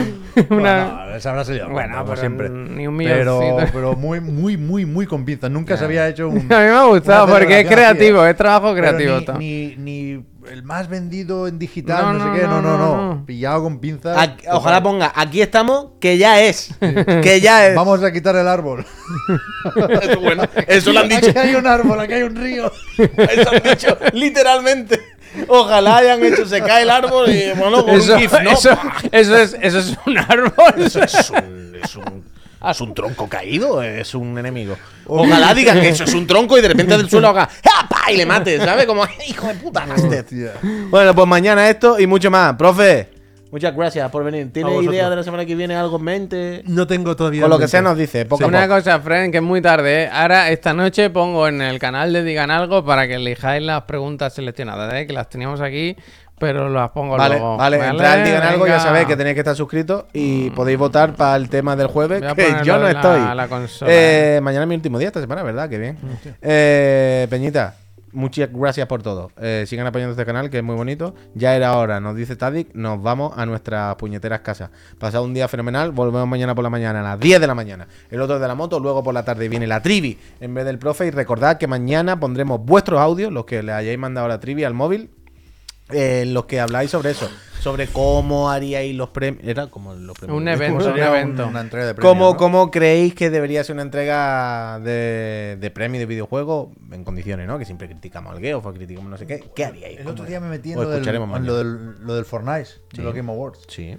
D: Bueno, se habrá salido.
A: Bueno,
D: como
A: pero
D: siempre.
A: ni un
D: Pero,
A: milloncito.
D: [laughs] pero muy, muy, muy, muy con pinza. Nunca se había hecho
A: [laughs]
D: un.
A: A mí me ha gustado
D: una
A: porque es
D: celebración así,
A: creativo,
D: ¿eh?
A: es trabajo
D: Pero
A: creativo.
D: ni-
A: todo.
D: Ni, ni el más vendido en digital,
A: No,
D: no,
A: no,
D: sé qué. No,
A: no,
D: no,
A: no,
D: no.
A: no.
D: Pillado con pinza.
B: Aquí- ojalá ponga, aquí estamos, que ya es. Que ya es.
D: Vamos a quitar el árbol.
B: Eso, bueno, eso lo han dicho.
D: [laughs] Aquí hay un árbol, aquí hay
B: [laughs]
D: un río.
B: [laughs] Eso han dicho, literalmente. Ojalá hayan hecho, se cae el árbol y bueno, con
A: Eso,
B: un gif, ¿no?
A: eso, eso es, eso es un árbol.
B: Eso es un, es un- es un tronco caído, es un enemigo. Ojalá digan que eso es un tronco y de repente del suelo haga ¡apa! y le mate, ¿sabes? Como hijo de puta, Nasted. Bueno, pues mañana esto y mucho más. Profe, muchas gracias por venir.
C: A
B: ¿Tienes
C: vosotros.
B: idea de la semana que viene algo en mente?
C: No tengo todavía.
B: Con lo que
C: mente.
B: sea nos dice, poco
A: [laughs]
B: a
A: Una
B: poco.
A: cosa, Fren, que es muy tarde. ¿eh? Ahora, esta noche pongo en el canal de Digan Algo para que elijáis las preguntas seleccionadas, ¿eh? que las teníamos aquí, pero las pongo
B: Vale,
A: luego.
B: vale, entrad, digan algo, ya
A: Venga. Mm.
B: sabéis que tenéis que estar suscritos y podéis votar para el tema del jueves,
A: Voy a
B: que
A: ponerlo
B: yo no
A: en la-
B: estoy.
A: la consola,
B: Eh, Mañana es mi último día esta semana, ¿verdad? Qué bien. Eh, Peñita, muchas gracias por todo. Eh, sigan apoyando este canal, que es muy bonito. Ya era hora, nos dice Tadic, nos vamos a nuestras puñeteras casas. Pasad un día fenomenal, volvemos mañana por la mañana, a las 10 de la mañana. El otro es de la moto, luego por la tarde viene la trivi en vez del profe. Y recordad que mañana pondremos vuestros audios, los que le hayáis mandado a la trivi al móvil, eh, los que habláis sobre eso, sobre cómo haríais los premios. Era como los premios.
A: Un evento, un
D: Sería un-
A: evento.
D: Pues Una entrega de
B: ¿Cómo,
D: premios, ¿no?
B: cómo creéis que debería ser una entrega de, de premio de videojuego en condiciones, ¿no? Que siempre criticamos al Geoff o criticamos no sé qué. ¿Qué haríais?
D: El otro día me metí en
B: O
D: lo del,
B: escucharemos
D: en lo
B: mañana.
D: del- lo del Fortnite, de los Game Awards.
B: Sí.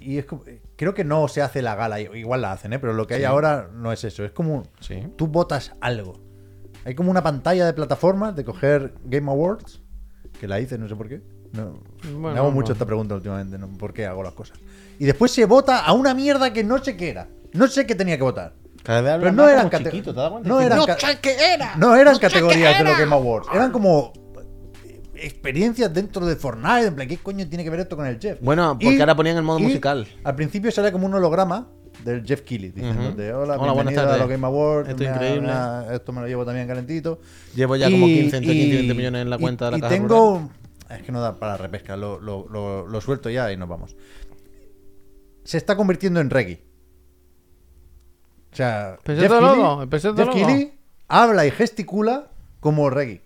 D: Y es como- creo que no se hace la gala, igual la hacen, ¿eh? pero lo que hay ahora no es eso. Es como
B: Sí.
D: tú votas algo. Hay como una pantalla de plataformas de coger Game Awards, que la hice, no sé por qué. No, me
A: Bueno,
D: hago
A: no.
D: mucho esta pregunta últimamente, ¿no? ¿por qué hago las cosas? Y después se vota a una mierda que no sé qué era. No sé qué tenía que votar.
B: Cada vez
D: Pero
B: hablas
D: no
B: más
D: eran
B: como
D: cate-
B: chiquito, ¿te das cuenta?
D: no
B: Dices,
D: eran ca-
B: sé qué era!
D: No eran
B: sé
D: categorías
B: qué
D: de los
B: era".
D: Game Awards, eran como eh, experiencias dentro de Fortnite, en plan, ¿qué coño tiene que ver esto con el Jeff?
B: Bueno, porque ahora ponían el modo musical.
D: Al principio sale como un holograma del Jeff Keighley diciéndote, hola,
B: Hola, buenas
D: bienvenido a
B: tardes.
D: los Game Awards.
B: Esto es
D: una-
B: increíble.
D: una- esto me lo llevo también calentito.
B: Llevo Pues ya como 15, entre 15 y 20 millones en la
D: y-
B: cuenta de la
D: y
B: caja
D: tengo... Es que no da para repesca, lo, lo- lo- lo suelto ya y nos vamos. Se está convirtiendo en reggae. O sea,
A: Pero
D: Jeff
A: eso es
D: Keighley-
A: loco, pero eso es
D: Jeff
A: loco.
D: Keighley habla y gesticula como reggae.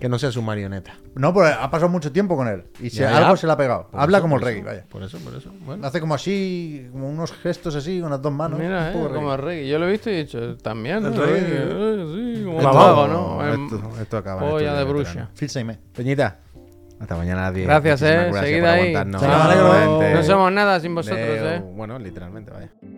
B: Que no sea su marioneta.
D: No, pero ha pasado mucho tiempo con él. Y se-
B: Ya, ya.
D: algo se le ha pegado.
B: Por
D: Habla
B: eso,
D: como el
B: por
D: reggae,
B: eso,
D: vaya.
B: Por eso, por eso. Bueno.
D: Hace como así, como unos gestos así, con las dos manos.
A: Mira,
D: un
A: eh,
D: poco reggae.
A: como Ricky. Yo lo he visto y he dicho, también.
C: El
A: ¿no?
C: Ricky,
A: Ricky, eh, sí, como
C: Esto-
A: vago, ¿no?
B: Em,
E: esto- esto acaba en
A: Polla
E: estudio
A: de
E: de
A: bruja.
E: veterano.
D: Phil Saime.
E: Peñita, hasta mañana a las 10.
A: Gracias,
E: Muchísimas
A: eh.
E: gracias
A: Seguid
E: por
A: ahí.
E: aguantarnos.
A: Chao.
D: Hasta luego.
E: Gente.
A: No somos nada sin vosotros,
E: Leo.
A: eh.
E: Bueno, literalmente, vaya.